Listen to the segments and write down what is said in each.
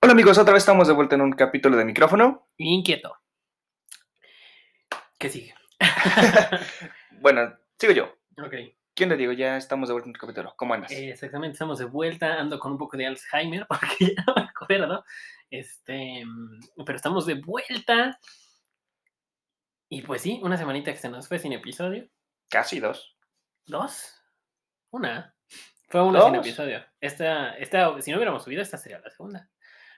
Hola amigos, otra vez estamos de vuelta en un capítulo de micrófono. Inquieto. ¿Qué sigue? Bueno, sigo yo. Ok. eh, ¿Quién le digo? Ya estamos de vuelta en un capítulo. ¿Cómo andas? exactamente, estamos de vuelta. Ando con un poco de Alzheimer porque ya no me acuerdo. Este, mm, pero estamos de vuelta. Y pues sí, una semanita que se nos fue sin episodio. Casi dos. ¿Dos? Una. Fue una sin ¿Dos? episodio. Esta, esta, si no hubiéramos subido, esta sería la segunda.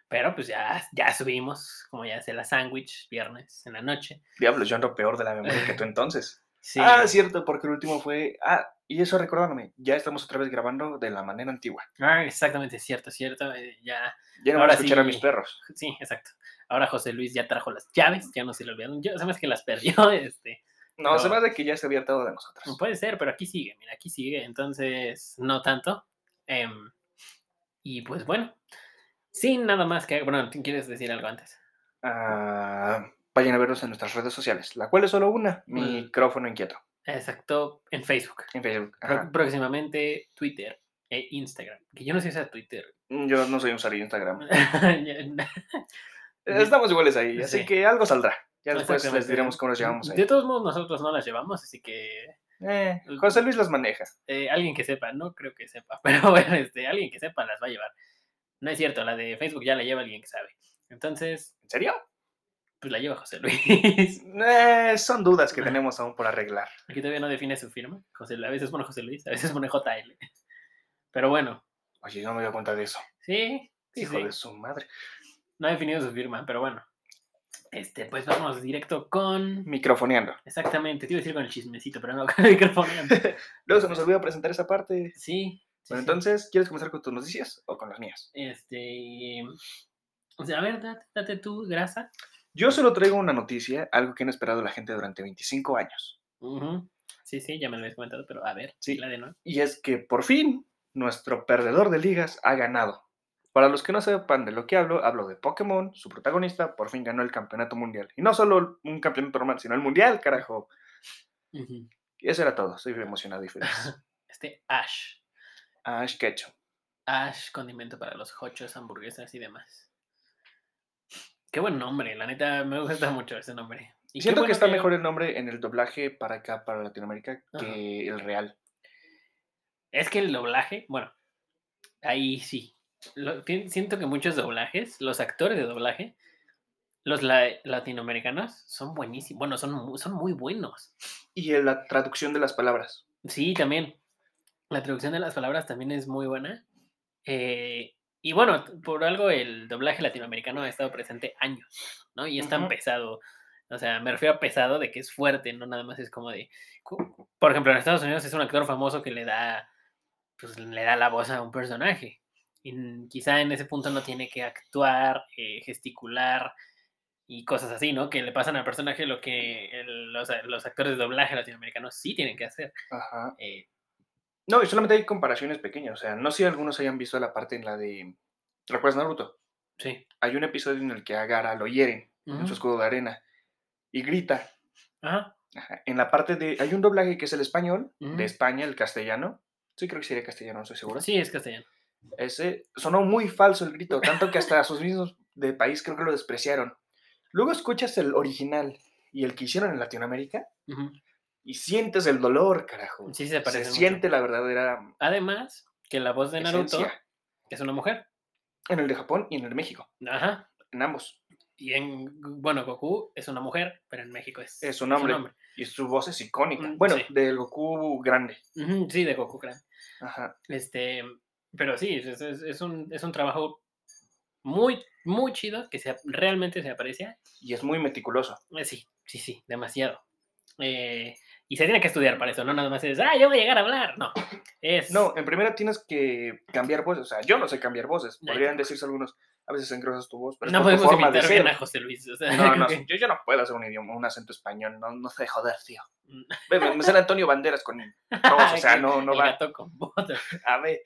Pero pues ya, ya subimos, como ya sé, la sándwich, viernes en la noche. Diablos, yo ando peor de la memoria que tú entonces. eh, Sí. Ah, cierto, porque el último fue... Ah, y eso recordándome, ya estamos otra vez grabando de la manera antigua. Ah, exactamente, cierto, cierto. eh, ya Ya no van a Ahora escuchar a mis sí. perros. Sí, exacto. Ahora José Luis ya trajo las llaves, ya no se le olvidaron. Yo, sabes que las perdió, este. No, No. pues. se me hace que ya se había hartado de nosotros. Puede ser, pero aquí sigue, mira, aquí sigue. Entonces, no tanto. Em, y pues bueno, sin nada más que. Bueno, ¿tú ¿quieres decir algo antes? Ah, vayan a vernos en nuestras redes sociales, la cual es solo una. Mm. Micrófono inquieto. Exacto, en Facebook. En Facebook. Pro- ajá. próximamente Twitter e Instagram. Que yo no sé usar Twitter. Yo no soy un usuario de Mm, Instagram. Ya- Bien. Estamos iguales ahí, así Sí. que algo saldrá. Ya después les Exactamente. diremos cómo nos llevamos De ahí. todos modos, nosotros no las llevamos, así que Eh, José Luis las maneja. eh, alguien que sepa, no creo que sepa, pero bueno, este, alguien que sepa las va a llevar. No es cierto, la de Facebook ya la lleva alguien que sabe. Entonces, ¿En serio? pues la lleva José Luis. Eh, son dudas que tenemos aún por arreglar. Aquí todavía no define su firma. José, a veces pone José Luis, a veces pone JL. Pero bueno, Oye, yo no me doy cuenta de eso. sí, sí, Hijo sí. de su madre. No ha definido su firma, pero bueno. Este, pues vamos directo con. Microfoneando. Exactamente, te iba a decir con el chismecito, pero no, con el micrófono. Luego se nos olvidó presentar esa parte. Sí. sí, Bueno, sí. entonces, ¿quieres comenzar con tus noticias o con las mías? Este. O sea, a ver, date, date tú, grasa. Yo solo traigo una noticia, algo que han esperado la gente durante 25 años. Ujú. Sí, sí, ya me lo habías comentado, pero a ver, Sí. la de no. Y es que por fin nuestro perdedor de ligas ha ganado. Para los que no sepan de lo que hablo, hablo de Pokémon, su protagonista por fin ganó el campeonato mundial. Y no solo un campeonato normal, sino el mundial, carajo. Y eso era todo, estoy emocionado y feliz. Este Ash. Ash Ketchum. Ash, condimento para los hochos, hamburguesas y demás. Qué buen nombre, la neta me gusta mucho ese nombre. Y qué Siento que bueno está mejor el nombre en el doblaje para acá, para Latinoamérica, Ajá. que el real. Es que el doblaje, bueno, ahí sí. Lo- fien- siento que muchos doblajes, los actores de doblaje, los la- latinoamericanos, son buenísimos. Bueno, son, mu- son muy buenos. Y en la traducción de las palabras. Sí, también. La traducción de las palabras también es muy buena. Eh, y bueno, t- por algo el doblaje latinoamericano ha estado presente años, ¿no? Y es tan Ujú. pesado. O sea, me refiero a pesado de que es fuerte, no nada más es como de. cu- Por ejemplo, en Estados Unidos es un actor famoso que le da. Pues le da la voz a un personaje. Y n- quizá en ese punto no tiene que actuar, eh, gesticular y cosas así, ¿no? Que le pasan al personaje lo que el- los, a- los actores de doblaje latinoamericanos sí tienen que hacer. Ajá. Eh, No, y solamente hay comparaciones pequeñas. O sea, no sé si algunos hayan visto la parte en la de. ¿Recuerdas Naruto? Sí. Hay un episodio en el que a Gara lo hieren en su Ujú. escudo de arena y grita. Mm. Ajá. Ajá. En la parte de. Hay un doblaje que es el español, Ujú. de España, el castellano. Sí, creo que sería castellano, no estoy seguro. Sí, es castellano. Ese sonó muy falso el grito, tanto que hasta sus mismos de país creo que lo despreciaron. Luego escuchas el original y el que hicieron en Latinoamérica Ujú. y sientes el dolor, carajo. Sí, se Se parece. mucho. siente la verdadera Además, que la voz de Naruto esencia es una mujer. en el de Japón y en el de México, Ajá. en ambos. Y en, bueno, Goku es una mujer, pero en México es, Es un hombre. Y su voz es icónica. Mm, Bueno, sí. del Goku grande. Ujú, Sí, de Goku, claro. Ajá. Este, pero sí, es, es- es un, es un trabajo muy, muy chido que se, ap- realmente se aprecia. Y es muy meticuloso. Eh, Sí, sí, sí, demasiado. Eh, y se tiene que estudiar para eso, no nada más es, ah, yo voy a llegar a hablar. No, es... No, en primera tienes que cambiar voces. O sea, yo no sé cambiar voces. Ay, Podrían decirse algunos, a veces engrosas tu voz, pero es no por tu podemos forma de imitar bien ser. a José Luis. o sea, No, creo no, que- yo, yo no puedo hacer un idioma, un acento español, no, no sé joder, tío. Mm. Ve, Me, me sale Antonio Banderas con todos, o sea, no, no El va. gato con botas. A ver,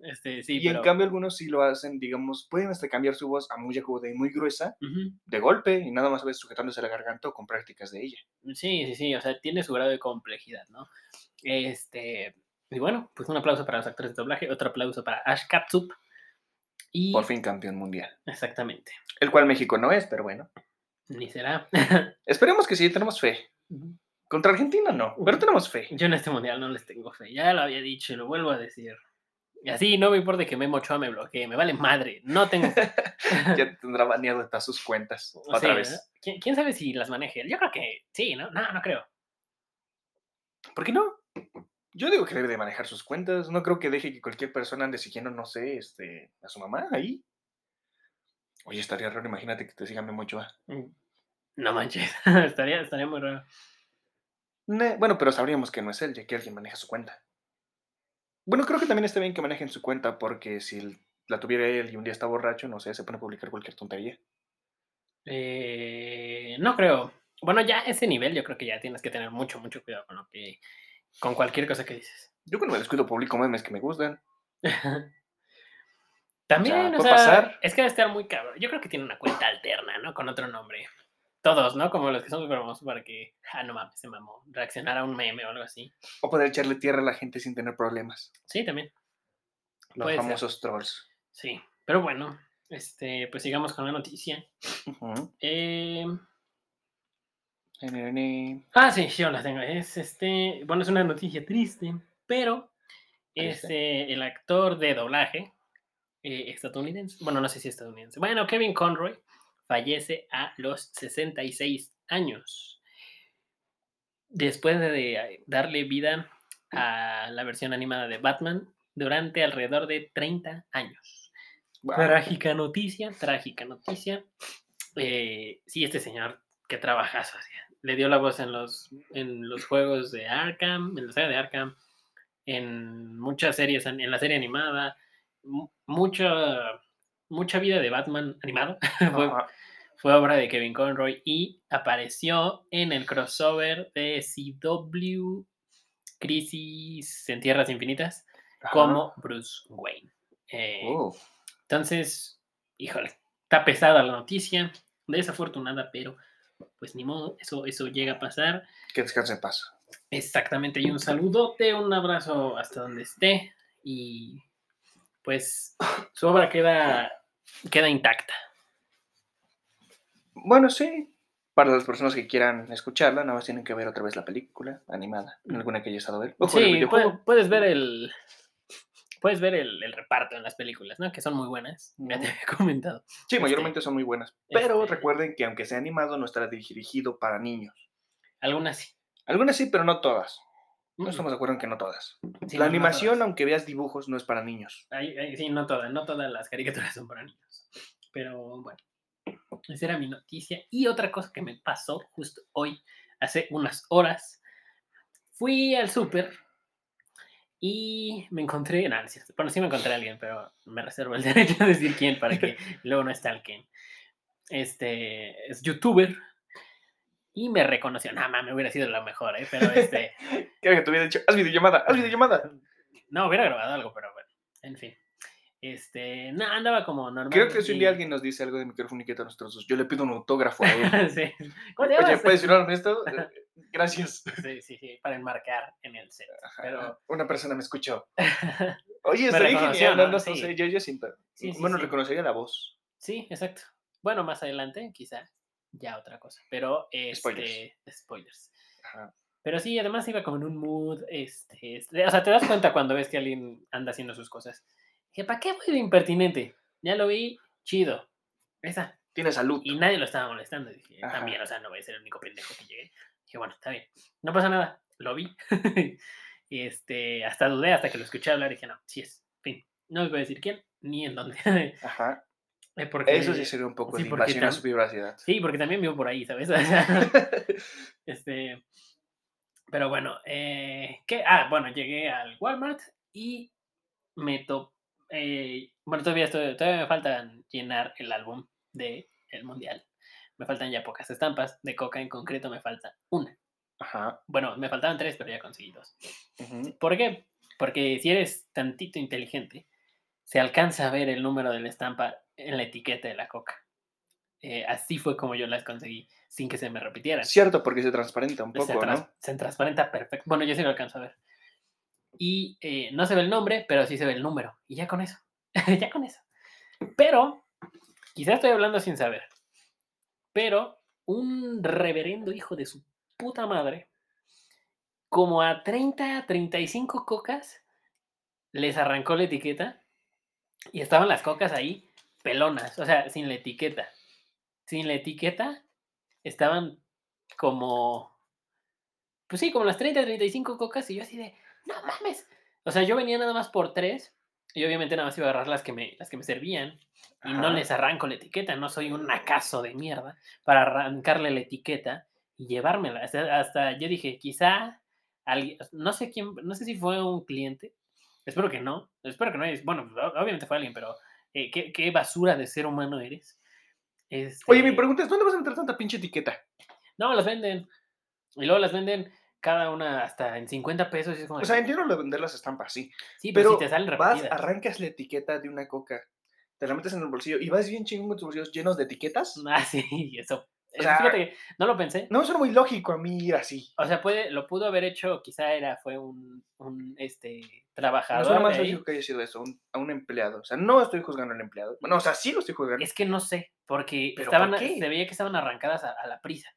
Este, sí, y pero... en cambio algunos sí lo hacen, digamos, pueden hasta cambiar su voz a muy aguda y muy gruesa, Ujú. de golpe, y nada más ves sujetándose la garganta o con prácticas de ella. Sí, sí, sí, o sea, tiene su grado de complejidad, ¿no? Este, y bueno, pues un aplauso para los actores de doblaje, otro aplauso para Ash Katsup. Y, por fin campeón mundial. Exactamente. El cual México no es, pero bueno. Ni será. Esperemos que sí, tenemos fe. Contra Argentina no, pero tenemos fe. Yo en este mundial no les tengo fe. Ya lo había dicho y lo vuelvo a decir. Y así no me importa que Memo Ochoa me bloquee. Me vale madre. No tengo fe. Ya tendrá baneado hasta sus cuentas O otra sea, vez. ¿quién, quién sabe si las maneje? él? Yo creo que sí, ¿no? No, no creo. ¿Por qué no? Yo digo que debe de manejar sus cuentas. No creo que deje que cualquier persona ande siguiendo, no sé, este, a su mamá ahí. Oye, estaría raro, imagínate que te siga Memo Ochoa. Mm, No manches. estaría, estaría muy raro. Ne- Bueno, pero sabríamos que no es él, ya que alguien maneja su cuenta. Bueno, creo que también está bien que manejen su cuenta, porque si l- la tuviera él y un día está borracho, no sé, se pone a publicar cualquier tontería. Eh, no creo. Bueno, ya ese nivel yo creo que ya tienes que tener mucho, mucho cuidado con lo que. con cualquier cosa que dices. Yo cuando me descuido publico memes que me gustan. También, o puede sea, pasar. es que debe estar muy cabrón. Yo creo que tiene una cuenta alterna, ¿no? Con otro nombre. Todos, ¿no? Como los que son súper famosos para que, ah, no mames, se mamó. Reaccionar a un meme o algo así. O poder echarle tierra a la gente sin tener problemas. Sí, también. Los Puede ser. famosos trolls. Sí. Pero bueno, este, pues sigamos con la noticia. Ujú. Eh, Ay, mira, ni- Ah, sí, yo la tengo. Es este. Bueno, es una noticia triste, pero Triste. este, el actor de doblaje eh, estadounidense. Bueno, no sé si estadounidense. Bueno, Kevin Conroy fallece a los 66 años. Después de eh, darle vida a la versión animada de Batman durante alrededor de 30 años. Guau. Trágica noticia, trágica noticia. Eh, sí, este señor, qué trabajazo hacía. Le dio la voz en los, en los juegos de Arkham, en la saga de Arkham, en muchas series, an- en la serie animada, mu- mucha, mucha vida de Batman animado. fue, Ajá. fue obra de Kevin Conroy y apareció en el crossover de CW Crisis en Tierras Infinitas Ajá. como Bruce Wayne. Eh, Oh. entonces, híjole, está pesada la noticia, desafortunada, pero pues ni modo, eso, eso llega a pasar. Que descanse en paz. Exactamente, y un saludote, un abrazo hasta donde esté, y pues su obra queda, queda intacta. Bueno, sí. Para las personas que quieran escucharla, nada más tienen que ver otra vez la película animada, en alguna que haya estado él. O con el sí, pue- videojuego. puedes, ver el... Puedes ver el, el reparto en las películas, ¿no? Que son muy buenas. Ya te Ujú. había comentado. Sí, mayormente son muy buenas. Pero este- recuerden que aunque sea animado, no estará dirigido para niños. Algunas sí. Algunas sí, pero no todas. Mm, No estamos de acuerdo en que no todas. sí, la no, no animación, todas. aunque veas dibujos, no es para niños. Ay, ay, sí, no todas, no todas las caricaturas son para niños. Pero bueno, esa era mi noticia. Y otra cosa que me pasó justo hoy, hace unas horas, fui al súper y me encontré, no, no es cierto. bueno, sí me encontré a alguien, pero me reservo el derecho a decir quién para que luego no stalken. Este, es youtuber y me reconoció. Nada más, me hubiera sido lo mejor, ¿eh? pero este... Creo que te hubiera dicho, haz videollamada, haz videollamada. No, hubiera grabado algo, pero bueno. En fin. Este, no, andaba como normal. Creo que si un y- día alguien nos dice algo de microfoniqueta a nosotros dos, yo le pido un autógrafo a él. sí. ¿Cómo te Oye, llamas? ¿puedes ayudarme en esto? Eh, Gracias. Sí, sí, sí, para enmarcar en el set. Pero Una persona me escuchó. Oye, Me estaría reconoció, genial, no, ¿no? No sé, Sí. yo, yo siento. Sí, sí, bueno, sí. reconocería la voz. sí, exacto. Bueno, más adelante, quizá ya otra cosa. Pero Spoilers. este, spoilers. Pero sí, además iba como en un mood, este, este, o sea, te das cuenta cuando ves que alguien anda haciendo sus cosas. Que ¿para qué voy de impertinente? Ya lo vi, chido. Esa, Tiene salud. Y nadie lo estaba molestando. Dije, Ajá. también, o sea, no voy a ser el único pendejo que llegué. Dije, bueno, está bien. No pasa nada. Lo vi. y este, hasta dudé, hasta que lo escuché hablar. Dije, no, sí es. Fin. No les voy a decir quién ni en dónde. Eh, Ajá. porque, Eso sí sería un poco sí, de porque invasión a tam- su privacidad. Sí, porque también vivo por ahí, ¿sabes? O sea, este, pero bueno, eh, ¿qué? Ah, bueno, llegué al Walmart y me top. eh, bueno, todavía, estoy- todavía me faltan llenar el álbum del el Mundial. Me faltan ya pocas estampas. De coca en concreto me falta una. Ajá. Bueno, me faltaban tres, pero ya conseguí dos. ujú. ¿Por qué? Porque si eres tantito inteligente, se alcanza a ver el número de la estampa en la etiqueta de la coca. Eh, así fue como yo las conseguí, sin que se me repitieran. Cierto, porque se transparenta un se, poco, trans- ¿no? se transparenta perfecto. Bueno, yo sí lo alcanzo a ver. Y eh, no se ve el nombre, pero sí se ve el número. Y ya con eso. ya con eso. Pero, quizás estoy hablando sin saber, pero un reverendo hijo de su puta madre, como a 30, 35 cocas, les arrancó la etiqueta y estaban las cocas ahí pelonas, o sea, sin la etiqueta. Sin la etiqueta estaban como, pues sí, como las 30, 35 cocas y yo así de, no mames. O sea, yo venía nada más por tres y obviamente nada más iba a agarrar las que me, las que me servían y no Ajá. les arranco la etiqueta, no soy un acaso de mierda para arrancarle la etiqueta y llevármela. Hasta, hasta yo dije, quizá alguien, no sé quién, no sé si fue un cliente, espero que no, espero que no es, bueno, pues, o- obviamente fue alguien, pero eh, ¿qué, qué basura de ser humano eres. Oye, Este, mi pregunta es, ¿dónde vas a entrar tanta pinche etiqueta? No, las venden. Y luego las venden cada una hasta en 50 pesos. y es como O de, sea, entiendo lo de vender las estampas, sí. sí, pero, Pero si te salen vas, repetidas. arrancas la etiqueta de una coca, te la metes en el bolsillo y vas bien chingón con tus bolsillos llenos de etiquetas. Ah, sí, eso. eso, sea, fíjate que no lo pensé. No, eso era muy lógico a mí ir así. O sea, puede, lo pudo haber hecho, quizá era, fue un, un este, No trabajador. suena de más ahí. lógico que haya sido eso, un- a un empleado. O sea, no estoy juzgando al empleado. Bueno, o sea, sí lo estoy juzgando. Es que no sé, porque ¿Pero estaban, por a- qué? se veía que estaban arrancadas a, a la prisa.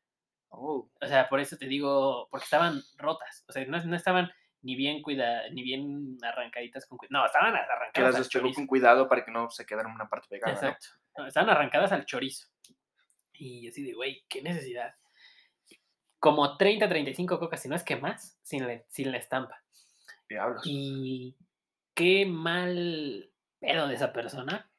Oh, O sea, por eso te digo, porque estaban rotas. O sea, no, no estaban ni bien cuida, ni bien arrancaditas con cuidado. No, estaban arrancadas. que las al despegó chorizo. con cuidado para que no se quedara en una parte pegada. ¿no? Exacto. No, Estaban arrancadas al chorizo. Y yo así de, güey, qué necesidad. Como 30, 35 cocas, si no es que más, sin la, sin la estampa. Diablos. Y qué mal pedo de esa persona.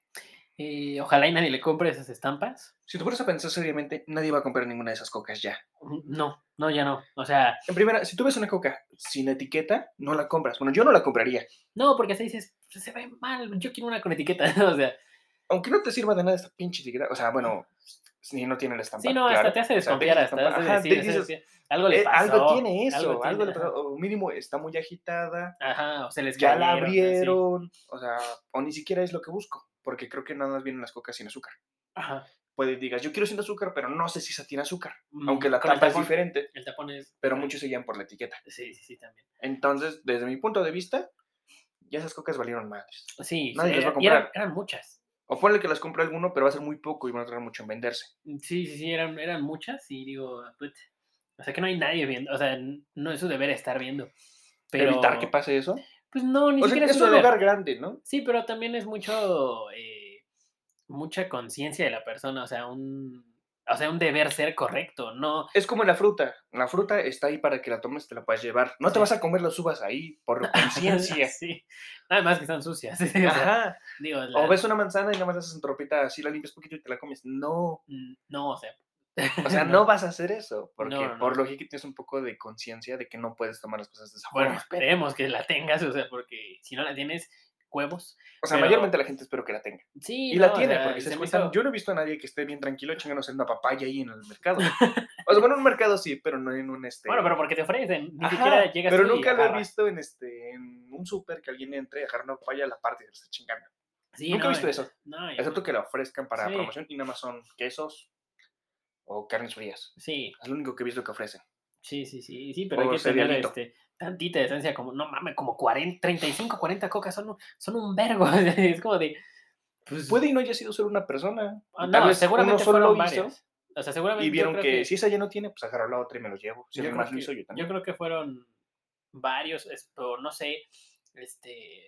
Eh, ojalá y nadie le compre esas estampas. Si te pones a pensar seriamente, nadie va a comprar ninguna de esas cocas ya. No, no, ya no. O sea, En primera, si tú ves una coca sin etiqueta, no la compras. Bueno, yo no la compraría. no, porque así dices, se ve mal, yo quiero una con etiqueta. o sea, Aunque no te sirva de nada esta pinche etiqueta. O sea, bueno, si no tiene la estampa. sí, no, hasta claro. te hace O sea, desconfiar, pinche hasta te estampa. hace Ajá, decir, te o sea, dices, decía, algo le "Eh, pasó. algo tiene eso, algo, tiene, le ajá. pasó, o mínimo está muy agitada, Ajá, o se les ya la cayeron, así. abrieron, o sea, o ni siquiera es lo que busco, porque creo que nada más vienen las cocas sin azúcar. Ajá. Puedes digas, yo quiero sin azúcar, pero no sé si esa tiene azúcar, Mm, aunque la con el tapa es tapón. diferente, El tapón es. pero ah, muchos se guían por la etiqueta. Sí, sí, sí, también. Entonces, desde mi punto de vista, ya esas cocas valieron madres. Sí, Nadie sí, las va a era- y eran- comprar. Eran, muchas. O ponle que las compre alguno, pero va a ser muy poco y van a tardar mucho en venderse. Sí, sí, sí, eran, eran muchas. Y digo, put, o sea que no hay nadie viendo. O sea, n- no es su deber estar viendo. Pero, Evitar que pase eso. Pues no, ni O sea, siquiera es su un deber. lugar grande, ¿no? Sí, pero también es mucho. eh, mucha conciencia de la persona. O sea, un. O sea, un deber ser correcto. No. Es como la fruta. La fruta está ahí para que la tomes, te la puedas llevar. No Sí. te vas a comer las uvas ahí por conciencia. sí. Nada más que están sucias. o sea, Ajá. digo, la- O ves una manzana y nada más haces en tropita así, la limpias poquito y te la comes. No. mm, No, o sea. O sea, no, vas a hacer eso. Porque No, no, por no. lógica tienes un poco de conciencia de que no puedes tomar las cosas de esa Bueno, forma. esperemos que la tengas, o sea, porque si no la tienes, huevos. O sea, pero- mayormente la gente espero que la tenga. Sí, Y, la no, o tiene, sea, porque se me escuchan. hizo- Yo no he visto a nadie que esté bien tranquilo chingándose una papaya ahí en el mercado. o sea, bueno, en un mercado sí, pero no en un este. Bueno, pero porque te ofrecen, ni Ajá, siquiera llegas pero tú y nunca lo he agarras. visto en este en un súper que alguien entre y agarra una papaya a la parte de está chingando. Sí, nunca he no, visto eh, eso, no, yo Excepto no. que la ofrezcan para Sí. promoción y nada más son quesos o carnes frías. Sí, Es lo único que he visto que ofrecen. sí, sí, sí, sí, pero hay O que tener cerealito. este, tantita decencia, como, no mames, como 40, 35, 40 cocas, son un, son un vergo. o sea, es como de. Pues, Puede y no haya sido solo una persona. ah, Tal no, vez seguramente uno solo fueron lo hizo varias. O sea, seguramente. y yo vieron que, creo que, si esa ya no tiene, pues agarró la otra y me lo llevo. Si yo alguien creo más lo que- hizo, yo yo también. creo que fueron varios, es- pero no sé, este,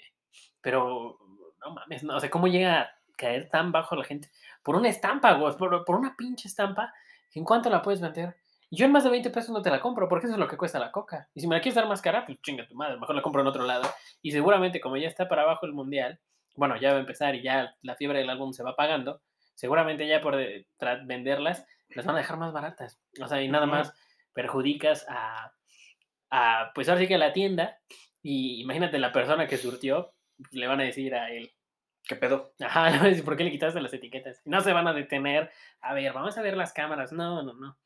pero no mames, no, o sea, ¿cómo llega a caer tan bajo la gente? Por una estampa, güey, por, por una pinche estampa, ¿en cuánto la puedes vender? Yo en más de 20 pesos no te la compro, porque eso es lo que cuesta la coca. Y si me la quieres dar más cara, pues chinga tu madre, mejor la compro en otro lado. Y seguramente como ya está para abajo el mundial, bueno, ya va a empezar y ya la fiebre del álbum se va pagando, seguramente ya por de- tra- venderlas, las van a dejar más baratas. O sea, y nada Ujú. más perjudicas a, a, pues ahora sí que a la tienda, y imagínate la persona que surtió, le van a decir a él, ¿Qué pedo? ajá, le van a decir, ¿por qué le quitaste las etiquetas? No se van a detener, a ver, vamos a ver las cámaras, no, no, no.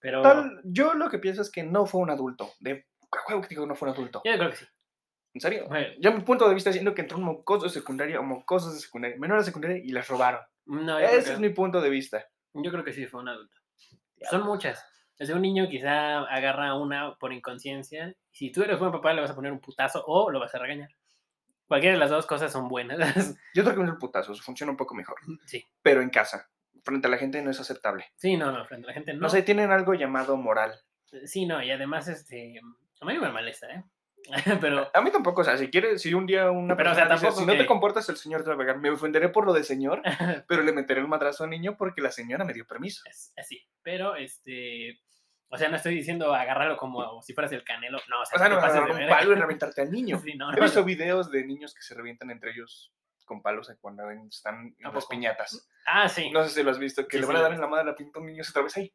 Pero Tal- yo lo que pienso es que no fue un adulto. De a huevo que digo no fue un adulto. yo creo que sí. ¿En serio? Bueno, Yo mi punto de vista siendo que entró un mocoso de secundaria o mocosos de secundaria, menor de secundaria y las robaron. no, yo, creo Ese que, es mi punto de vista. yo creo que sí, fue un adulto. Son muchas. O sea, un niño quizá agarra una por inconsciencia. Si tú eres buen papá, le vas a poner un putazo o lo vas a regañar. Cualquiera de las dos cosas son buenas. Yo creo que no es el putazo, eso funciona un poco mejor. sí. Pero en casa, frente a la gente no es aceptable. Sí, no, no, frente a la gente no. No, sé, tienen algo llamado moral. Sí, no, y además, este. A mí no me molesta, ¿eh? pero. A mí tampoco, o sea, si quieres, si un día una Pero, o sea, persona dice, tampoco si no que- te comportas, el señor te va a pegar. Me ofenderé por lo de señor, pero le meteré el madrazo al niño porque la señora me dio permiso. es así. Pero, este. O sea, no estoy diciendo agárralo como si fueras el canelo. No, o sea, O sea, no no te vas a pases de agarrar un verga. palo y reventarte al niño. Sí, no, He no, visto no. videos de niños que se revientan entre ellos con palos cuando están ¿A en las poco? piñatas. Ah, sí. No sé si lo has visto, que Sí, le sí, van a lo dar he en la madre a la pinta a un niño y se atraviesa ahí.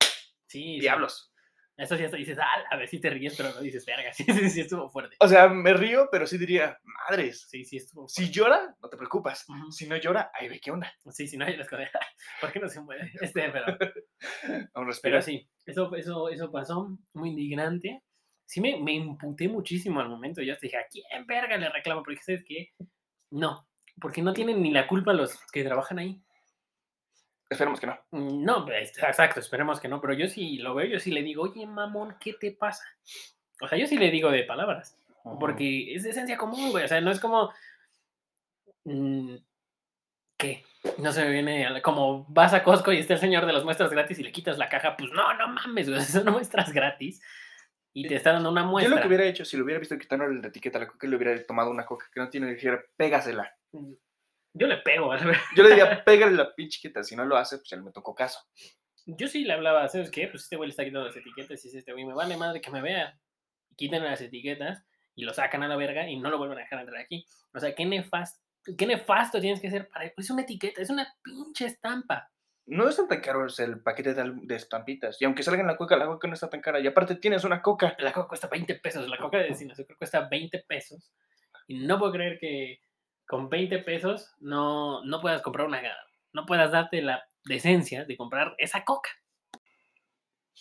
sí, sí. Diablos. Eso sí, hasta dices, ah, a ver si te ríes, pero no dices, verga. Sí, sí, sí, estuvo fuerte. O sea, me río, pero sí diría, madres. Sí, sí, estuvo fuerte. Si llora, no te preocupas. Ujú. Si no llora, ahí ve qué onda. Sí, si no hay las cosas. ¿Por qué no se mueve? Este, pero. Aún Pero respira. sí, eso, eso, eso pasó, muy indignante. Sí, me, me imputé muchísimo al momento. Yo hasta dije, ¿a quién verga le reclamo? Porque sabes que no, porque no tienen ni la culpa los que trabajan ahí. Esperemos que no. Mm, No, pues, exacto, esperemos que no, pero yo sí lo veo, yo sí le digo, oye, mamón, ¿qué te pasa? O sea, yo sí le digo de palabras, porque es de esencia común, güey. O sea, no es como. mm, ¿Qué? No se me viene. a la- Como vas a Costco y está el señor de las muestras gratis y le quitas la caja, pues no, no mames, güey. Son muestras gratis y te está dando una Yo muestra. lo que hubiera hecho, si lo hubiera visto quitándole la etiqueta a la coca, le hubiera tomado una coca que no tiene, le dijera, pégasela. Yo le pego, a la verdad. Yo le diría, pégale la pinche etiqueta. Si no lo hace, pues ya le meto cocazo. Yo sí le hablaba, ¿sabes qué? Pues este güey le está quitando las etiquetas y es este güey, me vale madre que me vea. Quitan las etiquetas y lo sacan a la verga y no lo vuelven a dejar entrar aquí. O sea, qué nefasto, qué nefasto tienes que ser para. pues, Es una etiqueta, es una pinche estampa. No están tan caros el paquete de, al- de estampitas. Y aunque salga en la coca, la coca no está tan cara. Y aparte tienes una coca. la coca cuesta 20 pesos, la coca de sin azúcar cuesta 20 pesos. Y no puedo creer que con 20 pesos no, no puedas comprar una, no puedas darte la decencia de comprar esa coca.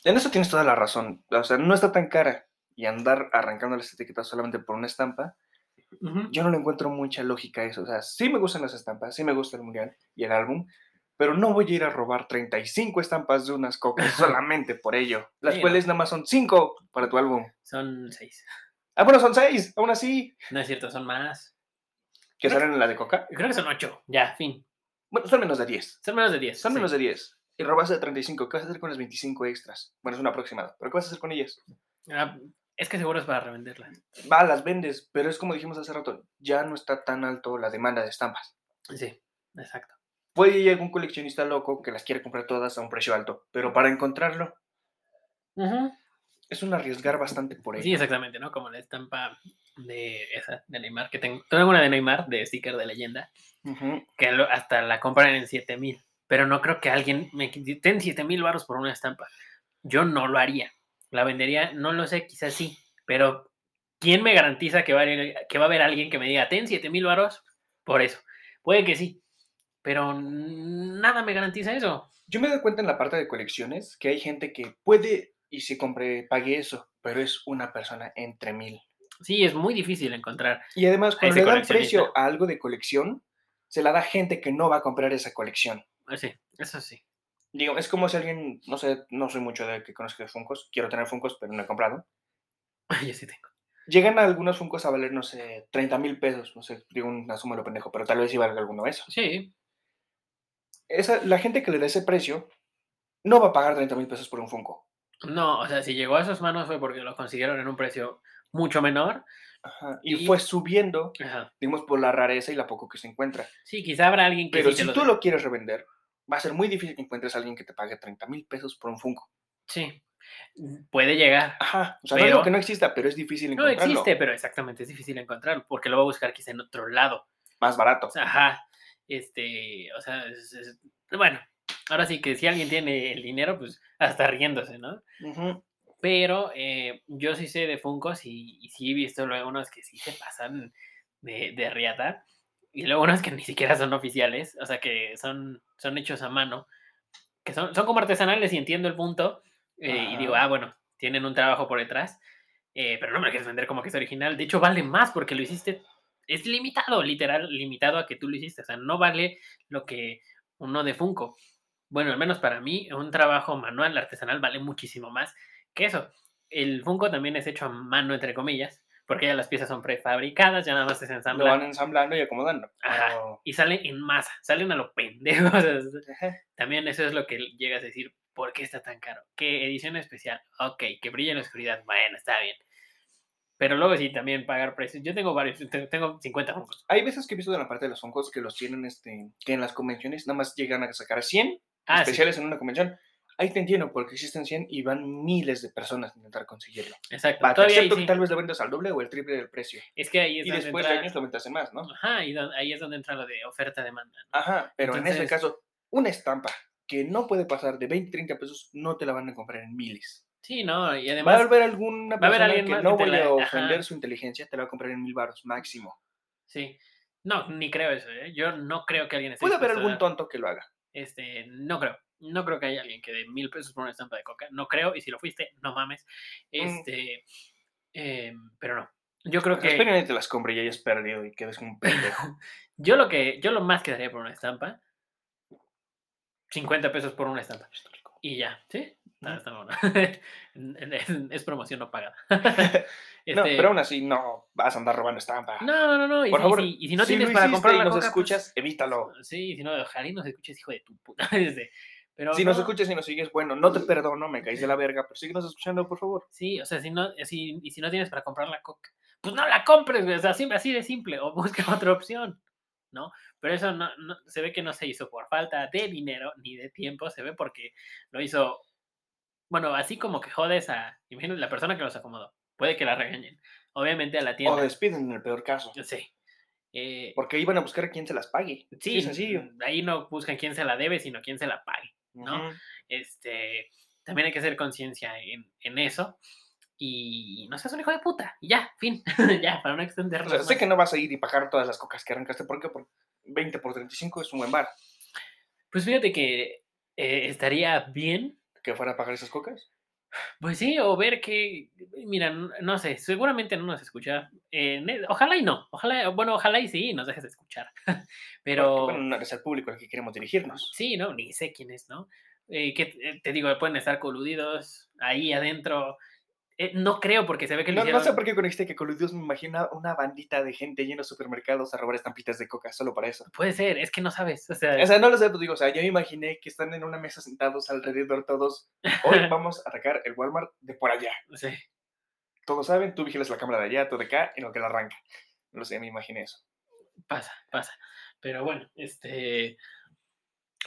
En eso tienes toda la razón. O sea, no está tan cara. Y andar arrancando las etiquetas solamente por una estampa, yo no le encuentro mucha lógica a eso. O sea, sí me gustan las estampas, sí me gusta el mundial y el álbum, pero no voy a ir a robar 35 estampas de unas cocas solamente por ello. Las Sí, no. cuales nada más son 5 para tu álbum. Son 6. Ah, bueno, son 6, aún así. No es cierto, son más. ¿Que Creo que- salen en la de coca? Creo que son 8. Ya, fin. Bueno, son menos de 10. Son menos de 10. Son sí. menos de 10. Y robaste de 35. ¿Qué vas a hacer con las 25 extras? Bueno, es un aproximado. ¿Pero qué vas a hacer con ellas? Ah, es que seguro es para revenderla. Va, las vendes, pero es como dijimos hace rato, ya no está tan alto la demanda de estampas. Sí, exacto. Puede ir algún coleccionista loco que las quiere comprar todas a un precio alto, pero para encontrarlo es un arriesgar bastante por ello. Sí, exactamente, ¿no? Como la estampa de esa, de Neymar que tengo. Tengo una de Neymar de sticker de leyenda. Ujú. que lo- hasta la compran en 7000. Pero no creo que alguien me qui- ten 7000 baros por una estampa. Yo no lo haría. La vendería, no lo sé, quizás sí. Pero ¿quién me garantiza que va a haber, que va a haber alguien que me diga ten 7000 baros por eso? Puede que sí. Pero nada me garantiza eso. Yo me doy cuenta en la parte de colecciones que hay gente que puede y se compre, pague eso, pero es una persona entre mil. Sí, es muy difícil encontrar. Y además, cuando ese le dan coleccionista. precio a algo de colección, se la da gente que no va a comprar esa colección. Ah, Sí, eso sí. Digo, es como si alguien, no sé, no soy mucho de que conozca de Funkos, quiero tener Funkos, pero no he comprado. Yo sí tengo. Llegan algunos Funkos a valer, no sé, 30 mil pesos, no sé, digo una suma de lo pendejo, pero tal vez sí valga alguno eso. Sí, Esa, la gente que le da ese precio no va a pagar 30 mil pesos por un Funko. no, o sea, si llegó a sus manos fue porque lo consiguieron en un precio mucho menor. Ajá, Y, Y- fue subiendo, Ajá. digamos, por la rareza y la poco que se encuentra. Sí, quizá habrá alguien que Pero sí te si lo tú dé. lo quieres revender, va a ser muy difícil que encuentres a alguien que te pague 30 mil pesos por un Funko. Sí, mm, puede llegar. Ajá, o sea, no digo Pero- que no exista, pero es difícil No encontrarlo. existe, pero exactamente es difícil encontrarlo porque lo va a buscar quizá en otro lado. Más barato. O sea, ajá, este, o sea, es- es- bueno, ahora sí que si alguien tiene el dinero, pues hasta riéndose, ¿no? Ujú. Pero eh, yo sí sé de Funkos y, y sí he visto luego unos que sí se pasan de, de riata y luego unos que ni siquiera son oficiales, o sea, que son, son hechos a mano, que son, son como artesanales y entiendo el punto. eh, y digo, Ajá. ah, bueno, tienen un trabajo por detrás, eh, pero no me lo quieres vender como que es original. De hecho, vale más porque lo hiciste, es limitado, literal, limitado a que tú lo hiciste. O sea, no vale lo que uno de Funko. Bueno, al menos para mí, un trabajo manual, artesanal, vale muchísimo más que eso. El Funko también es hecho a mano, entre comillas, Porque ya las piezas son prefabricadas, ya nada más se Lo ensamblan van ensamblando y acomodando. Ajá. pero- eh, y salen en masa, salen a lo pendejo. o sea, es- Ajá. también eso es lo que llegas a decir, ¿por qué está tan caro? ¿Qué edición especial? Ok, que brilla en la oscuridad, bueno, está bien. Pero luego sí, también pagar precios. Yo tengo varios, te- tengo 50 juegos. Hay veces que he visto de la parte de los Funkos que los tienen, este, que en las convenciones nada más llegan a sacar 100 Ah, sí, especiales en una convención. Ahí te entiendo, porque existen 100 y van miles de personas a intentar conseguirlo. exacto. Va, te Todavía ahí acepto que sí. tal vez lo vendas al doble o el triple del precio. Es que ahí es Y donde después de entra... años lo vendas en más, ¿no? Ajá, ahí don- ahí es donde entra lo de oferta-demanda. ¿no? Ajá, pero en ese Entonces- caso, una estampa que no puede pasar de 20, 30 pesos, no te la van a comprar en miles. Sí, no, y va a además... haber alguna va a haber persona alguien que más que no te vaya la- a ajá. ofender su inteligencia, te la va a comprar en mil baros máximo. Sí. No, ni creo eso, ¿eh? Yo no creo que alguien esté Puede haber dispuesto a algún dar- tonto que lo haga. Este, no creo. No creo que haya alguien que dé mil pesos por una estampa de coca. No creo. Y si lo fuiste, no Mm. mames. Este, em, pero no. Yo creo Esperen que. te las compre y hayas perdido y quedes como un pendejo. Yo lo que. Yo lo más que daría por una estampa. 50 pesos por una estampa. Y ya, ¿sí? No, Ujú. está bueno. es, es promoción no pagada. No, Este, pero aún así no vas a andar robando estampa. no, no, no. Y, Por si- favor, y si, y si no si tienes lo para hiciste comprar y la nos coca, pues, escuchas, evítalo. Sí, y si no, ojalá y nos escuches, hijo de tu puta. Este, pero Si nos no. escuchas y nos sigues, bueno, no te perdono, me caís de la verga, pero síguenos escuchando, por favor. Sí, o sea, si no, si, y si no tienes para comprar la coca, pues no la compres, güey, o sea, simple- así de simple, o busca otra opción, ¿no? Pero eso no, no- se ve que no se hizo por falta de dinero ni de tiempo, se ve porque lo hizo, bueno, así como que jodes a, imagínate, la persona que los acomodó, puede que la regañen, obviamente a la O tienda, despiden en el peor caso. sí, eh, Porque iban a buscar a quien se las pague. sí, mm, Sí, sencillo. ahí no buscan quién se la debe, sino quién se la pague. ¿no? Ujú. Este, también hay que hacer conciencia en, en eso. Y no seas un hijo de puta. Y ya, fin. ya, para no O extendernos. sea, sé más. que no vas a ir y pagar todas las cocas que arrancaste, porque por 20 por 35 es un buen bar. Pues fíjate que eh, estaría bien. Que fuera a pagar esas cocas. Pues sí, o ver que, mira, n- no sé, seguramente no nos escucha. eh, ne- ojalá y no, ojalá, bueno, ojalá y sí, nos dejes de escuchar. Porque, Pero bueno, no es al público al que queremos dirigirnos. sí, no, ni sé quién es, ¿no? Eh, que eh, te digo, pueden estar coludidos ahí adentro. Eh, no creo porque se ve que lo No, no hicieron- sé por qué conecté que Coludios me imagina una bandita de gente llena de supermercados a robar estampitas de coca solo para eso. Puede ser, es que no sabes. O sea, O sea, no lo sé, pero digo, o sea, yo me imaginé que están en una mesa sentados alrededor todos. Hoy vamos a atacar el Walmart de por allá. sí. Todos saben, tú vigilas la cámara de allá, tú de acá, en lo que la arranca. No lo sé, me imaginé eso. pasa, pasa. Pero bueno, este,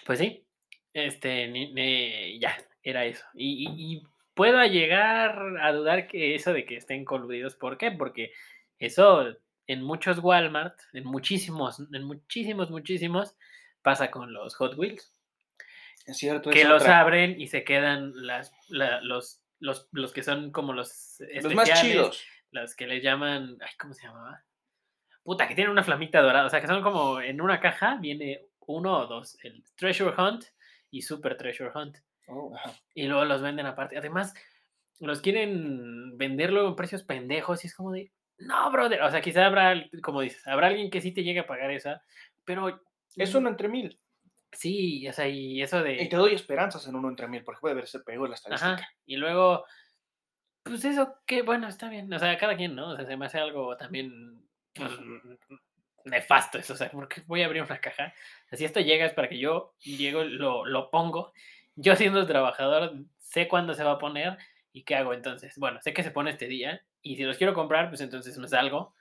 pues sí, este, ni- ni- ya, era eso. Y, y- y puedo llegar a dudar que eso de que estén coludidos, ¿por qué? Porque eso en muchos Walmart, en muchísimos, en muchísimos, muchísimos, pasa con los Hot Wheels, Es cierto, que es los otra. abren y se quedan las, la- los, los, los que son como los Los más especiales, chidos. las que le llaman, ay, ¿cómo se llamaba? Puta, que tienen una flamita dorada, o sea, que son como en una caja viene uno o dos, el Treasure Hunt y Super Treasure Hunt, Oh, ajá. y luego los venden aparte. Además, los quieren vender luego en precios pendejos y es como de, no, brother, o sea, quizá habrá, al- como dices, habrá alguien que sí te llegue a pagar esa, pero Es mm, uno entre mil. sí, o sea, y eso de Y te doy esperanzas en uno entre mil, porque puede verse peor la estadística. Ajá. Y luego, pues eso, qué bueno, está bien. O sea, cada quien, ¿no? O sea, se me hace algo también pues, nefasto eso. O sea, ¿por qué voy a abrir una caja? O sea, si esto llega es para que yo llego, lo, lo pongo. Yo siendo el trabajador, sé cuándo se va a poner y qué hago entonces. Bueno, sé que se pone este día y si los quiero comprar, pues entonces me salgo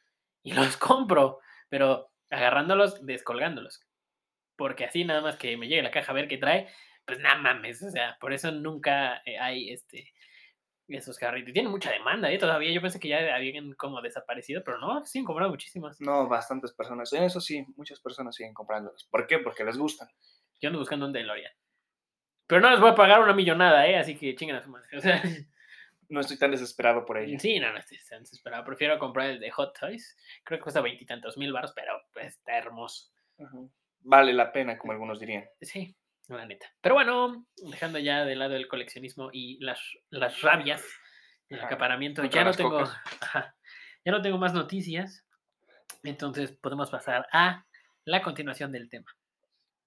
y los compro. Pero agarrándolos, descolgándolos. Porque así nada más que me llegue la caja a ver qué trae, pues nada mames, o sea, por eso nunca eh, hay este esos carritos. Tienen mucha demanda, ¿eh? Todavía yo pensé que ya habían como desaparecido, pero no, siguen comprando muchísimos. No, bastantes personas. En eso sí, muchas personas siguen comprándolos. ¿Por qué? Porque les gustan. Yo ando buscando un DeLorean. Pero no les voy a pagar una millonada, ¿eh? Así que chingan a su madre. O sea, No estoy tan desesperado por ello. sí, no, no estoy tan desesperado. Prefiero comprar el de Hot Toys. Creo que cuesta veintitantos mil baros, pero pues, está hermoso. Ajá. Vale la pena, como algunos dirían. Sí, la neta. Pero bueno, dejando ya de lado el coleccionismo y las, las rabias, el Ajá, acaparamiento, contra ya no las tengo. cocas. ajá, ya no tengo más noticias. Entonces podemos pasar a la continuación del tema.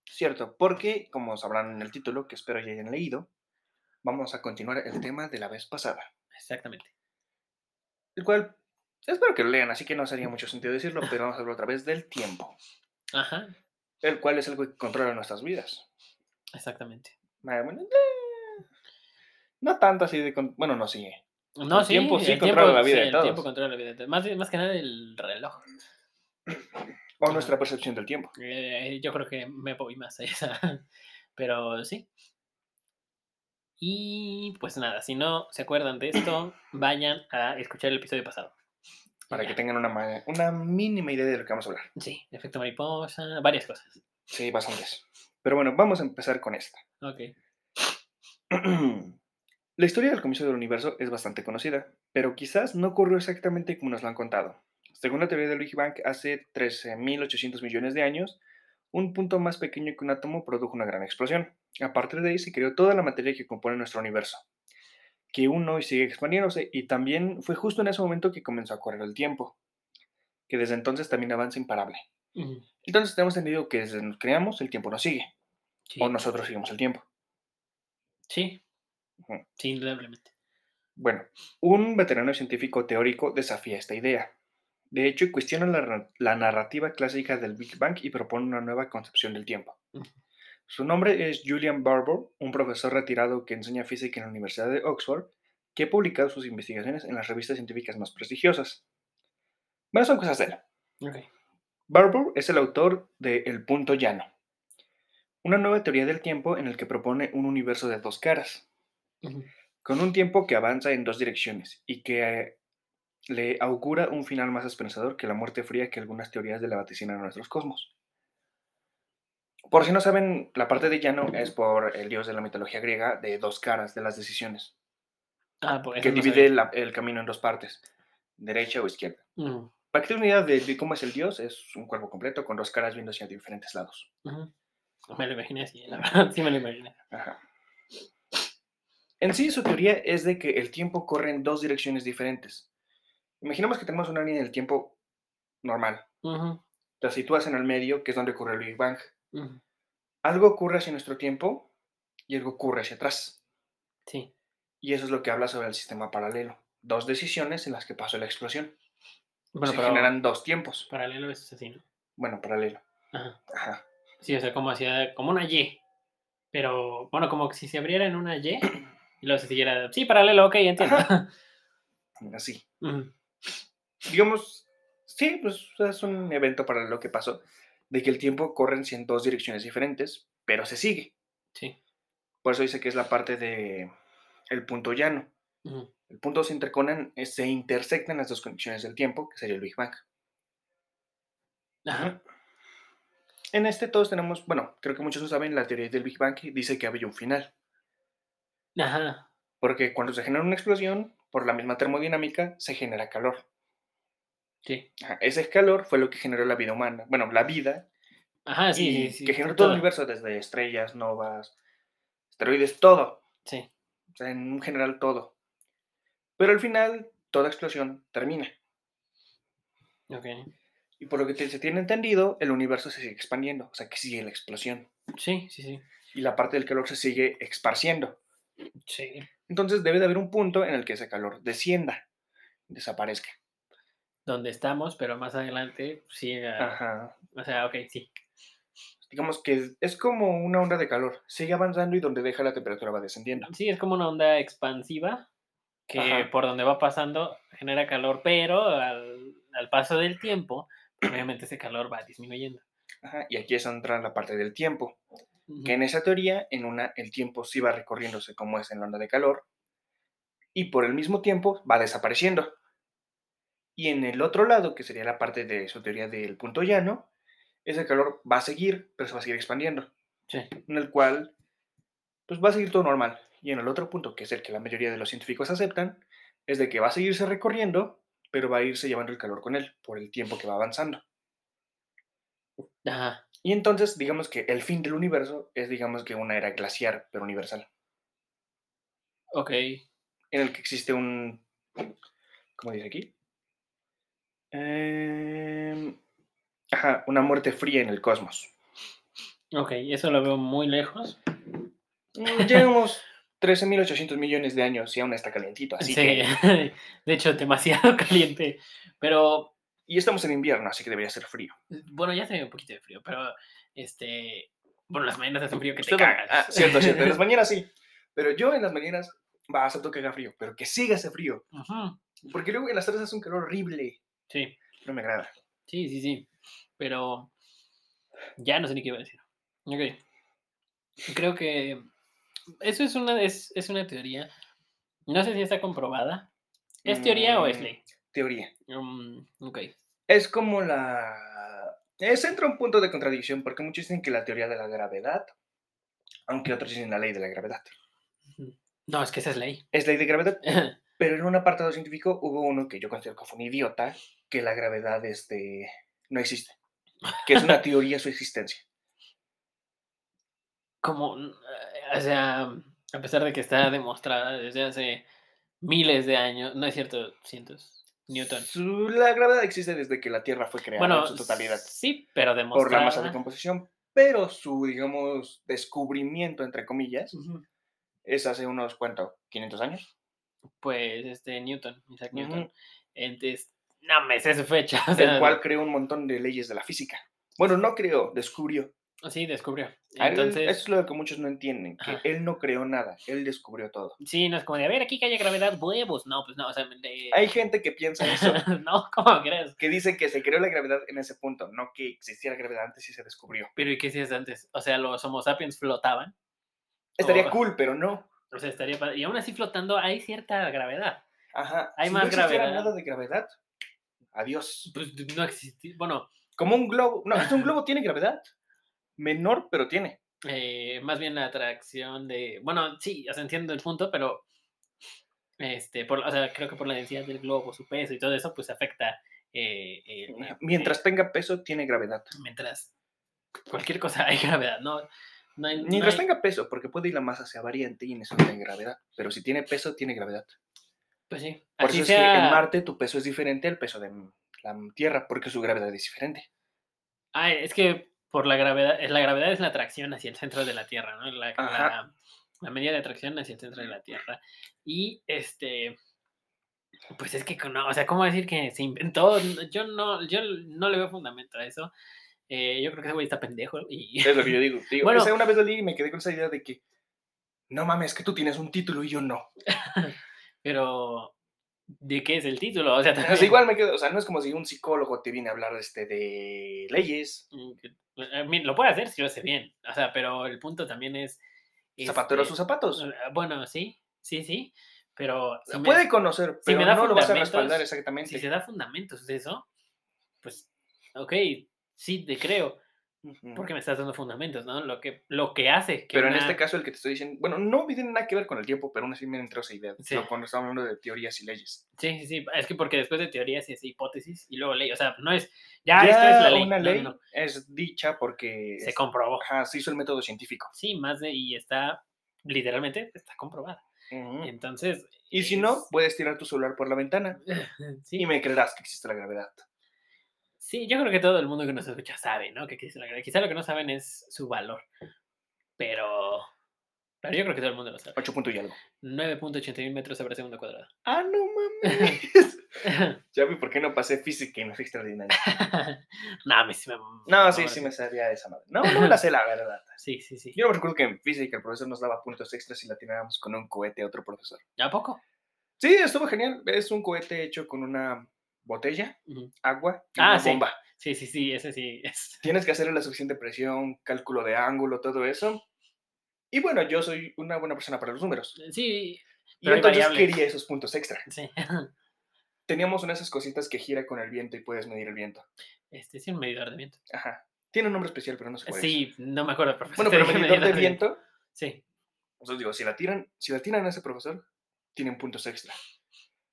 Cierto, porque, como sabrán en el título, que espero ya hayan leído, vamos a continuar el tema de la vez pasada, Exactamente. el cual Espero que lo lean, así que no sería mucho sentido decirlo, pero vamos a hablar otra vez del tiempo, Ajá, el cual es algo que controla nuestras vidas. exactamente. Más o menos, eh, No tanto así de... con- Bueno, no, sí. eh, No, El sí, tiempo sí el controla tiempo- la vida sí, de el todos. tiempo controla la vida de todos. Más, más que nada el reloj. O Ajá. nuestra percepción del tiempo. Eh, yo creo que me voy más a esa. Pero sí. Y pues nada, si no se acuerdan de esto, vayan a escuchar el episodio pasado. Y Para que ya. tengan una, ma- una mínima idea de lo que vamos a hablar. Sí, efecto mariposa, varias cosas. Sí, bastantes. Pero bueno, vamos a empezar con esta. Ok. La historia del comienzo del universo es bastante conocida, pero quizás no ocurrió exactamente como nos lo han contado. Según la teoría de Big Bang, hace 13.800 millones de años, un punto más pequeño que un átomo produjo una gran explosión. A partir de ahí se creó toda la materia que compone nuestro universo, que aún hoy sigue expandiéndose y también fue justo en ese momento que comenzó a correr el tiempo, que desde entonces también avanza imparable. Ujú, Entonces tenemos entendido que desde que nos creamos el tiempo nos sigue, Sí, o nosotros seguimos el tiempo. sí. Ujú. Sí, indudablemente. Bueno, un veterano científico teórico desafía esta idea. De hecho, cuestiona la, ra- la narrativa clásica del Big Bang y propone una nueva concepción del tiempo. Ujú. Su nombre es Julian Barbour, un profesor retirado que enseña física en la Universidad de Oxford, que ha publicado sus investigaciones en las revistas científicas más prestigiosas. Bueno, son cosas de él. Ok. Barbour es el autor de El punto llano, una nueva teoría del tiempo en el que propone un universo de dos caras, Ujú, con un tiempo que avanza en dos direcciones y que eh, le augura un final más esperanzador que la muerte fría que algunas teorías de la vaticina de nuestros cosmos. Por si no saben, la parte de llano es por el dios de la mitología griega de dos caras de las decisiones, Ah, pues. que eso no divide sabía. la- el camino en dos partes, derecha o izquierda. Ujú, Para que tengan una idea de, de cómo es el dios, es un cuerpo completo con dos caras viendo hacia diferentes lados. ujú. Me lo imaginé así, la verdad. Sí, me lo imaginé. Ajá. En sí, su teoría es de que el tiempo corre en dos direcciones diferentes. Imaginemos que tenemos una línea del tiempo normal. Ujú, La sitúas en el medio, que es donde ocurre el Big Bang. ujú, Algo ocurre hacia nuestro tiempo y algo ocurre hacia atrás. Sí. Y eso es lo que habla sobre el sistema paralelo. Dos decisiones en las que pasó la explosión. Bueno, Se pero generan dos tiempos. paralelo es así, ¿no? Bueno, paralelo. Ajá. Ajá. Sí, o sea, como hacia, como una Y. Pero, bueno, como si se abriera en una Y y luego se siguiera. Sí, paralelo, ok, entiendo. Así. Ujú, digamos, sí, pues es un evento para lo que pasó, de que el tiempo corre en sí en dos direcciones diferentes, pero se sigue. sí. Por eso dice que es la parte de el punto llano. ujú, El punto se interconan, eh, se intersectan las dos condiciones del tiempo, que sería el Big Bang. Ajá. En este todos tenemos, bueno, creo que muchos no saben, la teoría del Big Bang que dice que había un final, Ajá. porque cuando se genera una explosión, por la misma termodinámica, se genera calor. Sí. Ajá, Ese calor fue lo que generó la vida humana, bueno, la vida Ajá, sí, y sí, sí. que sí, generó todo todo. el universo, desde estrellas, novas, asteroides, todo, Sí. o sea, en general todo. Pero al final, toda explosión termina. Ok. Y por lo que te- se tiene entendido, el universo se sigue expandiendo, o sea, que sigue la explosión. Sí, sí, sí. Y la parte del calor se sigue esparciendo. Sí. Entonces debe de haber un punto en el que ese calor descienda, desaparezca. Donde estamos, pero más adelante siga. Ajá. O sea, ok, sí. Digamos que es- es como una onda de calor, sigue avanzando y donde deja la temperatura va descendiendo. Sí, es como una onda expansiva que Ajá. por donde va pasando genera calor, pero al, al paso del tiempo, obviamente ese calor va disminuyendo. Ajá. Y aquí es donde entra la parte del tiempo. Ujú, que en esa teoría, en una, el tiempo sí va recorriéndose como es en la onda de calor, y por el mismo tiempo va desapareciendo. Y en el otro lado, que sería la parte de su teoría del punto llano, ese calor va a seguir, pero se va a seguir expandiendo, Sí. en el cual pues va a seguir todo normal. Y en el otro punto, que es el que la mayoría de los científicos aceptan, es de que va a seguirse recorriendo, pero va a irse llevando el calor con él por el tiempo que va avanzando. Ajá. Y entonces, digamos que el fin del universo es, digamos que una era glaciar, pero universal. Ok. en el que existe un. ¿Cómo dice aquí? Em, ajá, una muerte fría en el cosmos. Ok, eso lo veo muy lejos. Mm, Llevamos 13.800 millones de años y aún está calientito, así Sí, que. de hecho, demasiado caliente Pero, Y estamos en invierno, así que debería ser frío. bueno, ya se ve un poquito de frío, pero este. Bueno, las mañanas hace un frío que te Usted va- cagas. ah, cierto, cierto. En las mañanas sí. Pero yo en las mañanas, va, acepto que haga frío, pero que siga ese frío. Ujú, Porque luego en las tardes hace un calor horrible. Sí, No me agrada. sí, sí, sí. Pero. Ya no sé ni qué iba a decir. Ok. Creo que. Eso es una, es, es una teoría. No sé si está comprobada. ¿Es teoría o es Mm, ley? Teoría. Mm, ok. Es como la... Es, entra un punto de contradicción, porque muchos dicen que la teoría de la gravedad, aunque otros dicen la ley de la gravedad. No, es que esa es ley. Es ley de gravedad, pero en un apartado científico hubo uno que yo considero que fue un idiota, que la gravedad este, no existe. Que es una teoría su existencia. como, n- eh, o sea, a pesar de que está demostrada desde hace miles de años, no es cierto, cientos, Newton. Su- la gravedad existe desde que la Tierra fue creada Bueno, en su totalidad. sí, pero por la demostrada. masa de composición, pero su, digamos, descubrimiento, entre comillas, Ujú. es hace unos, ¿cuánto? ¿500 años? Pues este Newton, Isaac Newton. Ujú. Entonces, no me sé su fecha. O sea, El cual creó un montón de leyes de la física. Bueno, no creó, descubrió. Sí, descubrió. A él- Entonces, eso es lo que muchos no entienden, que Ajá. él no creó nada, él descubrió todo. sí, no es como de, a ver, aquí que haya gravedad, huevos. No, pues no, o sea, de- Hay gente que piensa eso, no, ¿cómo crees? que dice que se creó la gravedad en ese punto, no que existía la gravedad antes y se descubrió. Pero ¿y qué si es antes? O sea, los Homo sapiens flotaban. Estaría Oh. cool, pero no. O sea, estaría padre. Y aún así flotando hay cierta gravedad. Ajá. Hay si más no existiera gravedad. nada de gravedad. Adiós. Pues d- no existía. Bueno, Como un globo. No, es un globo tiene gravedad. Menor, pero tiene. eh, más bien la atracción de. Bueno, sí, o sea, entiendo el punto, pero. Este, por, o sea, creo que por la densidad del globo, su peso y todo eso, pues afecta. eh, el- Ajá, el- Mientras tenga peso, tiene gravedad. eh, mientras. Cualquier cosa hay gravedad, ¿no? no hay, no Mientras hay- tenga peso, porque puede ir la masa hacia variante y en eso no hay gravedad. Pero si tiene peso, tiene gravedad. Pues sí. Por así eso es que sea- en Marte tu peso es diferente al peso de m- la m- Tierra, porque su gravedad es diferente. Ah, es que por la gravedad. es- La gravedad es la atracción hacia el centro de la Tierra, ¿no? La, Ajá. la- la medida de atracción hacia el centro de la Tierra. Y este. Pues es que, con- no, o sea, ¿cómo decir que se inventó? No, Yo no, yo no le veo fundamento a eso. Eh, yo creo que ese güey está pendejo y... Es lo que yo digo. Digo, Bueno. esa una vez lo leí y me quedé con esa idea de que no mames, que tú tienes un título y yo no. Pero, ¿de qué es el título? O sea, O sea, también- Pues igual me quedo, o sea, no es como si un psicólogo te viene a hablar este, de leyes, Mm, que- eh, mira, Lo puede hacer si lo hace bien. O sea, pero el punto también es... zapatero a este, sus zapatos. eh, Bueno, sí, sí, sí. Pero... O sea, si me- puede conocer, si pero me da no lo vas a respaldar fundamentos, exactamente. si se da fundamentos de eso, pues, ok, sí, te creo. Ujú. Porque me estás dando fundamentos, ¿no? Lo que, lo que hace que. Pero en una- este caso, el que te estoy diciendo, bueno, no tiene nada que ver con el tiempo, pero aún así me entró esa idea. Sí. Lo cuando estamos hablando de teorías y leyes. Sí, sí, sí. Es que porque después de teorías es hipótesis y luego ley. O sea, no es. Ya, Ya Ah, esta es la ley. una no, no, ley no, es dicha porque Se es- comprobó. ajá, se hizo el método científico. Sí, más de. Y está. Literalmente está comprobada. Ujú. Entonces. Y si no, es- puedes tirar tu celular por la ventana Sí, y me creerás que existe la gravedad. sí, yo creo que todo el mundo que nos escucha sabe, ¿no? Que existe la gravedad. Quizá lo que no saben es su valor. Pero. Pero yo creo que todo el mundo lo sabe. Ocho punto y algo. 9.81 metros sobre segundo cuadrado. Ah, no mames. ya vi por qué no pasé física y no soy extraordinaria. no, a mí sí me. No, mamaba sí, la sí física. me sabía esa madre. No, no me la sé, la verdad. Sí, sí, sí. Yo no me recuerdo que en física el profesor nos daba puntos extras si la tirábamos con un cohete a otro profesor. ¿A poco? Sí, estuvo genial. Es un cohete hecho con una botella, Ujú. agua y Ah, una sí. bomba. Sí, sí, sí, ese sí es. Tienes que hacerle la suficiente presión, cálculo de ángulo, todo eso. Y bueno, yo soy una buena persona para los números. Sí, Y Pero hay entonces variables. quería esos puntos extra. sí. Teníamos una de esas cositas que gira con el viento y puedes medir el viento. Este es un medidor de viento. Ajá. Tiene un nombre especial, pero no sé cuál es. Sí, no me acuerdo. Pero Pues Bueno, te pero dije medidor de viento, Sí, o sea, digo, si la tiran, si la tiran a ese profesor, tienen puntos extra.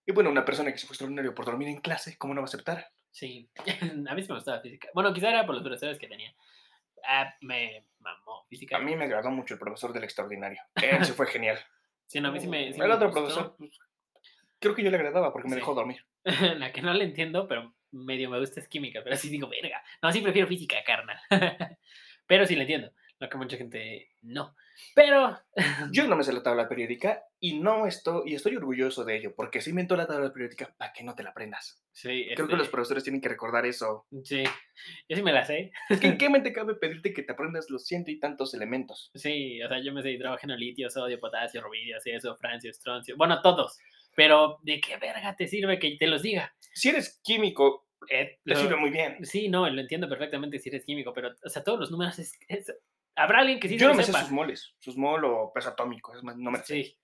Y bueno, una persona que se fue extraordinario por dormir en clase, ¿cómo no va a aceptar? sí. A mí sí me gustaba física. Bueno, quizá era por los profesores que tenía. Ah, me mamó física. A mí me agradó mucho el profesor del extraordinario. Él se fue genial. Sí, no, a mí sí me. sí el me otro gustó. profesor, pues, creo que yo le agradaba porque me Sí. dejó dormir. La que no le entiendo, pero medio me gusta es química. Pero sí digo, verga. No, sí prefiero física, carnal. pero sí la entiendo. lo que mucha gente no. Pero Yo no me sé la tabla periódica y no estoy, y estoy orgulloso de ello, porque se inventó la tabla periódica para que no te la aprendas. sí, Creo que los este, profesores tienen que recordar eso. sí, yo sí me la sé. Es que en qué mente cabe pedirte que te aprendas los ciento y tantos elementos. Sí, o sea, yo me sé hidrógeno, litio, sodio, potasio, rubidio, eso, francio, estroncio, bueno, todos. Pero, ¿de qué verga te sirve que te los diga? Si eres químico, Eh, te lo- sirve muy bien. Sí, no, lo entiendo perfectamente si eres químico, pero, o sea, todos los números es... es- Habrá alguien que sí se Yo no lo me sé sepa. sus moles, sus mol o peso atómico, es más, no me lo sé. Sí.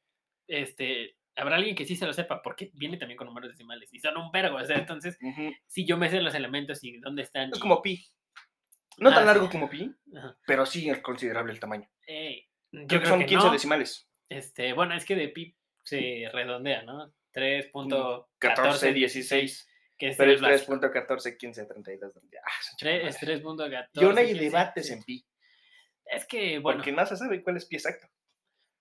Este, habrá alguien que sí se lo sepa, porque viene también con números decimales y son un vergo. O sea, entonces, Ujú. sí, yo me sé los elementos y dónde están. Es y- como pi. No Ah, tan sí. largo como pi, Ajá. pero sí es considerable el tamaño. Ey, yo Creo que son 15 no. decimales. Este, bueno, es que de pi se redondea, ¿no? 3.14, 14, 16. que es Mm, Pero el es básico. 3.14, 15, 32. donde- Ah, son Tre- chingaderas. es 3.14. Y aún hay 15. debates en pi, Es que, bueno, porque no se sabe cuál es pi exacto.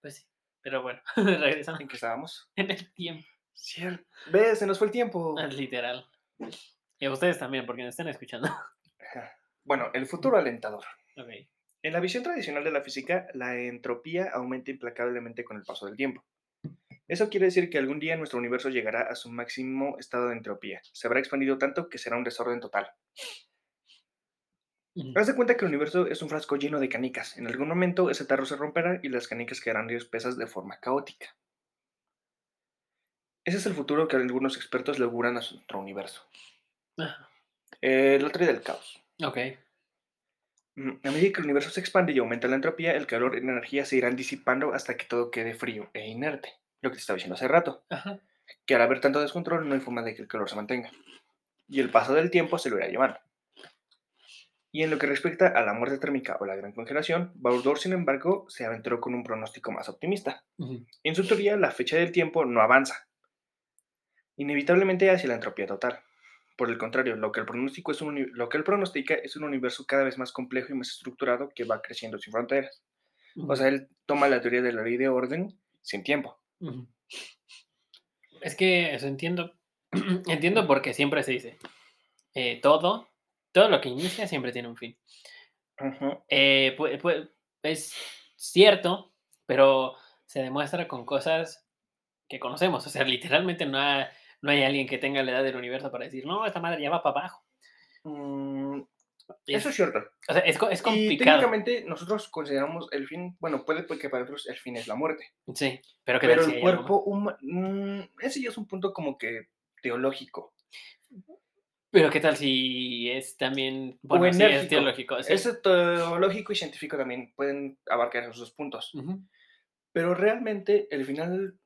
pues sí. Pero bueno, regresando ¿En qué estábamos? en el tiempo, Cier- ¿Ves? Se nos fue el tiempo. literal. Y a ustedes también, porque nos están escuchando. Ajá. Bueno, el futuro alentador. ok, En la visión tradicional de la física, la entropía aumenta implacablemente con el paso del tiempo. Eso quiere decir que algún día nuestro universo llegará a su máximo estado de entropía. Se habrá expandido tanto que será un desorden total. Mm, Haz de cuenta que el universo es un frasco lleno de canicas. En algún momento ese tarro se romperá y las canicas quedarán espesas de forma caótica. Ese es el futuro que algunos expertos le auguran a nuestro universo. ah, El otro del caos. Ok, Mm, A medida que el universo se expande y aumenta la entropía, el calor y la energía se irán disipando hasta que todo quede frío e inerte. Lo que te estaba diciendo hace rato, ajá. que al haber tanto descontrol no hay forma de que el calor se mantenga. Y el paso del tiempo se lo irá llevando. Y en lo que respecta a la muerte térmica o la gran congelación, Baudor, sin embargo, se aventuró con un pronóstico más optimista. Ujú. En su teoría, la fecha del tiempo no avanza, inevitablemente hacia la entropía total. Por el contrario, lo que, el pronóstico es un uni- lo que él pronostica es un universo cada vez más complejo y más estructurado que va creciendo sin fronteras. O Ujú, sea, él toma la teoría de la ley de orden sin tiempo. ujú. Es que eso entiendo. entiendo porque siempre se dice. eh, todo, todo lo que inicia siempre tiene un fin. Ujú. Eh, pue- pue- es cierto, pero se demuestra con cosas que conocemos. O sea, literalmente no, ha- no hay alguien que tenga la edad del universo para decir, no, esta madre ya va para abajo. Mm, Y es- eso es cierto. o sea, es, co- es Y complicado. técnicamente nosotros consideramos el fin, bueno, puede que para otros el fin es la muerte, Sí, pero que tal pero si el hay algo más? cuerpo humano, ese ya es un punto como que teológico. Pero qué tal si es también, bueno, sí, es enérgico. teológico. sí. Ese teológico y científico también pueden abarcar esos dos puntos, Ujú. pero realmente el final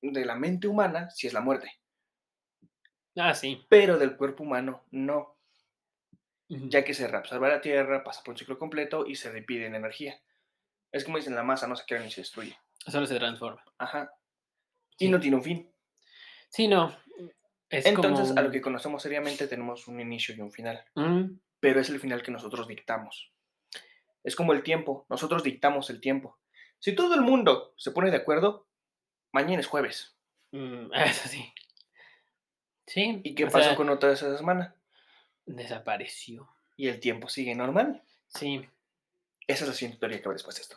de la mente humana sí es la muerte, Ah, sí. pero del cuerpo humano no, Ujú. ya que se reabsorbe la Tierra, pasa por un ciclo completo y se repide en energía. Es como dicen, la masa no se crea ni se destruye. Solo se transforma. Ajá. Y Sí. no tiene un fin. Sí, no. es como Entonces, a lo que un- conocemos seriamente tenemos un inicio y un final, Mm, pero es el final que nosotros dictamos. Es como el tiempo, nosotros dictamos el tiempo. Si todo el mundo se pone de acuerdo, mañana es jueves. mm, eso sí. Sí. ¿Y qué o pasó sea, con otra esa semana? Desapareció. Y el tiempo sigue normal. Sí, Esa es la siguiente teoría que va después de esto.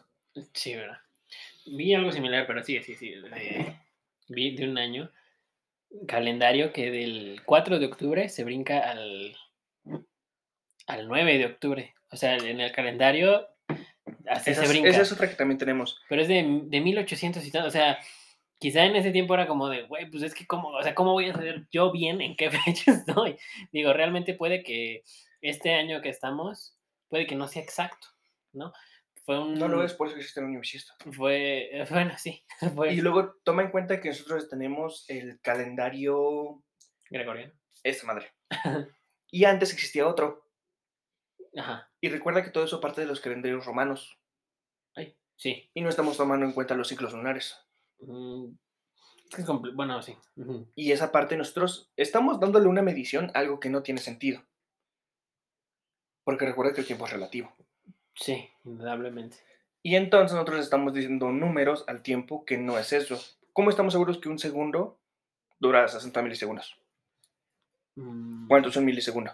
sí, verdad. Vi algo similar, pero sí, sí, sí. de- vi de un año calendario que del 4 de octubre se brinca al, al 9 de octubre. O sea, en el calendario así Esa se es, brinca. esa es otra que también tenemos. Pero es de, de 1800 y tal. O sea, quizá en ese tiempo era como de, güey, pues es que, cómo, o sea, ¿cómo voy a saber yo bien en qué fecha estoy? Digo, realmente puede que este año que estamos, puede que no sea exacto, ¿no? Fue un. No lo es, por eso existe el universista. Fue. eh, Bueno, sí. Fue Y luego toma en cuenta que nosotros tenemos el calendario... Gregoriano. Esta madre. Y antes existía otro. Ajá. Y recuerda que todo eso parte de los calendarios romanos. Ay, sí. y no estamos tomando en cuenta los ciclos lunares. Mm, es que es compl- Bueno, sí. ujú. Y esa parte nosotros estamos dándole una medición a algo que no tiene sentido. Porque recuerda que el tiempo es relativo. Sí, indudablemente. Y entonces nosotros estamos diciendo números al tiempo que no es eso. ¿Cómo estamos seguros que un segundo dura 60 milisegundos? Mm, ¿Cuánto es un milisegundo?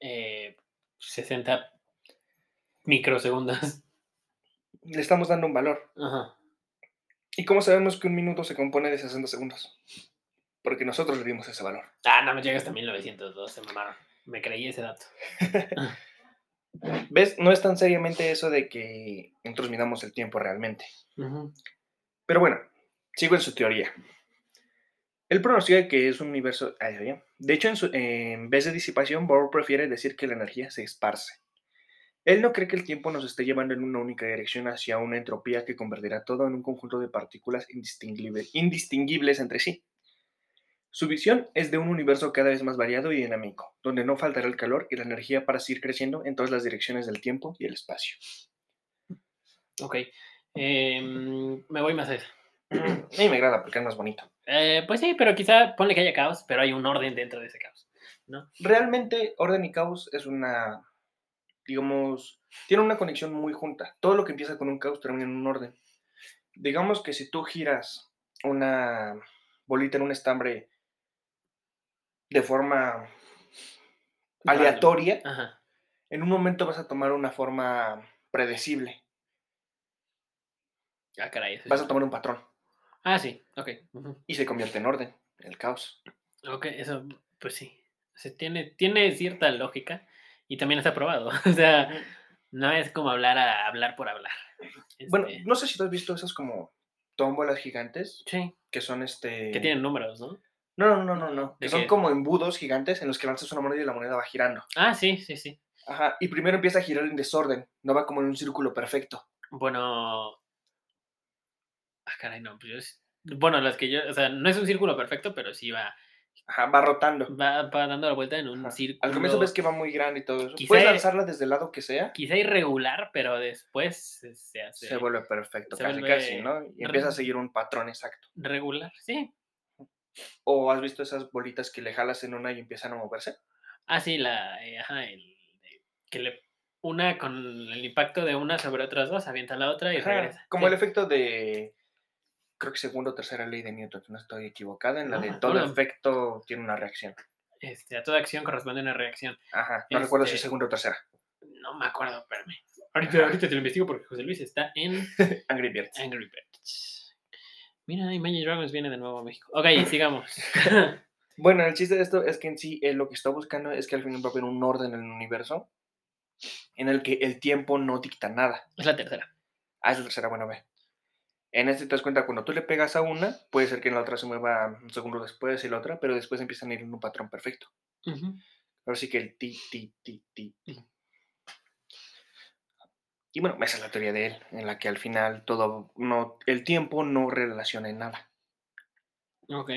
eh, 60 microsegundos. Le estamos dando un valor. Ajá. ¿Y cómo sabemos que un minuto se compone de 60 segundos? Porque nosotros le dimos ese valor. Ah, no me llega hasta 1902, se mamaron. Me creí ese dato. ¿Ves? No es tan seriamente eso de que nosotros midamos el tiempo realmente. Ujú. Pero bueno, sigo en su teoría. Él pronostica que es un universo... ay, ay, ay. De hecho, en, su- en vez de disipación, Bohr prefiere decir que la energía se esparce. Él no cree que el tiempo nos esté llevando en una única dirección hacia una entropía que convertirá todo en un conjunto de partículas indistinguible- indistinguibles entre sí. Su visión es de un universo cada vez más variado y dinámico, donde no faltará el calor y la energía para seguir creciendo en todas las direcciones del tiempo y el espacio. Ok. Em, me voy más a eso. A mí me agrada porque es más bonito. Eh, pues sí, pero quizá ponle que haya caos, pero hay un orden dentro de ese caos. realmente orden y caos es una, digamos, tiene una conexión muy junta. Todo lo que empieza con un caos termina en un orden. Digamos que si tú giras una bolita en un estambre de forma Random. aleatoria, Ajá. en un momento vas a tomar una forma predecible, Ah, caray. eso vas a sí. tomar un patrón Ah, sí. Ok. ujú. y se convierte en orden, en el caos. Ok, eso, pues sí. O sea, tiene, tiene cierta lógica y también está probado. O sea, no es como hablar a hablar por hablar. Bueno, Este, no sé si tú has visto esas como tómbolas gigantes sí, que son este... que tienen números, ¿no? No, no, no, no, no. ¿De Que son qué? como embudos gigantes en los que lanzas una moneda y la moneda va girando. Ah, sí, sí, sí. Ajá. Y primero empieza a girar en desorden. No va como en un círculo perfecto. Bueno. Ah, caray, no. Pues yo, sí- bueno, las que yo. O sea, no es un círculo perfecto, pero sí va, Ajá. Va rotando. va, va dando la vuelta en un Ajá. círculo. Al comienzo ves que va muy grande y todo eso. Quizá Puedes e- lanzarla desde el lado que sea. Quizá irregular, pero después se, se hace Se vuelve perfecto, Se casi vuelve casi, ¿no? Y empieza a ren- seguir un patrón exacto. regular. Sí. O has visto esas bolitas que le jalas en una y empiezan a moverse. Ah, sí, la. eh, ajá, el, eh, que le. Una con el impacto de una sobre otras dos, avienta la otra y Ajá, regresa. Como sí. el efecto de. Creo que segunda o tercera ley de Newton, no estoy equivocada, en la No de me todo acuerdo. efecto tiene una reacción. Este, a toda acción corresponde una reacción. Ajá, no recuerdo si Este- segunda o tercera. No me acuerdo, espérame. Ahorita, ahorita te lo investigo porque José Luis está en Angry Birds. Angry Birds. Mira, Imagine Dragons viene de nuevo a México. Ok, sigamos. Bueno, el chiste de esto es que en sí eh, lo que está buscando es que al final va a haber un orden en el universo en el que el tiempo no dicta nada. es la tercera. Ah, es la tercera, bueno, ve. En este te das cuenta, cuando tú le pegas a una, puede ser que en la otra se mueva un segundo después y la otra, pero después empiezan a ir en un patrón perfecto. Ujú. Ahora sí que el ti, ti, ti, ti, ti. Y bueno, esa es la teoría de él, en la que al final todo, no, el tiempo no relaciona en nada. Ok.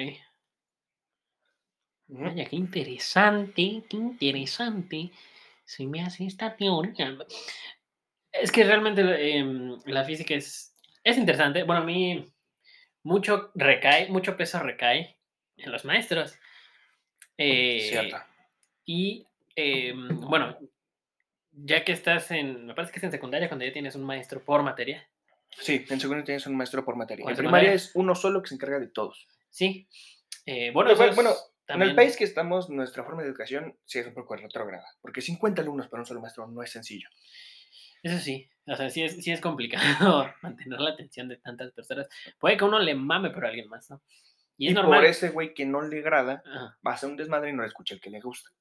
Ujú. Vaya, qué interesante, qué interesante se me hace esta teoría. Es que realmente em, la física es, es interesante. Bueno, a mí mucho recae, mucho peso recae en los maestros. Eh, Mm, Cierto. Y em, bueno, ya que estás en, me parece que es en secundaria cuando ya tienes un maestro por materia. Sí, en segundo tienes un maestro por materia. ¿O En en primaria secundaria? es uno solo que se encarga de todos. Sí. Eh, bueno, Pero bueno, eso bueno, es En el también- país que estamos, nuestra forma de educación sí es un poco retrógrada, porque 50 alumnos para un solo maestro no es sencillo. Eso sí, o sea, sí es, sí es complicado mantener la atención de tantas personas. Puede que uno le mame, pero a alguien más, ¿no? Y Y, es normal. por ese güey que no le agrada, Ajá, va a hacer un desmadre y no le escucha el que le gusta.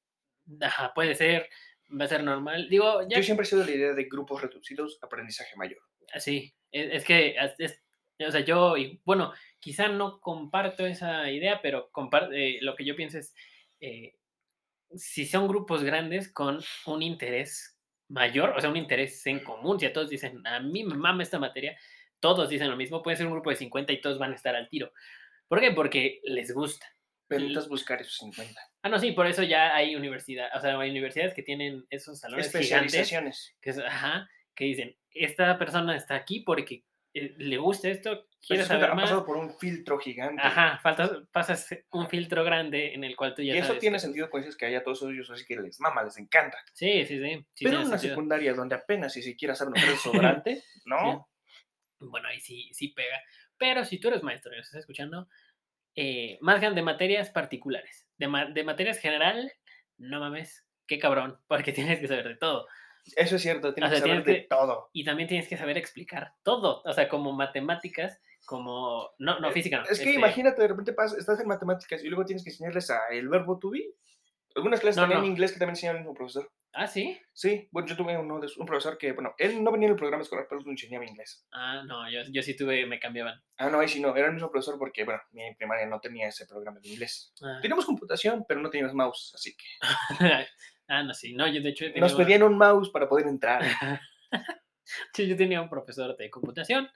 ajá, puede ser, va a ser normal. Digo, ya. Yo siempre he sido de la idea de grupos reducidos, aprendizaje mayor. Sí, e-, es, es que, as- es- o sea, yo, y, bueno, quizá no comparto esa idea, pero compar- eh, lo que yo pienso es, eh, si son grupos grandes con un interés mayor, o sea, un interés en común, si a todos dicen, a mí me mama esta materia, todos dicen lo mismo, puede ser un grupo de 50 y todos van a estar al tiro. ¿Por qué? Porque les gusta. Pero Y- necesitas buscar esos 50. Ah, no, sí, por eso ya hay universidad, o sea, hay universidades que tienen esos salones gigantes Especializaciones. que, es- ajá, que dicen, esta persona está aquí porque eh, le gusta esto, quiere Esas personas saber Han más. pasado por un filtro gigante. Ajá, falta, pasas un filtro grande en el cual tú ya Y eso sabes tiene que- sentido cuando dices que haya todos ellos así que les mama, les encanta. Sí, sí, sí. sí Pero tiene en una sentido. secundaria donde apenas si siquiera saben lo que es sobrante, ¿no? Bueno, ahí sí, sí pega. Pero si tú eres maestro y nos estás escuchando, eh, marcan de materias particulares. De, ma- de materias general, no mames, qué cabrón, porque tienes que saber de todo. Eso es cierto, tienes O sea, que saber tienes de que- todo. Y también tienes que saber explicar todo, o sea, como matemáticas, como... No, no, física no. Eh, Es que este, imagínate, de repente pas- estás en matemáticas y luego tienes que enseñarles a el verbo to be. Algunas clases No, también no. en inglés que también enseñaba el mismo profesor. Ah, sí. Sí, bueno, yo tuve uno de su- un profesor que, bueno, él no venía en el programa escolar, pero nos enseñaba inglés. Ah, no, yo, yo sí tuve, me cambiaban. Ah, no, ahí sí no, era el mismo profesor porque, bueno, mi primaria no tenía ese programa de inglés. Ah. Teníamos computación, pero no teníamos mouse, así que... ah, no, sí. No, yo de hecho tenía Nos una- pedían un mouse para poder entrar. Sí, yo tenía un profesor de computación,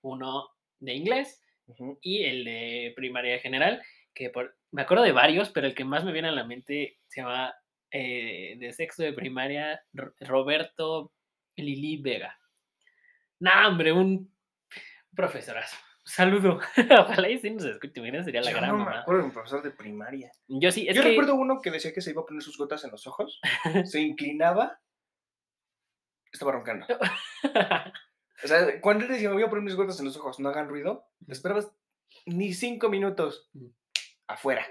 uno de inglés Ujú. y el de primaria general, que por- me acuerdo de varios, pero el que más me viene a la mente se llama eh, de sexto de primaria Ro- Roberto Lili Vega. No, hombre, un profesorazo. Saludo. Ojalá y sí nos escuche. Mira, sería la Yo gran no me mamá. acuerdo de un profesor de primaria. Yo sí, es Yo que recuerdo uno que decía que se iba a poner sus gotas en los ojos, se inclinaba, estaba roncando. O sea, cuando él decía, me voy a poner mis gotas en los ojos, no hagan ruido, te esperabas ni cinco minutos Mm. afuera.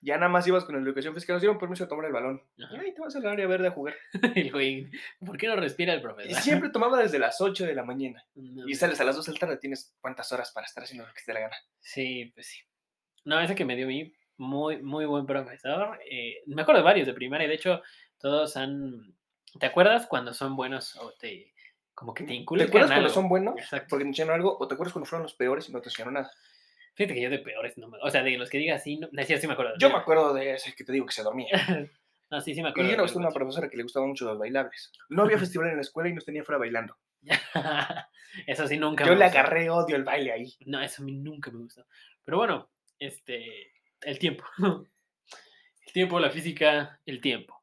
Ya nada más ibas con la educación física, nos dieron permiso de tomar el balón. Y Ajá. ahí te vas al área verde a jugar. el güey, ¿por qué no respira el Y profesor? siempre tomaba desde las 8 de la mañana. No, Y sales a las 2 de la tarde, tienes cuántas horas para estar haciendo lo que te dé la gana. Sí, pues sí. No, ese que me dio a mí, muy, muy buen profesor. eh, me acuerdo de varios de primaria, de hecho, todos han... ¿Te acuerdas cuando son buenos o te... como que te Mm, ¿Te inculcan acuerdas cuando algo? son buenos? Exacto. Porque te enseñaron algo, o te acuerdas cuando fueron los peores y no te enseñaron nada. Fíjate que yo de peores no me... O sea, de los que diga así, no... no, sí, sí me acuerdo. Yo de- me acuerdo de ese que te digo que se dormía. No, sí, sí Y me acuerdo. yo de no tuve una algunos. profesora que le gustaban mucho los bailables. No había festival en la escuela y nos tenía fuera bailando. Eso sí nunca Yo me le gustó. agarré odio al baile ahí. No, eso a mí nunca me gustó. Pero bueno, este... El tiempo. el tiempo, la física, el tiempo.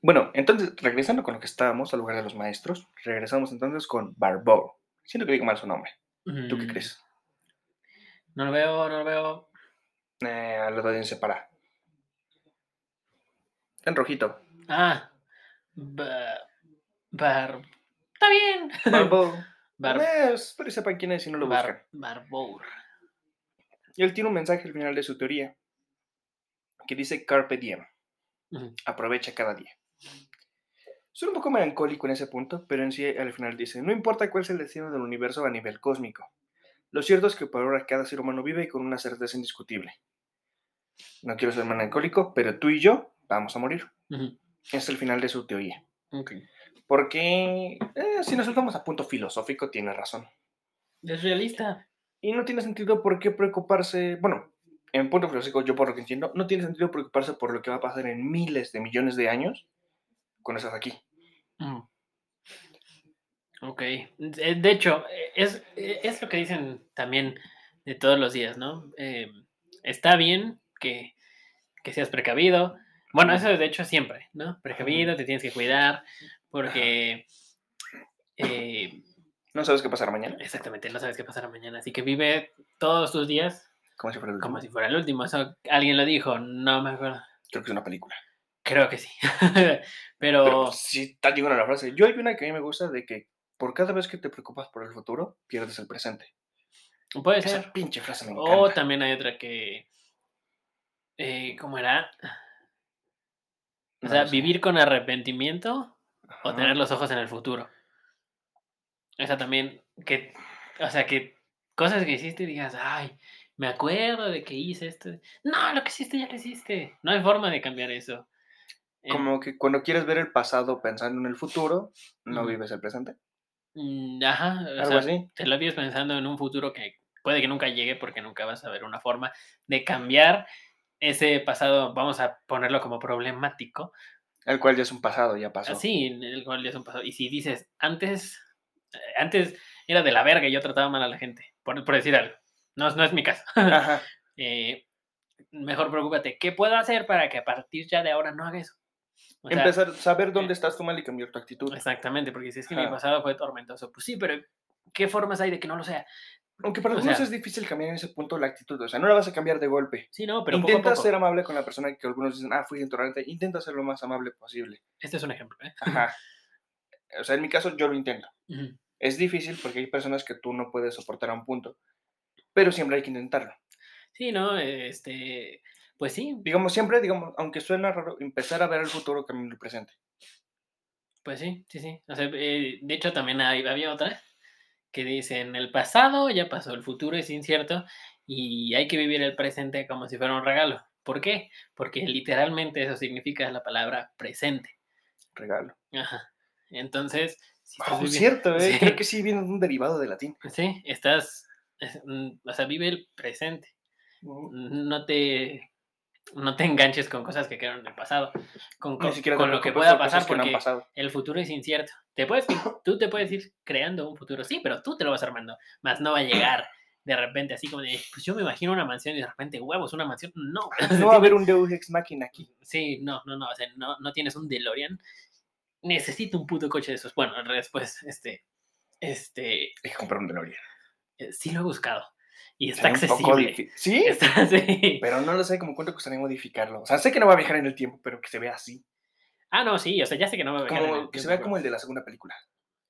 Bueno, entonces, regresando con lo que estábamos al lugar de los maestros, regresamos entonces con Barbeau. Siento que digo mal su nombre. ¿Tú qué Mm, crees? No lo veo, no lo veo. Eh, a la audiencia para. En rojito. Ah, bar, bar, está bien. Barbeau. Bar, Eh, espero que sepan quién es si no lo buscan. bar, barbour. Y él tiene un mensaje al final de su teoría que dice Carpe diem. Ujú. Aprovecha cada día. Soy un poco melancólico en ese punto, pero en sí al final dice, no importa cuál sea el destino del universo a nivel cósmico. Lo cierto es que por ahora cada ser humano vive con una certeza indiscutible. No quiero ser melancólico, pero tú y yo vamos a morir. Ujú, Es el final de su teoría. ok. Porque eh, si nos vamos a punto filosófico, tiene razón. Es realista. Y no tiene sentido por qué preocuparse, bueno, en punto filosófico, yo por lo que entiendo, no tiene sentido preocuparse por lo que va a pasar en miles de millones de años cuando estás aquí. Ujú. Mm. Ok. De de hecho, eh, es, eh, es lo que dicen también de todos los días, ¿no? Eh, está bien que, que seas precavido. Bueno, eso de hecho siempre, ¿no? Precavido, te tienes que cuidar porque... eh, No sabes qué pasará mañana, Exactamente, no sabes qué pasará mañana. Así que vive todos tus días como si fuera el como último. si fuera el último. Eso alguien lo dijo, no me acuerdo. Creo que es una película. Creo que sí. Pero Pero pues, sí, tal digo la frase. Yo hay una que a mí me gusta de que por cada vez que te preocupas por el futuro, pierdes el presente. puede ser. Oh, Esa pinche frase me encanta. O también hay otra que. eh, ¿Cómo era? O No sea, lo sé. vivir con arrepentimiento o Ajá. tener los ojos en el futuro. Esa también, que. O sea, que cosas que hiciste y digas, ay, me acuerdo de que hice esto. No, lo que hiciste ya lo hiciste. No hay forma de cambiar eso. En- Como que cuando quieres ver el pasado pensando en el futuro, no Ujú. vives el presente. Mm, Ajá, o Algo sea, así. te lo vives pensando en un futuro que puede que nunca llegue porque nunca vas a ver una forma de cambiar ese pasado, vamos a ponerlo como problemático. El cual ya es un pasado, ya pasó. Así, en el cual ya es un pasado. Y si dices, antes, eh, antes era de la verga y yo trataba mal a la gente, por, por decir algo. No, no es mi caso. Ajá. Eh, mejor preocúpate, ¿qué puedo hacer para que a partir ya de ahora no haga eso? O sea, eh, pues, Empezar a saber dónde estás tú mal y cambiar tu actitud. Exactamente, porque si es que mi Ajá. pasado fue tormentoso, pues sí, pero ¿qué formas hay de que no lo sea? Aunque para O algunos sea- es difícil cambiar en ese punto la actitud, o sea, no la vas a cambiar de golpe. Sí, no, pero poco a intenta poco. ser amable con la persona que algunos dicen, ah, fui intolerante, intenta ser lo más amable posible. Este es un ejemplo, ¿eh? Ajá. o sea, en mi caso yo lo intento. Ujú. Es difícil porque hay personas que tú no puedes soportar a un punto, pero siempre hay que intentarlo. Sí, no, Eh, este, pues sí, Digamos, siempre, digamos, aunque suena raro, empezar a ver el futuro camino el presente. Pues sí, sí, sí. O sea, eh, de hecho, también hay- había otra que dice, en el pasado ya pasó, el futuro es incierto y hay que vivir el presente como si fuera un regalo. ¿Por qué? Porque literalmente eso significa la palabra presente. Regalo. Ajá. Entonces, si Ah, estás es vivi- cierto, eh, Sí. creo que sí viene de un derivado de latín. sí, estás, es- mm, o sea, vive el presente. Ujú. No te, no te enganches con cosas que quedaron en el pasado, con, co- Ni siquiera con lo que con pueda cosas pasar, que no han porque pasado. el futuro es incierto. Te puedes, tú te puedes ir creando un futuro, sí, pero tú te lo vas armando. Más no va a llegar de repente así como de, pues yo me imagino una mansión y de repente, huevos, una mansión. No. No va a haber un Deus Ex Machina aquí. Sí, no, no, no, o sea, no, no tienes un DeLorean. Necesito un puto coche de esos. Bueno, después, este, este, Hay que comprar un DeLorean. eh, sí lo he buscado y está Sería un poco accesible. difí- ¿Sí? Está- sí. Pero no lo sé como cuánto costaría modificarlo. O sea, sé que no va a viajar en el tiempo, pero que se vea así. Ah, no, sí, o sea, ya sé que no me va a Como- quedar en el que se tiempo, vea pero como el de la segunda película.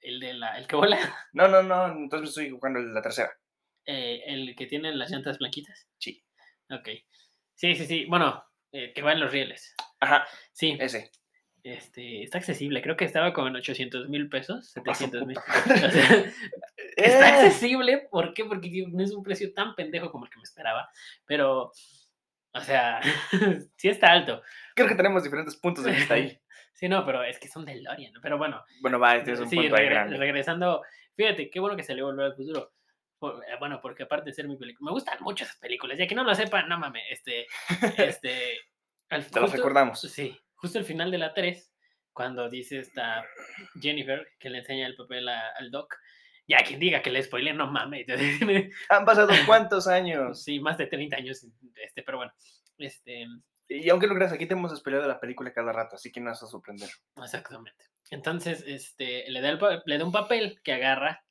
el de la, el que vuela, No, no, no, entonces estoy jugando el de la tercera. eh, el que tiene las llantas blanquitas. Sí. Ok. Sí, sí, sí. Bueno, eh, que va en los rieles. Ajá, Sí, ese. este, está accesible. Creo que estaba como en 800 mil pesos, Ah, su 700 mil. puta madre. O sea, Está ¡Eh! accesible, ¿por qué? Porque digo, no es un precio tan pendejo como el que me esperaba. Pero, o sea, sí está alto. Creo que tenemos diferentes puntos de vista ahí. Sí, no, pero es que son DeLorean. Pero bueno, Bueno, va, este es un sí, punto ahí regre- grande. regresando. Fíjate, qué bueno que salió Volver al Futuro. por- eh, bueno, porque aparte de ser mi película, me gustan mucho esas películas. Ya que no lo sepan, no mames. Este, este, al- Te los justo- recordamos. Sí, justo al final de la 3, cuando dice esta Jennifer que le enseña el papel a- al Doc, ya quien diga que le spoilé, no mames. Han pasado cuántos años. sí, más de 30 años, este, pero bueno, este, Y aunque lo creas, aquí te hemos despeleado la película cada rato, así que no vas a sorprender. exactamente. Entonces, este, le da, el pa- le da un papel que agarra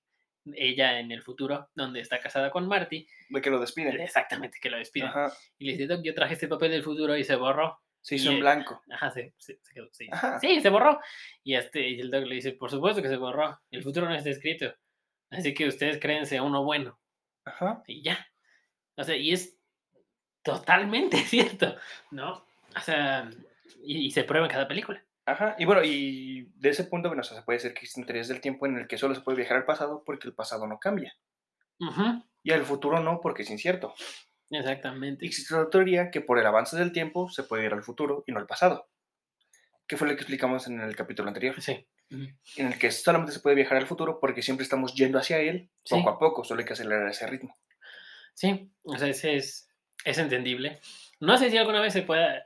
ella en el futuro, donde está casada con Marty, De que lo despiden. exactamente, que lo despiden. Ajá. Y le dice, Doc, yo traje este papel del futuro y se borró. Se hizo Y, en eh, blanco. Ajá, se, se- se quedó, sí. Ajá. Sí, se borró. Y este, y el doc le dice, por supuesto que se borró. El futuro no está escrito. Así que ustedes créense a uno bueno. Ajá. Y ya. O sea, y es totalmente cierto, ¿no? O sea, y, y se prueba en cada película. Ajá. Y bueno, y de ese punto, bueno, o sea, se puede decir que existen teorías del tiempo en el que solo se puede viajar al pasado porque el pasado no cambia. Ujú, Y al futuro no, porque es incierto. Exactamente. Existe otra teoría que por el avance del tiempo se puede ir al futuro y no al pasado. Que fue lo que explicamos en el capítulo anterior. Sí. ujú, En el que solamente se puede viajar al futuro porque siempre estamos yendo hacia él Sí. poco a poco, solo hay que acelerar ese ritmo. Sí, o sea, ese es, es entendible. No sé si alguna vez se pueda...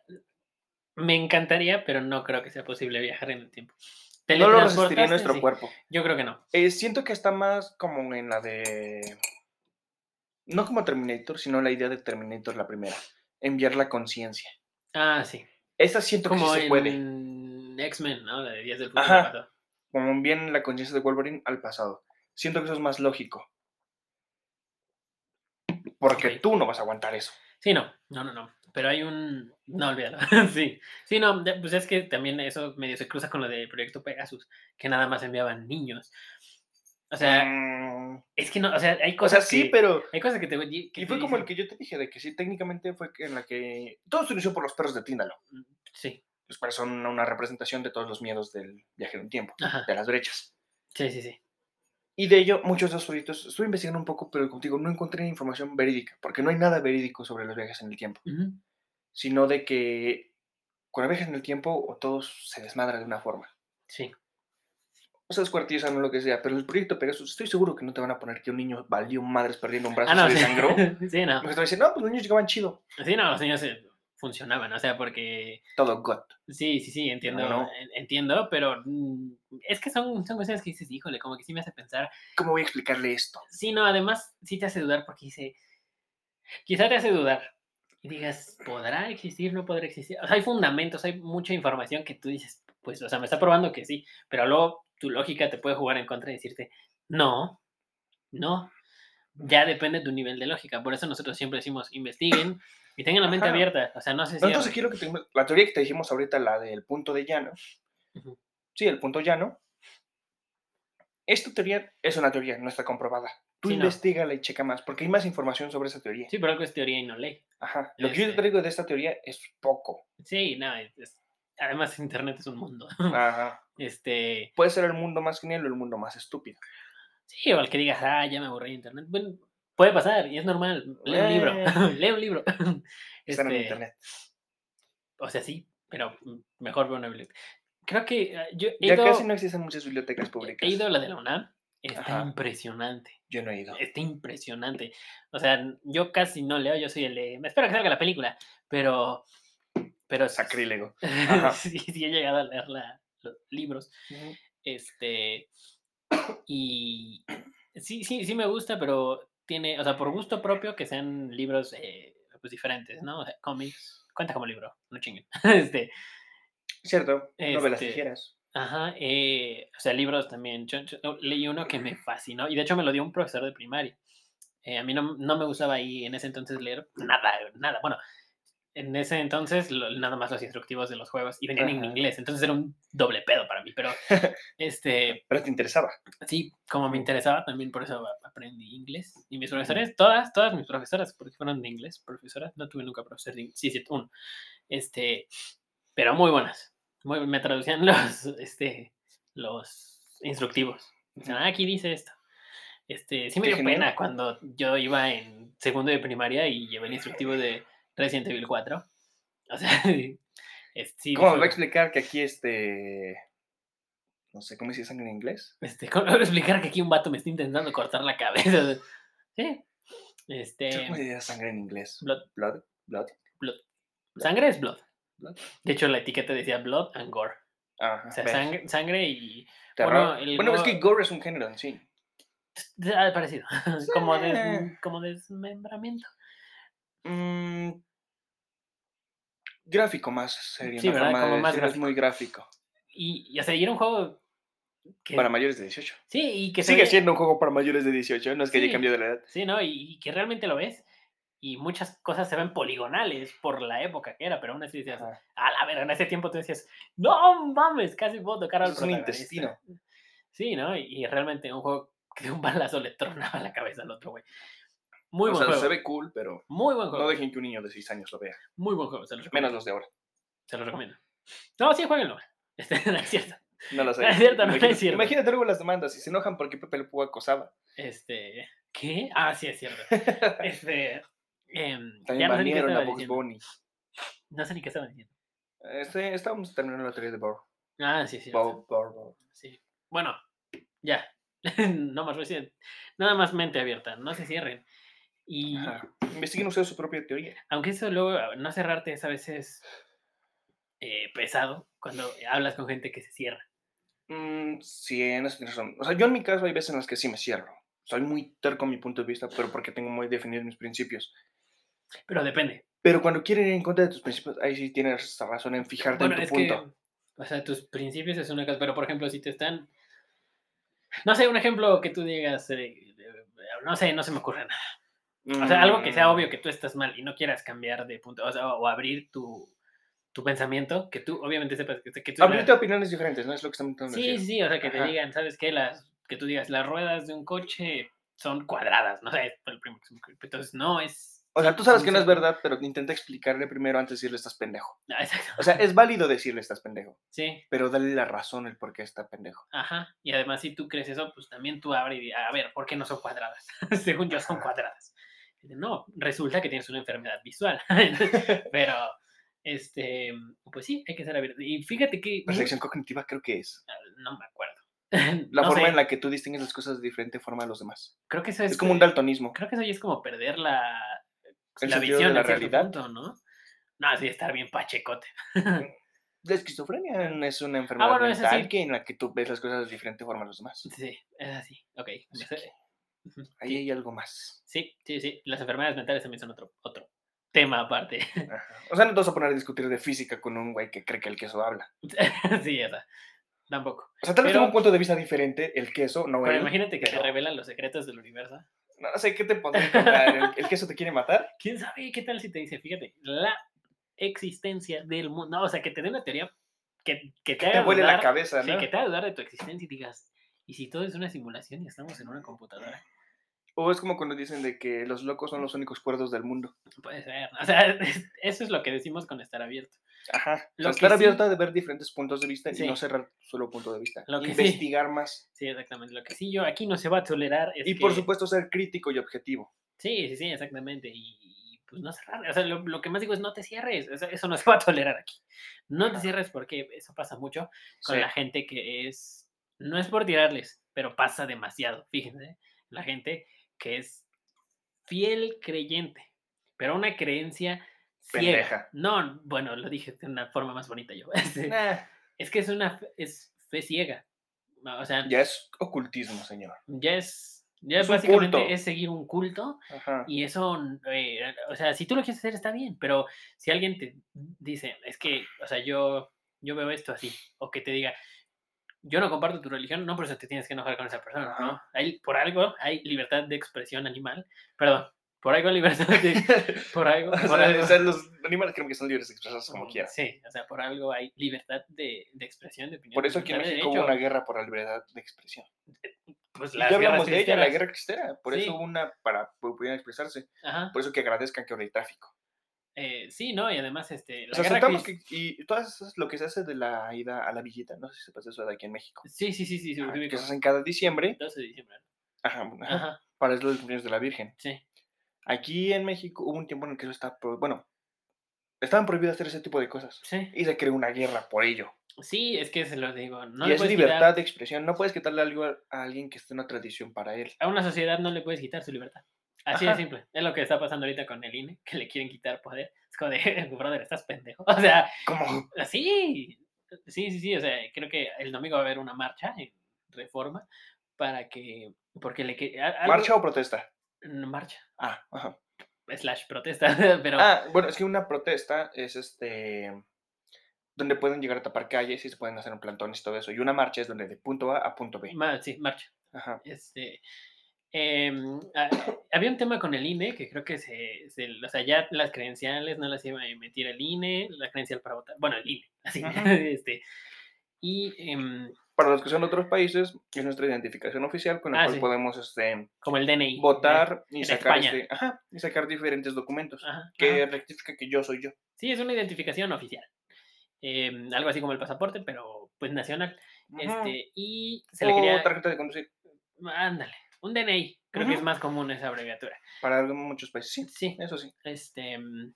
Me encantaría, pero no creo que sea posible viajar en el tiempo. No lo resistiría Teletransportarse, nuestro sí, cuerpo. Yo creo que no. Eh, siento que está más como en la de. No como Terminator, sino la idea de Terminator, la primera. Enviar la conciencia. Ah, sí. Esa siento Como que sí se puede. en X-Men, ¿no? La de Días del Futuro Ajá. Pasado. Como envían la conciencia de Wolverine al pasado. Siento que eso es más lógico. Porque Ok. tú no vas a aguantar eso. Sí, no, no, no, no. Pero hay un... No, olvídalo. sí. Sí, no, de- pues es que también eso medio se cruza con lo de Proyecto Pegasus, que nada más enviaban niños. O sea, Mm, es que no, o sea, hay o sea, cosas sí, que- pero. Hay cosas que te... que Y te fue como el dicen, que yo te dije, de que sí, técnicamente fue que- en la que. Todo se inició por los perros de Tíndalo. "Mm, Sí, Los perros son una representación de todos los miedos del viaje en el tiempo, ajá. de las brechas. Sí, sí, sí. Y de ello, muchos de esos proyectos, estuve investigando un poco, pero contigo no encontré información verídica, porque no hay nada verídico sobre los viajes en el tiempo, Ujú. sino de que cuando viajas en el tiempo o todos se desmadra de una forma. Sí. O sea, descuartizan o lo que sea, pero el proyecto Pegasus, estoy seguro que no te van a poner que un niño valió madres perdiendo un brazo Ah, no, se sí. desangró. sí, no. Porque te dicen, no, pues los niños llegaban chido. Sí, no, los niños eh, funcionaban, o sea, porque... Todo God. Sí, sí, sí, entiendo, no. en- entiendo, pero mm, es que son, son cuestiones que dices, híjole, como que sí me hace pensar. ¿Cómo voy a explicarle esto? Sí, no, además sí te hace dudar porque dice, quizá te hace dudar y digas, ¿podrá existir? ¿No podrá existir? O sea, hay fundamentos, hay mucha información que tú dices, pues, o sea, me está probando que sí, pero luego tu lógica te puede jugar en contra y decirte, no, no, ya depende de tu nivel de lógica. Por eso nosotros siempre decimos, investiguen y tengan la mente Ajá. abierta, o sea, no se No, entonces cierren. aquí lo que tenemos, la teoría que te dijimos ahorita, la del punto de llano, Ujú. sí, el punto llano, esta teoría es una teoría, no está comprobada. Tú Sí, no. investigala y checa más, porque hay más información sobre esa teoría. Sí, pero algo es teoría y no ley. Ajá. Lo que yo te Este- traigo de esta teoría es poco. Sí, no, es, es- Además, Internet es un mundo. Ajá. Este, Puede ser el mundo más genial o el mundo más estúpido. sí, o al que digas, ah, ya me aburrí de Internet. Bueno, puede pasar y es normal. Lee un libro. Eh. Lee un libro. Están en Este, internet. O sea, sí, pero mm, mejor veo una biblioteca. Creo que ah, yo he Ya ido, casi no existen muchas bibliotecas públicas. he ido a la de la UNAM. Está Ajá. impresionante. Yo no he ido. Está impresionante. O sea, n- yo casi no leo, yo soy el de, "Me espero que salga la película, pero... pero s- Sacrílego. Ajá. sí, sí he llegado a leer la- los libros. Este... Y... Sí, sí, sí me gusta, pero tiene, o sea, por gusto propio que sean libros eh, pues diferentes, ¿no? O sea, cómics. Cuenta como libro, no chinguen. Este, Cierto. Novelas Este, ligeras. ajá, eh, o sea, libros también. Yo- yo- yo leí uno que me fascinó y de hecho me lo dio un profesor de primaria. Eh, a mí no, no me gustaba ahí en ese entonces leer nada, nada. Bueno, en ese entonces lo- nada más los instructivos de los juegos y venían en Ajá. inglés, entonces era un doble pedo para mí, pero este, Pero te interesaba. sí, como me interesaba también por eso a- aprendí inglés. Y mis profesores, todas, todas mis profesoras, porque fueron de inglés, profesoras, no tuve nunca profesor de inglés, sí, sí, uno. Este, pero muy buenas. Muy, me traducían los, este, los instructivos. Dicen, ah, aquí dice esto. Este, sí me Qué dio genial. pena cuando yo iba en segundo de primaria y llevé el instructivo de Resident Evil 4. O sea, es- sí, ¿Cómo me fue- va a explicar que aquí este. No sé cómo se dicen en inglés? Este, ¿cómo le voy a explicar que aquí un vato me está intentando cortar la cabeza? Sí. Yo ¿Cómo se Este, dice sangre en inglés? blood, Blood. Blood. sangre es blood. Blood. De hecho, la etiqueta decía blood and gore. Ajá. O sea, ¿ves? sangre, sangre y Terror. bueno, el Bueno, es go- que gore es un género en sí. ah, parecido. como, des- Sí. como desmembramiento. Mm, gráfico más sería Sí, una ¿verdad? forma Como de más decirlo, es muy gráfico. Y, y, o sea, y era un juego que, Para mayores de 18. sí, y que se Sigue ve- siendo un juego para mayores de 18, no es que Sí. haya cambiado la edad. Sí, ¿no? Y, y que realmente lo ves. Y muchas cosas se ven poligonales por la época que era, pero aún así decías, Ajá. a la verga, en ese tiempo tú decías, no mames, casi puedo tocar al Es un protagonista". intestino. Sí, ¿no? Y, y realmente un juego que de un balazo le tronaba la cabeza al otro, güey. Muy o buen sea, juego. se ve cool, pero Muy buen juego. no dejen que un niño de 6 años lo vea. Muy buen juego, se los recomiendo. Menos los de ahora. Se los recomiendo. No, sí, jueguenlo. Este, no es cierto. No las No hay. es cierto, no es Imagínate- cierto. Imagínate luego las demandas y se enojan porque Pepe Le Pú acosaba. Este. ¿Qué? Ah, sí, es cierto. Este. em, ya También no sé ni qué banearon a estaba Box diciendo. Bunny. No sé ni qué estaba diciendo. Este, estábamos terminando la teoría de Bob. Ah, sí, es cierto. Bob, Bob, Bob. Sí. Bueno, ya. no más recién. Nada más mente abierta. No se cierren. Y Ajá. Investiguen ustedes su propia teoría. aunque eso luego, a- no cerrarte es a veces eh, pesado cuando hablas con gente que se cierra. Mm, sí, en eso tienes razón. O sea, yo en mi caso hay veces en las que sí me cierro. Soy muy terco en mi punto de vista, pero porque tengo muy definidos mis principios. Pero depende. Pero cuando quieren ir en contra de tus principios, ahí sí tienes razón en fijarte Bueno, en tu es punto. que, o sea, tus principios es una cosa, pero por ejemplo, si te están, no sé, un ejemplo que tú digas, eh, eh, no sé, no se me ocurre nada. O sea, algo que sea Mm. obvio que tú estás mal y no quieras cambiar de punto, o sea, o abrir tu, tu pensamiento, que tú obviamente sepas que, que tú... la- Abrirte a opiniones diferentes, ¿no? Es lo que estamos tratando de Sí, decir. sí, o sea, que te Ajá. digan, ¿sabes qué? Las, que tú digas, las ruedas de un coche son cuadradas, no sé, es el primero que se me ocurre. Entonces, no es... O sea, sí, tú sabes sí, que no sí. es verdad, pero intenta explicarle primero antes de decirle estás pendejo. Ah, exacto. O sea, es válido decirle estás pendejo, Sí, pero dale la razón el por qué está pendejo. ajá. Y además, si tú crees eso, pues también tú abre y di, a ver, ¿por qué no son cuadradas? Según yo, son Ajá. cuadradas. Y dice, No, resulta que tienes una enfermedad visual. Pero, este, pues sí, hay que ser abierto. Y fíjate que... mu- Percepción cognitiva creo que es Ah, No me acuerdo. la No forma sé, en la que tú distingues las cosas de diferente forma a los demás. Creo que eso es... Es como un eh, daltonismo. creo que eso ya es como perder la, El la sentido visión de la en cierto realidad. punto, ¿no? No, sí, estar bien pachecote. La esquizofrenia no es una enfermedad Ah, bueno, esa sí. mental que en la que tú ves las cosas de diferente forma a los demás. Sí, es así. Ok. Así ese- que ujú, Ahí sí, hay algo más. sí, sí, sí. Las enfermedades mentales también son otro, otro tema aparte. Ajá. O sea, no te vas a poner a discutir de física con un güey que cree que el queso habla. sí, o sea, tampoco. O sea, tal vez Pero- tenga un punto de vista diferente el queso, no Pero él. imagínate que te pero- revelan los secretos del universo. No sé qué te podría contar. ¿El, el queso te quiere matar? ¿Quién sabe qué tal si te dice, fíjate, la existencia del mundo? No, o sea, que te dé una teoría que, que te Te haga huele la dudar- cabeza, Eh, sí, ¿no? que te haga dudar de tu existencia y digas, ¿y si todo es una simulación y estamos en una computadora? O es como cuando dicen de que los locos son los únicos cuerdos del mundo. Puede ser. O sea, es- eso es lo que decimos con estar abierto. Ajá. O sea, Lo que estar sí- abierta de ver diferentes puntos de vista Sí. y no cerrar solo punto de vista. Lo que sí. Investigar más. Sí, exactamente. Lo que sí yo aquí no se va a tolerar es Y por que- supuesto ser crítico y objetivo. Sí, sí, sí, exactamente. Y, y, pues no cerrar. O sea, lo, lo que más digo es no te cierres. o sea, eso no se va a tolerar aquí. No te Ajá. cierres porque eso pasa mucho con Sí. la gente que es. No es por tirarles, pero pasa demasiado. Fíjense, la gente que es fiel creyente, pero una creencia ciega. Pendeja. No, bueno, lo dije de una forma más bonita yo. este, Nah, es que es una fe- es fe ciega. O sea, ya, ya es ocultismo, señor. es. Ya es un culto. básicamente es seguir un culto Ajá. y eso, n- eh, o sea, si tú lo quieres hacer está bien, pero si alguien te dice, es que, o sea, yo, yo veo esto así, o que te diga, yo no comparto tu religión, no por eso te tienes que enojar con esa persona, ¿no? Ajá. Hay, por algo hay libertad de expresión animal, perdón, por algo hay libertad de... Por algo... O sea, por algo- o sea, los animales creo que son libres de expresarse como Mm, quieran. Sí, o sea, por algo hay libertad de, de expresión, de opinión. Por eso aquí en libertad de México hubo derecho, una guerra por la libertad de expresión. pues, Ya las guerras hablamos de ella, la cristeras, guerra cristera. Por Sí. eso hubo una para que pudieran expresarse. Ajá. Por eso que agradezcan que ahora hay tráfico. eh, sí, no, y además, este... O sea, guerra aceptamos crist- que, y todo eso es lo que se hace de la ida a la villita. No sé si se pasa eso de aquí en México. Sí, sí, sí, sí, sí, Ajá, ubico. Ah, que se hacen cada diciembre 12 de diciembre. ¿no? ajá, bueno, ajá, Ajá, para el cumpleaños de la Virgen. sí. Aquí en México hubo un tiempo en el que eso estaba, pro- bueno, estaban prohibidas hacer ese tipo de cosas. Sí. Y se creó una guerra por ello. Sí, es que se lo digo. No y le es puedes libertad quitar- de expresión. No puedes quitarle algo a a alguien que esté en una tradición para él. a una sociedad no le puedes quitar su libertad. Así Ajá. de simple. Es lo que está pasando ahorita con el INE, que le quieren quitar poder. Es como de, brother, estás pendejo. O sea, Como así. Sí, sí, sí. O sea, creo que el domingo va a haber una marcha en reforma para que. Porque le. que- a- algo- marcha o protesta. No, Marcha. Ah, ajá. Slash protesta. Pero. Ah, bueno, es que una protesta es este donde pueden llegar a tapar calles y se pueden hacer plantones y todo eso. Y una marcha es donde de punto A a punto B. ma- sí, marcha. Ajá. Este, em, a- había un tema con el INE que creo que se, se- o sea, ya las credenciales no las iba a emitir el INE, la credencial para votar, bueno, el INE, así, Ajá. este, y em, Para los que son de otros países, es nuestra identificación oficial con la Ah, cual sí. podemos este, como el DNI. ¿no? votar y e, en sacar, España. Ah, este- ajá, y sacar diferentes documentos Ajá, que ajá. rectifica que yo soy yo. Sí, es una identificación oficial, em, algo así como el pasaporte, pero pues nacional, Ajá. este, y se le o quería, tarjeta de conducir ándale, un DNI, creo que es Ujú. más común esa abreviatura. para algo en muchos países. Sí, Sí, eso sí. este mm,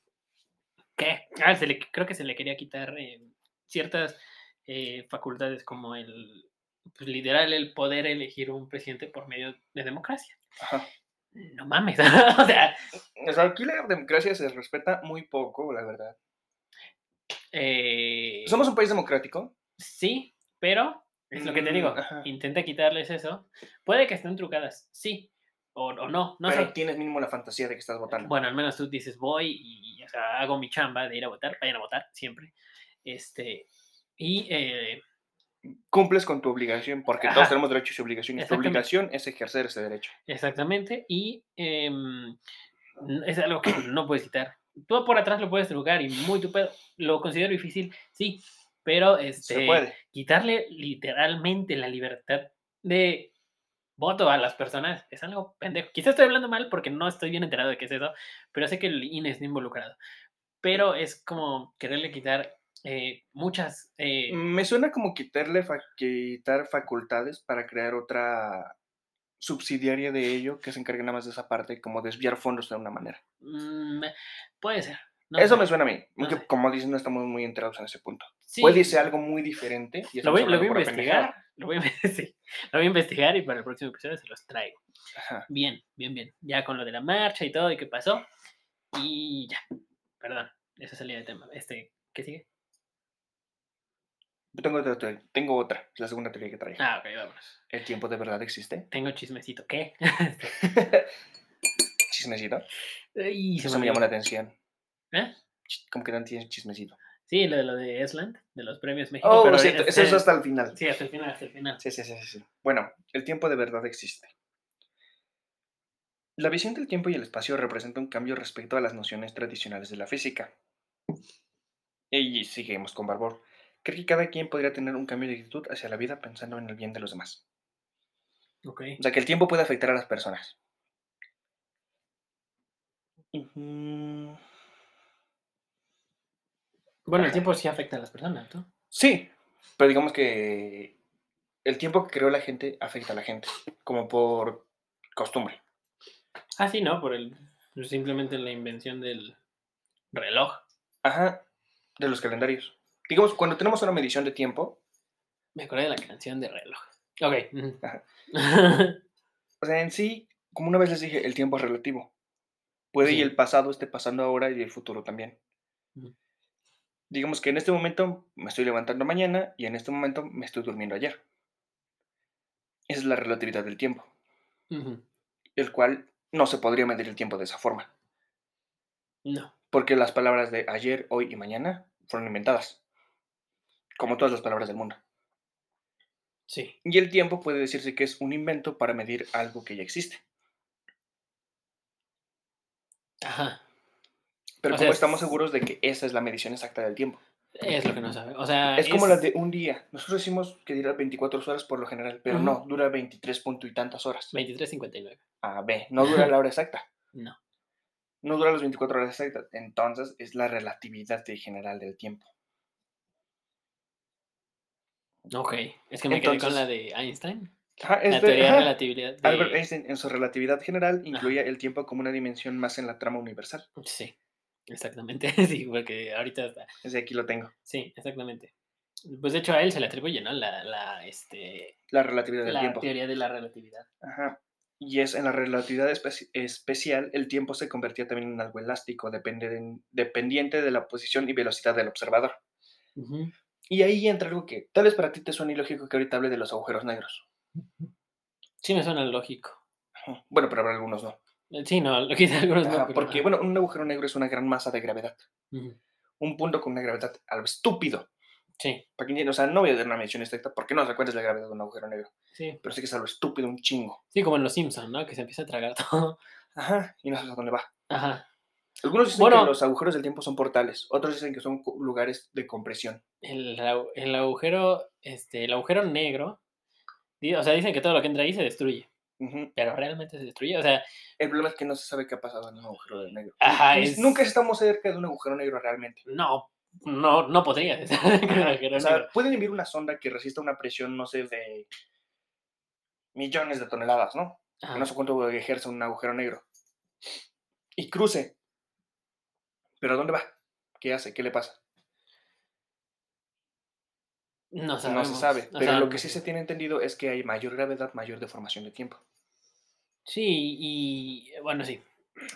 ¿qué? Ah, se le, creo que se le quería quitar eh, ciertas eh, facultades como el pues, literal el poder elegir un presidente por medio de democracia. Ajá. No mames. o sea, O sea, aquí la democracia se respeta muy poco, la verdad. eh, Somos un país democrático. sí, pero es lo que te digo. Mm, ajá. Intenta quitarles eso. Puede que estén trucadas, sí. O, o no, no pero sé. tienes mínimo la fantasía de que estás votando. Bueno, al menos tú dices voy y o sea, hago mi chamba de ir a votar, vayan a votar siempre. Este, y eh, Cumples con tu obligación, porque Ajá. todos tenemos derechos y obligaciones. Tu Exactamente. obligación es ejercer ese derecho. Exactamente, y em, n- es algo que no puedes quitar. Tú por atrás lo puedes trucar y muy tu pedo. Lo considero difícil, sí, pero este, se puede. quitarle literalmente la libertad de voto a las personas es algo pendejo. Quizás estoy hablando mal porque no estoy bien enterado de qué es eso, pero sé que el INE está involucrado. Pero es como quererle quitar eh, muchas. eh, Me suena como quitarle fa- quitar facultades para crear otra subsidiaria de ello que se encargue nada más de esa parte, como desviar fondos de una manera. mm, puede ser. no Eso sé, me suena a mí, no aunque sé. como dices no estamos muy enterados en ese punto. sí. Puede irse algo muy diferente. Y Lo estamos voy, lo voy a hablando pura investigar. pendejada. Lo voy a, sí, lo voy a investigar y para el próximo episodio se los traigo. Ajá. Bien, bien, bien. Ya con lo de la marcha y todo y qué pasó. Y ya. Perdón, eso salía de tema. Este, ¿qué sigue? Yo tengo otra, teoría- tengo otra, es la segunda teoría que traía. Ah, ok, vámonos. ¿El tiempo de verdad existe? Tengo chismecito, ¿qué? Chismecito. Ay, se Eso me olvidó. llamó la atención. ¿Eh? Ch- Como que no tienes chismecito. Sí, lo de lo de Esland, de los premios México. Oh, pero lo siento, eso este- es hasta el final. Sí, hasta el final, hasta el final. Sí, sí, sí, sí, sí. Bueno, el tiempo de verdad existe. La visión del tiempo y el espacio representa un cambio respecto a las nociones tradicionales de la física. Y seguimos con Barbor. Cree que cada quien podría tener un cambio de actitud hacia la vida pensando en el bien de los demás. Ok. O sea, que el tiempo puede afectar a las personas. Ujú. Bueno, el tiempo sí afecta a las personas, ¿no? Sí, pero digamos que el tiempo que creó la gente afecta a la gente, como por costumbre. Ah, sí, no, por el pues, simplemente la invención del reloj. Ajá, de los calendarios. Digamos, cuando tenemos una medición de tiempo, Me acordé de la canción de reloj. Ok. ujú. o sea, en sí, como una vez les dije, el tiempo es relativo. Puede Sí. y el pasado esté pasando ahora y el futuro también. Ujú. Digamos que en este momento me estoy levantando mañana y en este momento me estoy durmiendo ayer. Esa es la relatividad del tiempo, Ujú. el cual no se podría medir el tiempo de esa forma. no. Porque las palabras de ayer, hoy y mañana fueron inventadas. Como todas las palabras del mundo. Sí. Y el tiempo puede decirse que es un invento para medir algo que ya existe. Ajá. Pero como O sea, estamos es- seguros de que esa es la medición exacta del tiempo. Es lo que no sabe. O sea. es como la de un día. Nosotros decimos que dura 24 horas por lo general, pero Ujú. no, dura 23 punto y tantas horas. 23.59. A B, no dura la hora exacta. No. No dura las 24 horas exactas. Entonces es la relatividad de general del tiempo. Ok. Es que me quedé con Entonces- la de Einstein. Ajá, es La de- teoría de ajá. relatividad. De... Albert Einstein en su relatividad general incluía el tiempo como una dimensión más en la trama universal. Sí. Exactamente. sí, porque ahorita está. Desde aquí lo tengo. Sí, exactamente. Pues de hecho a él se le atribuye, ¿no? La, la, este, La relatividad del la tiempo. teoría de la relatividad. Ajá. Y es en la relatividad espe- especial, el tiempo se convertía también en algo elástico, dependen- dependiente de la posición y velocidad del observador. Y ahí entra algo que tal vez para ti te suena ilógico que ahorita hable de los agujeros negros. Sí, me suena lógico. Ajá. Bueno, pero habrá algunos no. Eh, Sí, no, lo quizá algunos no. Ajá, pero- porque, ajá. bueno, un agujero negro es una gran masa de gravedad. Ujú. Un punto con una gravedad a lo estúpido. Sí, Para que entiendan, o sea, no voy a dar una mención exacta porque no recuerdas la gravedad de un agujero negro. sí. Pero sé que es a lo estúpido, un chingo. Sí, como en los Simpsons, ¿no? Que se empieza a tragar todo. Ajá, y no sabes a dónde va. Ajá. Algunos dicen Bueno. que los agujeros del tiempo son portales, otros dicen que son cu- lugares de compresión. El, au- el agujero, este, el agujero negro. di- O sea, dicen que todo lo que entra ahí se destruye. Ujú. Pero realmente se destruye. O sea, El problema es que no se sabe qué ha pasado en un agujero del negro. ajá, Ni- Ah, es- Nunca estamos cerca de un agujero negro realmente. No, no, no podrías estar con el agujero O sea, negro. pueden enviar una sonda que resista una presión, no sé, de millones de toneladas, ¿no? Que Ajá. No sé cuánto ejerce un agujero negro. Y cruce. ¿Pero a dónde va? ¿Qué hace? ¿Qué le pasa? No No sabemos. se sabe. o Pero sea, lo que sí se tiene entendido es que hay mayor gravedad, mayor deformación de tiempo. Sí, y bueno, sí.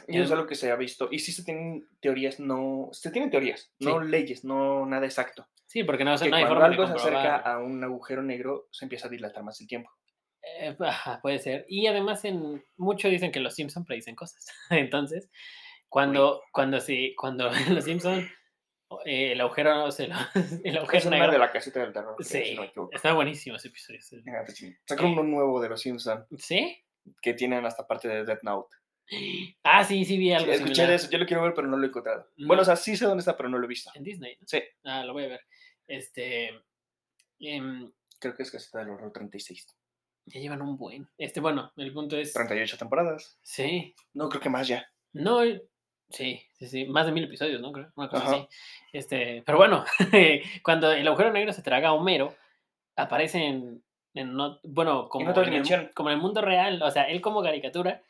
Y eso es Em, algo que se ha visto. Y sí se tienen teorías, no. Se tienen teorías, no leyes, no nada exacto. Sí, porque no, o sea, que no hay cuando forma de algo se acerca comprobar. a un agujero negro, se empieza a dilatar más el tiempo. Eh, ajá, puede ser. Y además, en mucho dicen que los Simpson predicen cosas. Entonces, cuando, cuando sí, cuando los Simpson o- eh, el agujero, se lo- el Es agujero el mar de negro. la casita del terror. creo, si Sí, no me equivoco. está buenísimo ese episodio. sí. Ah, pues sí. Sacaron uno nuevo de los Simpsons ¿Sí? que tienen hasta parte de Death Note. Ah, sí, sí vi Sí, algo escuché similar de eso, yo lo quiero ver, pero no lo he encontrado. Bueno, No. o sea, sí sé dónde está, pero no lo he visto. en Disney. ¿no? Sí. Ah, lo voy a ver. Este, em, Creo que es Casita del Horror 36. ya llevan un buen. Este, bueno, el punto es, 38 temporadas. sí, No, creo que más ya. No, el- sí, sí, sí, más de mil episodios, ¿no? Creo, una cosa Ajá. así. Este, pero bueno, cuando el agujero negro se traga a Homero, aparece en, en no- bueno, como otra en, el, mu- dimensión. como en el mundo real, o sea, él como caricatura,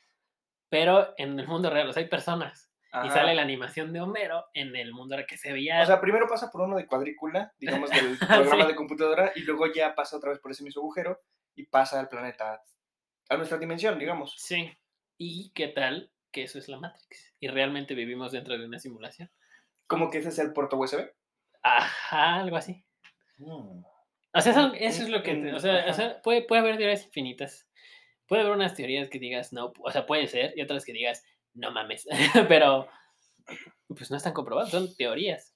pero en el mundo real, o sea, hay personas. Y Ajá. sale la animación de Homero en el mundo real que se veía. O sea, primero pasa por uno de cuadrícula, digamos, del programa Sí. de computadora, y luego ya pasa otra vez por ese mismo agujero y pasa al planeta, a nuestra dimensión, digamos. sí. ¿Y qué tal que eso es la Matrix? Y realmente vivimos dentro de una simulación. Como que ese es el puerto USB. Ajá, algo así. O sea, eso, eso es lo que... te- o sea, o Ajá. sea, puede, puede haber teorías infinitas. Puede haber unas teorías que digas, no, o sea, puede ser, y otras que digas, no mames. Pero, pues no están comprobadas, son teorías.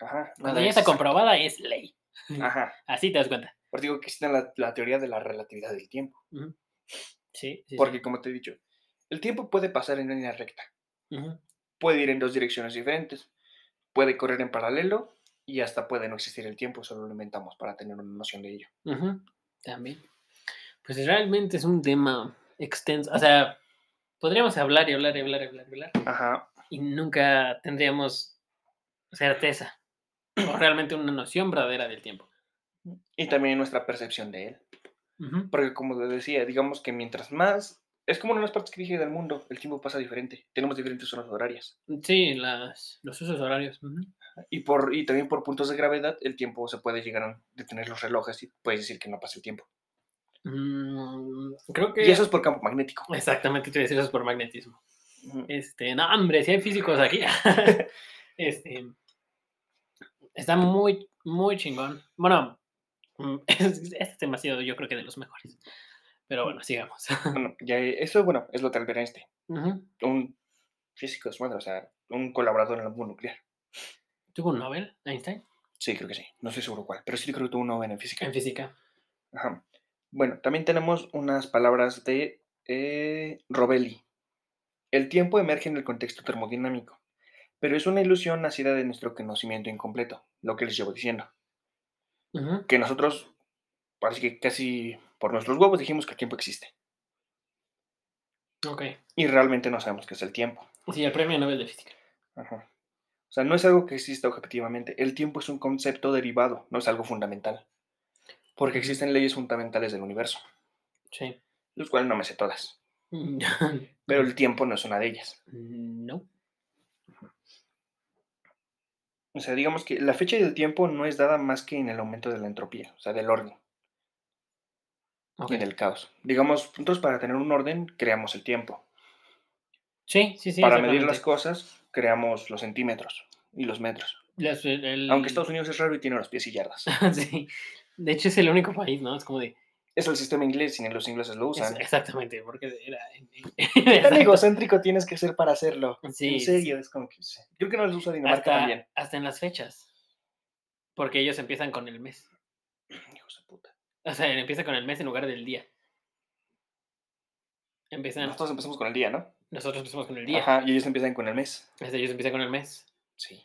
Ajá. no Cuando ya es- está comprobada, es ley. Ajá. Así te das cuenta. Pues digo que existe la, la teoría de la relatividad del tiempo. Ujú. Sí, sí, sí. Porque, como te he dicho, el tiempo puede pasar en línea recta, Ujú. puede ir en dos direcciones diferentes, puede correr en paralelo y hasta puede no existir el tiempo, solo lo inventamos para tener una noción de ello. Ujú, También. Pues realmente es un tema extenso. O sea, podríamos hablar y hablar y hablar y hablar y hablar. Ajá. Y nunca tendríamos certeza. o realmente una noción verdadera del tiempo. Y también nuestra percepción de él. Ujú. Porque como te decía, digamos que mientras más... Es como en las partes que dije del mundo, el tiempo pasa diferente. Tenemos diferentes zonas horarias. Sí, las, los usos horarios. ujú. Y, por, y también por puntos de gravedad, el tiempo se puede llegar a detener los relojes y puedes decir que no pasa el tiempo. Mm, creo que... Y eso es por campo magnético. Exactamente, te voy a decir eso es por magnetismo. Ujú. Este, no, hombre, si hay físicos aquí. este, está muy, muy chingón. Bueno, mm, es- este tema ha sido yo creo que de los mejores. Pero bueno, sigamos. Bueno, ya, eh, eso, bueno, es lo de Albert Einstein. Ujú. Un físico de su madre, o sea, un colaborador en el mundo nuclear. ¿Tuvo un Nobel, Einstein? Sí, creo que sí. No estoy seguro cuál, pero sí creo que tuvo un Nobel en física. En física. Ajá. Bueno, también tenemos unas palabras de eh, Robelli. El tiempo emerge en el contexto termodinámico, pero es una ilusión nacida de nuestro conocimiento incompleto, lo que les llevo diciendo. Ujú. que nosotros, parece que casi por nuestros huevos dijimos que el tiempo existe. Ok. Y realmente no sabemos qué es el tiempo. Sí, el premio Nobel de física. Ajá. O sea, no es algo que exista objetivamente. El tiempo es un concepto derivado, no es algo fundamental. Porque Ujú. existen leyes fundamentales del universo, Sí. las cuales no me sé todas. Mm, Pero el tiempo no es una de ellas. no. O sea, digamos que la fecha del tiempo no es dada más que en el aumento de la entropía, o sea, del orden Ok. y del caos. Digamos, puntos para tener un orden, creamos el tiempo. Sí, sí, sí. para medir las exactamente. cosas, creamos los centímetros y los metros. Las- el- el- Aunque Estados Unidos es raro y tiene los pies y yardas. sí. De hecho, es el único país, ¿no? Es como de. Es el sistema inglés, sin los ingleses lo es- usan. exactamente, porque era. Tan egocéntrico tienes que ser para hacerlo. Sí, en serio, es como que... sí. Creo que no les usa Dinamarca hasta, también. hasta en las fechas. Porque ellos empiezan con el mes. Hijos de puta. O sea, empieza con el mes en lugar del día. Empiezan, Nosotros empezamos con el día, ¿no? nosotros empezamos con el día. Ajá, y ellos empiezan con el mes. este, Ellos empiezan con el mes. Sí.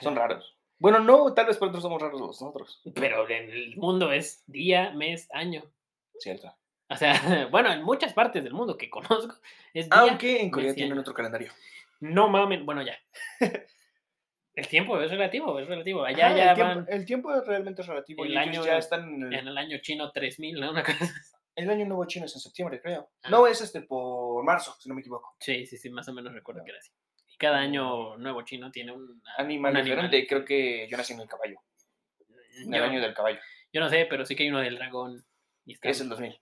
Son raros. Bueno, no, tal vez por nosotros somos raros los otros. Pero en el mundo es día, mes, año. Cierto. O sea, bueno, en muchas partes del mundo que conozco es día. Aunque en Corea mes y tienen año. otro calendario. No mamen. Bueno, ya. el tiempo es relativo, es relativo. Allá Ajá, ya el, tiempo, van el tiempo es realmente relativo. El y ellos año ya es- están en el, en el año chino 3000, ¿no? Una cosa. el año nuevo chino es en septiembre, creo. Ah. No, es este por marzo, si no me equivoco. Sí, sí, sí, más o menos recuerdo que era así. Y cada año nuevo chino tiene un animal un diferente. Creo que yo nací en el caballo, en el Yo, año del caballo, yo no sé, pero sí que hay uno del dragón. y está- que es el 2000.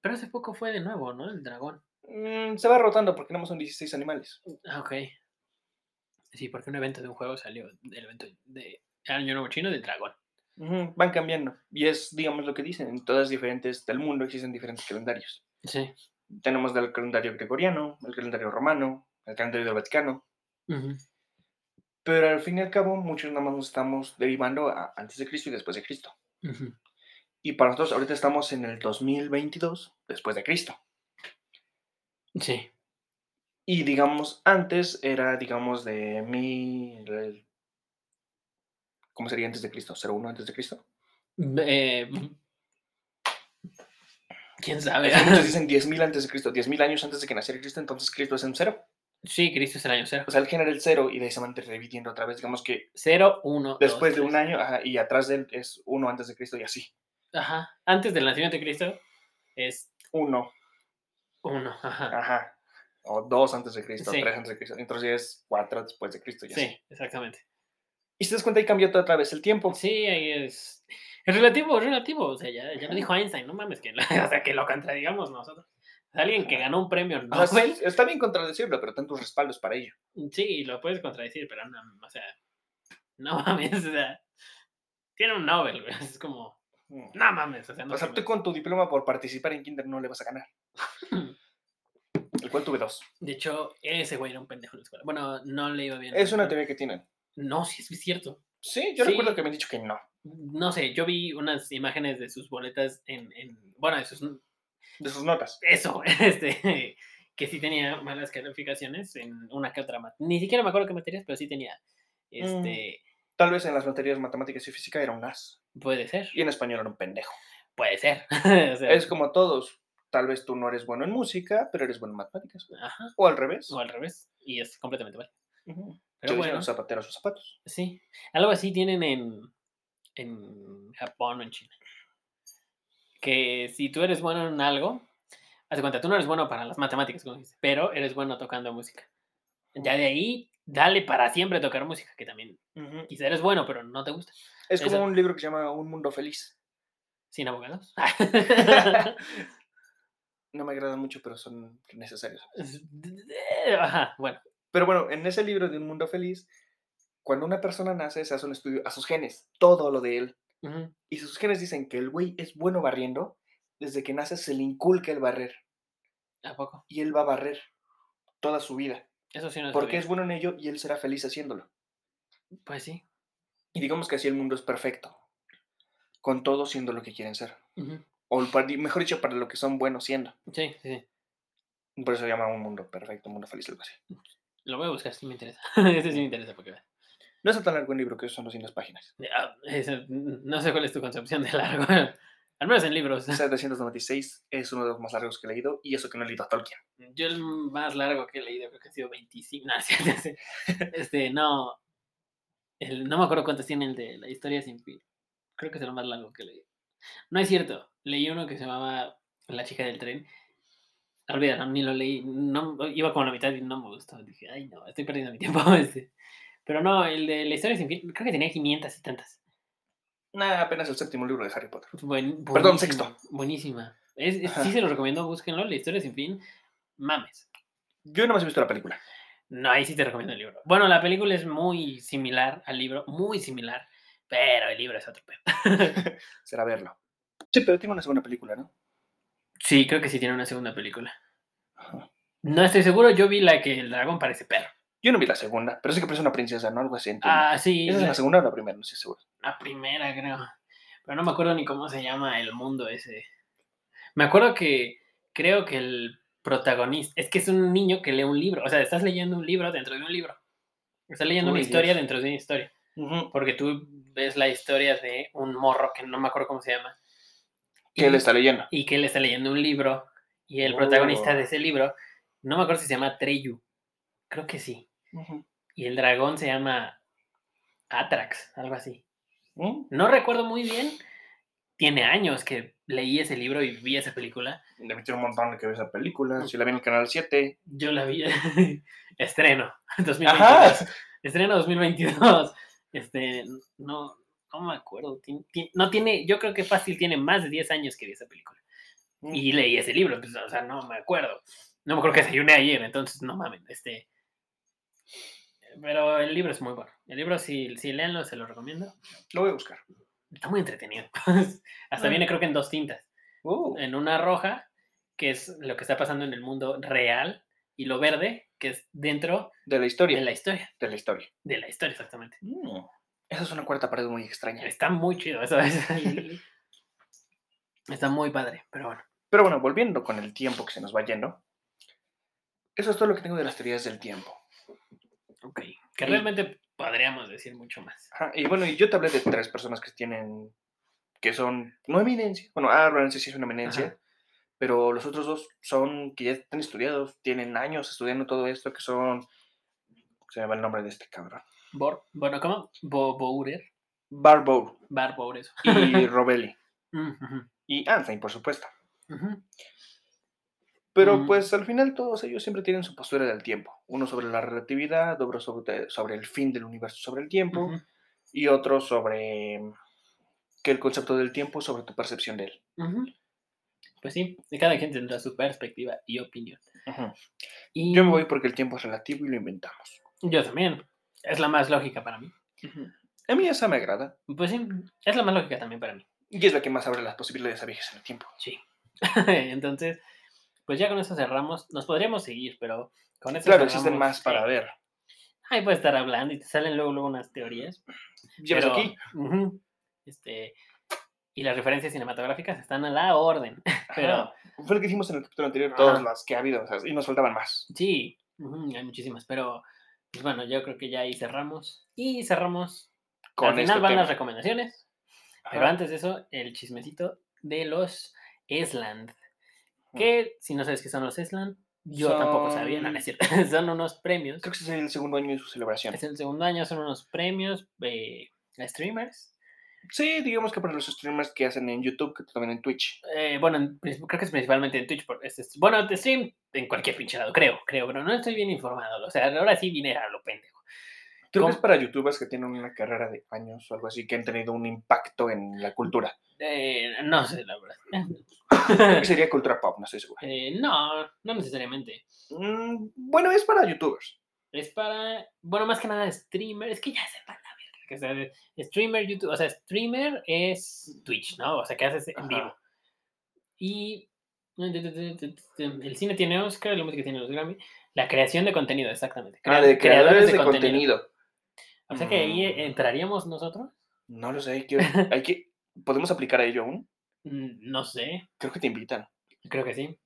Pero hace poco fue de nuevo, ¿no? El dragón. Mm, se va rotando porque no son 16 animales. Ah, ok. Sí, porque un evento de un juego salió del evento de Año Nuevo Chino del dragón. Ujú, Van cambiando. Y es, digamos, lo que dicen. En todas diferentes del mundo existen diferentes calendarios. Sí. Tenemos del calendario gregoriano, el calendario romano, el calendario del Vaticano. Pero al fin y al cabo, muchos nada más nos estamos derivando a antes de Cristo y después de Cristo. Y para nosotros, ahorita estamos en el 2022, después de Cristo. Sí. Y digamos, antes era, digamos, de mi... el- ¿Cómo sería antes de Cristo? ¿01 antes de Cristo? Eh, ¿Quién sabe? Es que muchos dicen 10.000 antes de Cristo, 10.000 años antes de que naciera Cristo, entonces Cristo es un cero. Sí, Cristo es el año cero. O sea, él genera el cero y de ahí se mantiene dividiendo otra vez, digamos que Cero, uno. después dos, de un tres. año ajá, y atrás de él es 1 antes de Cristo y así. Ajá. Antes del nacimiento de Cristo es 1, uno. Ajá. ajá. O 2 antes de Cristo, Sí. 3 antes de Cristo, entonces es 4 después de Cristo y así. sí, exactamente. Y si te das cuenta, ahí cambió otra vez el tiempo. Sí, ahí es. Es relativo, es relativo. O sea, ya, ya lo dijo Einstein, no mames, que, lo- o sea, que lo contradigamos nosotros. Alguien que ganó un premio O sea, Nobel. está bien contradecirlo, pero tantos respaldos para ello. Sí, lo puedes contradecir, pero no, o sea, no mames, o sea, tiene un Nobel, güey, Es como, Mm. no mames, o sea, no O sea, se tú me- con tu diploma por participar en Kinder no le vas a ganar. El cual tuve dos. De hecho, ese güey era un pendejo en la escuela. Bueno, no le iba bien. en la Es una escuela. teoría que tienen. No, sí es cierto. Sí, yo Sí. recuerdo que me han dicho que no. No sé, yo vi unas imágenes de sus boletas en, en bueno, de sus De sus notas. eso, este, que sí tenía malas calificaciones en una que otra materia. Ni siquiera me acuerdo qué materias, pero sí tenía. Este, Tal vez en las materias matemáticas y física era un as. puede ser, Y en español era un pendejo. puede ser. o sea, Es como todos. Tal vez tú no eres bueno en música, pero eres bueno en matemáticas. ajá, O al revés. o al revés, y es completamente mal. Ujú. Pero Pero bueno, zapatero a sus zapatos. sí. Algo así tienen en, en Japón o en China. Que si tú eres bueno en algo, haz de cuenta, tú no eres bueno para las matemáticas, como dijiste, pero eres bueno tocando música. Ya de ahí, dale para siempre a tocar música, que también quizá eres bueno, pero no te gusta. Es como Esa- un libro que se llama Un Mundo Feliz. Sin abogados. No me agradan mucho, pero son necesarios. eh, Ajá, bueno. Pero bueno, en ese libro de Un Mundo Feliz, cuando una persona nace, se hace un estudio a sus genes, todo lo de él. ujú. Y sus genes dicen que el güey es bueno barriendo, desde que nace se le inculca el barrer. ¿A poco? Y él va a barrer toda su vida, Eso sí no es porque es bueno en ello y él será feliz haciéndolo. Pues sí. Y digamos que así el mundo es perfecto, con todos siendo lo que quieren ser. ujú. O el par- mejor dicho, para lo que son buenos siendo. Sí, sí, sí. Por eso se llama un mundo perfecto, un mundo feliz, algo así. Lo voy a buscar, sí me interesa. Ese sí me interesa porque veas. No es tan largo el libro, que son 200 páginas. Ah, ese- No sé cuál es tu concepción de largo. Al menos en libros. 796 es uno de los más largos que he leído, y eso que no he leído a Tolkien. Yo el más largo que he leído creo que ha sido 25. No, es cierto, es cierto. este, no. El- no me acuerdo cuántos tiene el de la historia sin fin. Creo que es el más largo que leí. No es cierto. Leí uno que se llamaba La chica del tren. Olvídalo, ni lo leí. No, iba como a la mitad y no me gustó. Dije, ay, no, estoy perdiendo mi tiempo. este. Pero no, el de la historia sin fin, creo que tenía 500 y tantas. Nah, apenas el séptimo libro de Harry Potter. Buen- Perdón, buenísima, sexto. Buenísima. Es- es- Ajá. sí se los recomiendo, búsquenlo. La historia sin fin, mames. Yo no más he visto la película. No, ahí sí te recomiendo el libro. Bueno, la película es muy similar al libro, muy similar, pero el libro es otro pedo. Será verlo. Sí, pero tiene una segunda película, ¿no? Sí, creo que sí tiene una segunda película. Ajá. No estoy seguro, yo vi la que el dragón parece perro. Yo no vi la segunda, pero sí que parece una princesa, ¿no? Algo así. entiendo. Ah, sí, ¿Esa es la, la segunda o la primera? No estoy seguro. la primera creo. Pero no me acuerdo ni cómo se llama el mundo ese. Me acuerdo que creo que el protagonista, es que es un niño que lee un libro, o sea, estás leyendo un libro dentro de un libro. Estás leyendo una Uy, historia Dios. dentro de una historia. Porque tú ves la historia de un morro que no me acuerdo cómo se llama. ¿Qué y- le está Oh. leyendo? y que él está leyendo un libro y el protagonista de ese libro, no me acuerdo si se llama Treyu, creo que sí. Y el dragón se llama Atrax, algo así. ¿Mm? No recuerdo muy bien. Tiene años que leí ese libro y vi esa película. Le metí un montón de que ve esa película. Si la vi en el canal 7. Yo la vi. Estreno. 2022. Ajá. Estreno 2022. Este, no, no me acuerdo. Tien- tien- no tiene, yo creo que fácil tiene más de 10 años que vi esa película. y leí ese libro, pues, o sea, no me acuerdo. No me acuerdo que desayuné ayer, entonces no mamen, este. Pero el libro es muy bueno. El libro, si, si leanlo, se lo recomiendo. Lo voy a buscar. Está muy entretenido. Hasta Ah. viene, creo que en dos tintas. Oh, En una roja, que es lo que está pasando en el mundo real, y lo verde, que es dentro de la historia. de la historia. De la historia. De la historia, exactamente. Mm. Esa es una cuarta pared muy extraña. Está muy chido, eso es. Está muy padre, pero bueno. Pero bueno, volviendo con el tiempo que se nos va yendo. Eso es todo lo que tengo de las teorías del tiempo. Ok. Que Y- realmente podríamos decir mucho más. Ajá, y bueno, y yo te hablé de tres personas que tienen, que son, no eminencia, bueno, ah, Lorenzo sí es una eminencia, Ajá. pero los otros dos son que ya están estudiados, tienen años estudiando todo esto, que son, se me va el nombre de este cabrón, Bor, bueno, ¿cómo? Bo, Bourer, Barbour Bar Bourer, eso. y Robelli, Mm, ujú, y Einstein, por supuesto. ujú. Pero Mm. pues al final todos ellos siempre tienen su postura del tiempo, uno sobre la relatividad, otro sobre, sobre el fin del universo, sobre el tiempo, Ujú, y otro sobre mm, que el concepto del tiempo es sobre tu percepción de él. ujú. Pues sí, y cada quien tendrá su perspectiva y opinión. Ujú. Y Yo me voy porque el tiempo es relativo y lo inventamos. Yo también. Es la más lógica para mí. A mí esa me agrada. Pues sí, es la más lógica también para mí. Y es la que más abre las posibilidades a viajes en el tiempo. Entonces, pues ya con eso cerramos. Nos podríamos seguir, pero con esto claro, existen cerramos. más para Sí. ver. Ahí puedes estar hablando y te salen luego, luego unas teorías. Llevas pero, aquí. ujú, este, y las referencias cinematográficas están a la orden. Pero... Ajá. Fue lo que hicimos en el capítulo anterior, todas Ajá. las que ha habido. o sea, y nos faltaban más. Sí, ujú, hay muchísimas, pero pues bueno, yo creo que ya ahí cerramos. Y cerramos. Con Al final este van tema. las recomendaciones, pero Ajá. antes de eso, el chismecito de los Esland. Que si no sabes qué son los Esland, Yo tampoco sabía, no, no es cierto. Son unos premios. Creo que ese es el segundo año de su celebración. Es el segundo año, son unos premios eh, a streamers. Sí, digamos que para los streamers que hacen en YouTube, que también en Twitch. Eh, bueno, en princip- creo que es principalmente en Twitch. por- este, es- bueno, de stream en cualquier pinche lado, creo, creo, pero no estoy bien informado. O sea, ahora sí vine a lo pendejo. Creo ¿Cómo? que es para youtubers que tienen una carrera de años o algo así, que han tenido un impacto en la cultura. Eh, no sé, la verdad. Creo que sería cultura pop, no estoy seguro. Eh, no, no necesariamente. Mm, bueno, es para youtubers. Es para, bueno, más que nada streamer, es que ya se van la verga. que O sea, de- streamer, YouTube, o sea, streamer es Twitch, ¿no? O sea, que haces en vivo. Ajá. Y el cine tiene Oscar, la música tiene los Grammy, la creación de contenido, exactamente. Ah, crea- de creadores de contenido. O sea que ahí Mm. entraríamos nosotros, No lo sé, hay que, hay que- ¿Podemos aplicar a ello aún? Mm, no sé, Creo que te invitan. creo que sí.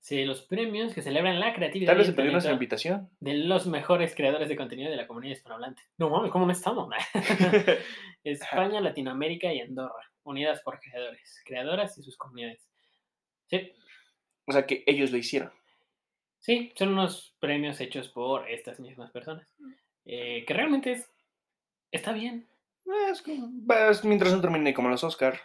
Sí, los premios que celebran la creatividad Tal y vez el se perdieron esa talento invitación. de los mejores creadores de contenido de la comunidad hispanohablante. No mames, ¿cómo no estamos? España, Latinoamérica y Andorra, unidas por creadores, creadoras y sus comunidades. Sí, o sea que ellos lo hicieron. sí, son unos premios hechos por estas mismas personas. eh, que realmente es, está bien. Es que, pues, mientras no termine como los Oscar.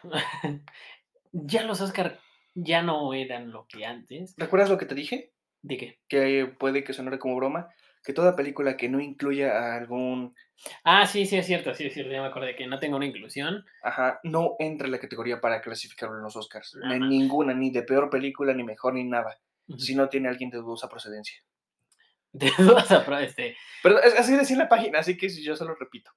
ya los Oscar ya no eran lo que antes. ¿Recuerdas lo que te dije? ¿De qué? Que puede que sonara como broma. Que toda película que no incluya a algún... Ah, sí, sí, es cierto, sí, es cierto. Ya me acordé que no tengo una inclusión. Ajá, no entra en la categoría para clasificarlo en los Oscars. No Ni mames. ninguna, ni de peor película, ni mejor, ni nada. Ujú. Si no tiene alguien de dudosa procedencia. De dudas a pro- este. Pero es- así decía la página, así que yo se lo repito.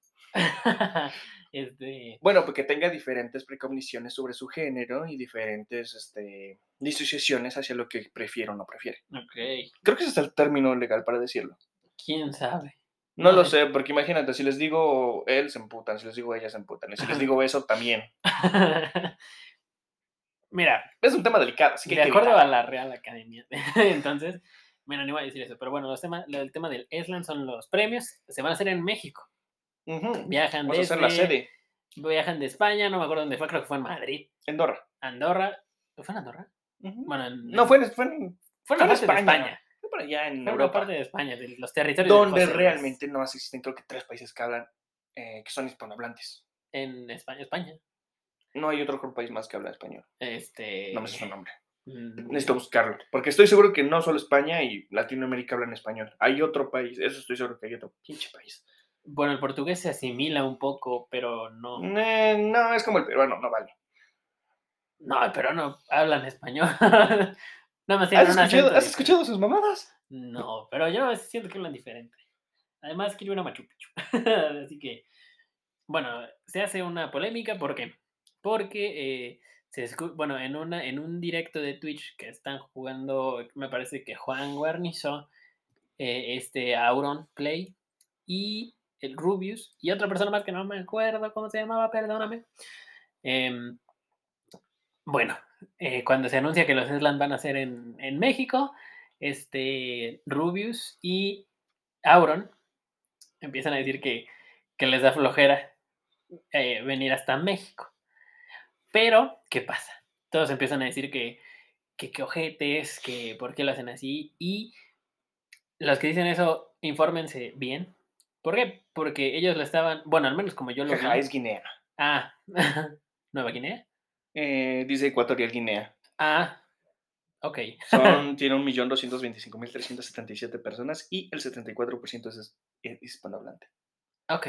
este. Bueno, porque tenga diferentes precogniciones sobre su género y diferentes este, disociaciones hacia lo que prefiere o no prefiere. Ok. Creo que ese es el término legal para decirlo. ¿Quién sabe? No lo Vale. sé, porque imagínate, si les digo él, se emputan, si les digo ella, se emputan, y si les digo eso, también. Mira, Es un tema delicado, así que... de hay que acuerdo evitar. a la Real Academia. Entonces, bueno, no iba a decir eso, pero bueno, los temas, lo- el tema del Eslan son los premios, se van a hacer en México. Ujú. Viajan Vamos a desde, hacer la sede. viajan de España, no me acuerdo dónde fue, creo que fue en Madrid, Andorra. Andorra, ¿fue en Andorra? Ujú. Bueno, en- no, fue en, fue en- fue fue en la en parte de España, España, fue por allá en fue en una Europa, parte de España, de los territorios de donde José Luis. realmente no existen, creo que tres países que hablan, eh, que son hispanohablantes. en España, España. No hay otro país más que habla español. Este No me sé su nombre. mm, Necesito buscarlo. Porque estoy seguro que no solo España y Latinoamérica hablan español. Hay otro país. Eso estoy seguro que hay otro pinche país. Bueno, el portugués se asimila un poco, pero no. Eh, no, es como el peruano, no vale. No, el peruano hablan español. no me ¿Has escuchado, ¿has escuchado sus mamadas? No, pero yo a veces siento que hablan diferente. Además, quiero ir a Machu Picchu. Así que, bueno, se hace una polémica. ¿Por qué? Porque, eh, se escu- bueno, en, una, en un directo de Twitch que están jugando, me parece que Juan Guarnizo, eh, este Auron Play y el Rubius y otra persona más que no me acuerdo cómo se llamaba, perdóname. Em, bueno, eh, cuando se anuncia que los Esland van a ser en, en México, este, Rubius y Auron empiezan a decir que, que les da flojera eh, venir hasta México. Pero, ¿qué pasa? Todos empiezan a decir que que, que ojetes, que por qué lo hacen así. Y los que dicen eso, infórmense bien. ¿Por qué? Porque ellos lo estaban, bueno, al menos como yo lo vi. Jaja, es Guinea. Ah, Nueva Guinea. Eh, dice Ecuatorial Guinea. Ah, ok. Son, tiene 1.225.377 personas y el 74% es, es hispanohablante. Ok,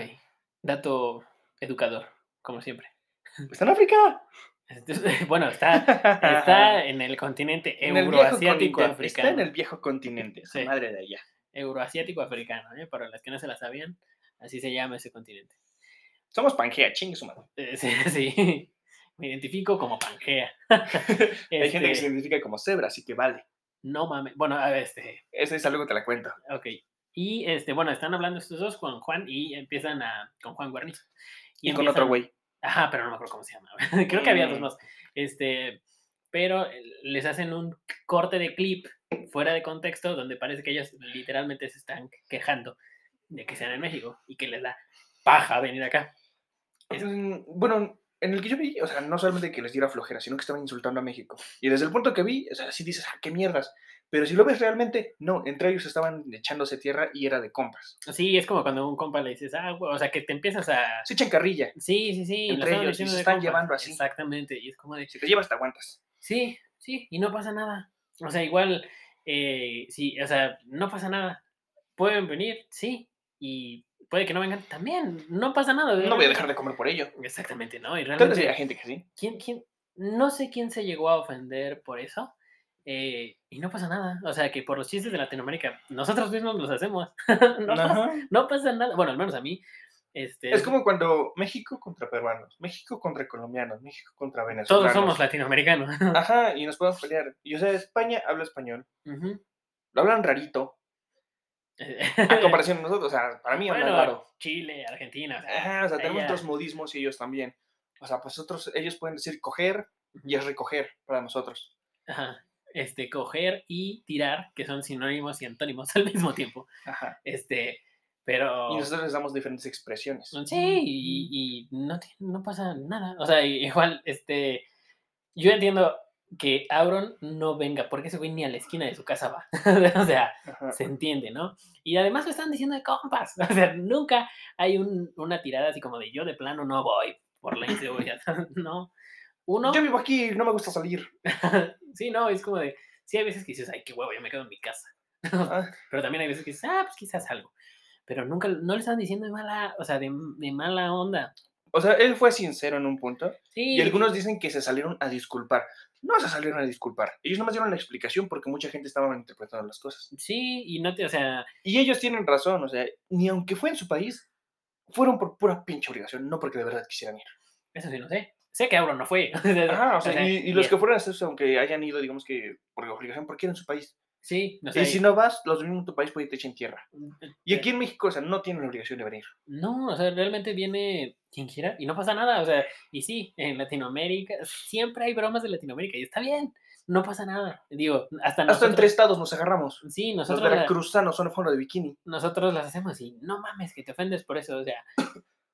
dato educador, como siempre. ¿Está en África? Entonces, Bueno, está, está en el continente En el viejo euroasiático continente, Está en africano. el viejo continente. esa Sí. Madre de allá. Euroasiático africano, ¿eh? para las que no se la sabían, así se llama ese continente. Somos Pangea, chingue su madre. Eh, Sí, sí. me identifico como Pangea. Hay gente que se Este, identifica como cebra, así que vale. No mames, bueno, a ver, este, Ese es algo que te la cuento. Ok. Y este, bueno, están hablando estos dos con Juan y empiezan a. con Juan Guarnizo. Y con otro empiezan- güey. Ajá, pero no me acuerdo cómo se llama. Creo que había dos Mm. más. Este. Pero eh, les hacen un corte de clip fuera de contexto donde parece que ellos literalmente se están quejando de que sean en México y que les da paja venir acá. Es- Mm, Bueno, en el que yo vi, o sea, no solamente que les diera flojera, sino que estaban insultando a México. Y desde el punto que vi, o sea, sí dices, ah, qué mierdas. Pero si lo ves realmente, no, entre ellos estaban echándose tierra y era de compas. Sí, es como cuando a un compa le dices, ah, güey", o sea, que te empiezas a... Se echan carrilla. Sí, sí, sí. Entre estaban ellos, y metiendo se de están compas. llevando así. Exactamente, y es como de... Si te llevas, te aguantas. Sí, sí, y no pasa nada. O sea, igual, eh, sí, o sea, no pasa nada. Pueden venir, sí, y puede que no vengan también, no pasa nada. No voy a dejar realmente- de comer por ello. Exactamente, ¿no? Y Entonces realmente, hay gente que sí. ¿quién, quién, no sé quién se llegó a ofender por eso, eh, y no pasa nada. O sea, que por los chistes de Latinoamérica, nosotros mismos los hacemos. no, pasa, Ajá. no pasa nada, bueno, al menos a mí. Este, Es como cuando México contra peruanos, México contra colombianos, México contra venezolanos. Todos somos latinoamericanos. Ajá, y nos podemos pelear. Y o sea, España habla español. Ujú. Lo hablan rarito. Ah, A comparación de nosotros, o sea, para mí hablan Bueno, raro. Chile, Argentina. o sea, Ajá, o sea, tenemos allá. otros modismos y ellos también. O sea, pues otros, ellos pueden decir coger y es recoger para nosotros. Ajá. Este, coger y tirar, que son sinónimos y antónimos al mismo tiempo. Ajá. Este, pero. Y nosotros les damos diferentes expresiones. Sí, y, y no, ti- no pasa nada. O sea, i- igual, este. Yo entiendo que Auron no venga, porque ese güey ni a la esquina de su casa va. o sea, Ajá. se entiende, ¿no? Y además lo están diciendo de compas. O sea, nunca hay un- una tirada así como de yo de plano no voy por la inseguridad. no. Uno. Yo vivo aquí, no me gusta salir. sí, no, es como de. Sí, hay veces que dices, ay, qué huevo, yo me quedo en mi casa. Ah, Pero también hay veces que dices, ah, pues quizás algo. Pero nunca, no le están diciendo de mala, o sea, de, de mala onda. O sea, él fue sincero en un punto. Sí. Y algunos dicen que se salieron a disculpar. No se salieron a disculpar. Ellos nomás dieron la explicación porque mucha gente estaba interpretando las cosas. Sí, y no te, o sea, Y ellos tienen razón, o sea, ni aunque fue en su país, fueron por pura pinche obligación, no porque de verdad quisieran ir. eso sí, no sé. Sé que Auro no fue. o sea, Ajá, o sea, y, y los es- que fueron a hacer eso, aunque hayan ido, digamos que por obligación, porque era en su país. Sí, no sé. y si no vas, los mismos en tu país pueden te echan tierra. Y aquí en México, o sea, no tienen la obligación de venir. mm, eh, No, o sea, realmente viene quien quiera y no pasa nada. O sea, y sí, en Latinoamérica siempre hay bromas de Latinoamérica y está bien, no pasa nada. Digo, hasta Hasta nosotros. entre estados nos agarramos. Sí, Los nosotros. la- veracruzanos son a fondo de bikini. nosotros las hacemos y no mames que te ofendes por eso, o sea,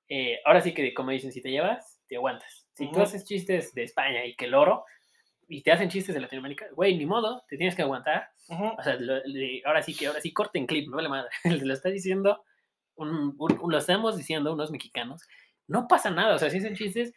eh, ahora sí que como dicen, si te llevas, te aguantas. Si tú Ujú. haces chistes de España y que el oro, y te hacen chistes de Latinoamérica, güey, ni modo, te tienes que aguantar. Ujú. O sea, lo- le- ahora sí que, ahora sí, corten clip, no vale madre. lo está diciendo, un- un- un- lo estamos diciendo unos mexicanos, no pasa nada, o sea, si hacen chistes,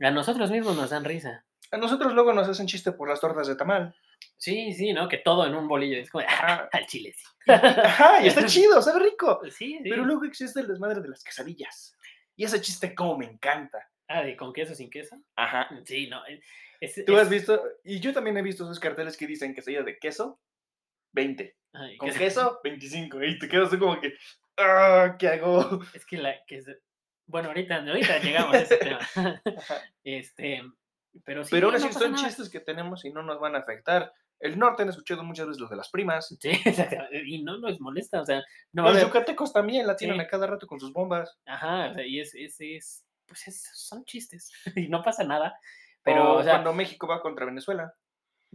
a nosotros mismos nos dan risa. A nosotros luego nos hacen chiste por las tortas de tamal. Sí, sí, ¿no? Que todo en un bolillo, es como, Ajá, al chile, sí. Pues Ajá, y está chido, sabe rico. Sí, sí. Pero luego existe el desmadre de las quesadillas. Y ese chiste como me encanta. Ah, ¿de con queso, sin queso? Ajá. Sí, no. es- es- Tú es- has visto, y yo también he visto esos carteles que dicen quesadilla de queso, 20. Ay, Con que- queso, 25. Y te quedas tú como que, ah, ¿qué hago? Es que la que se- bueno, ahorita, ahorita llegamos a ese tema. este, pero sí, Pero aún no así pasa son nada. chistes que tenemos y no nos van a afectar. El norte han escuchado muchas veces los de las primas. Sí, exactamente, Y no nos molesta, o sea, no va a Los haber- yucatecos también la tienen Sí. a cada rato con sus bombas. Ajá, o sea, y es, es, es- pues es- son chistes. Y no pasa nada. Pero Pero, o sea, cuando México va contra Venezuela,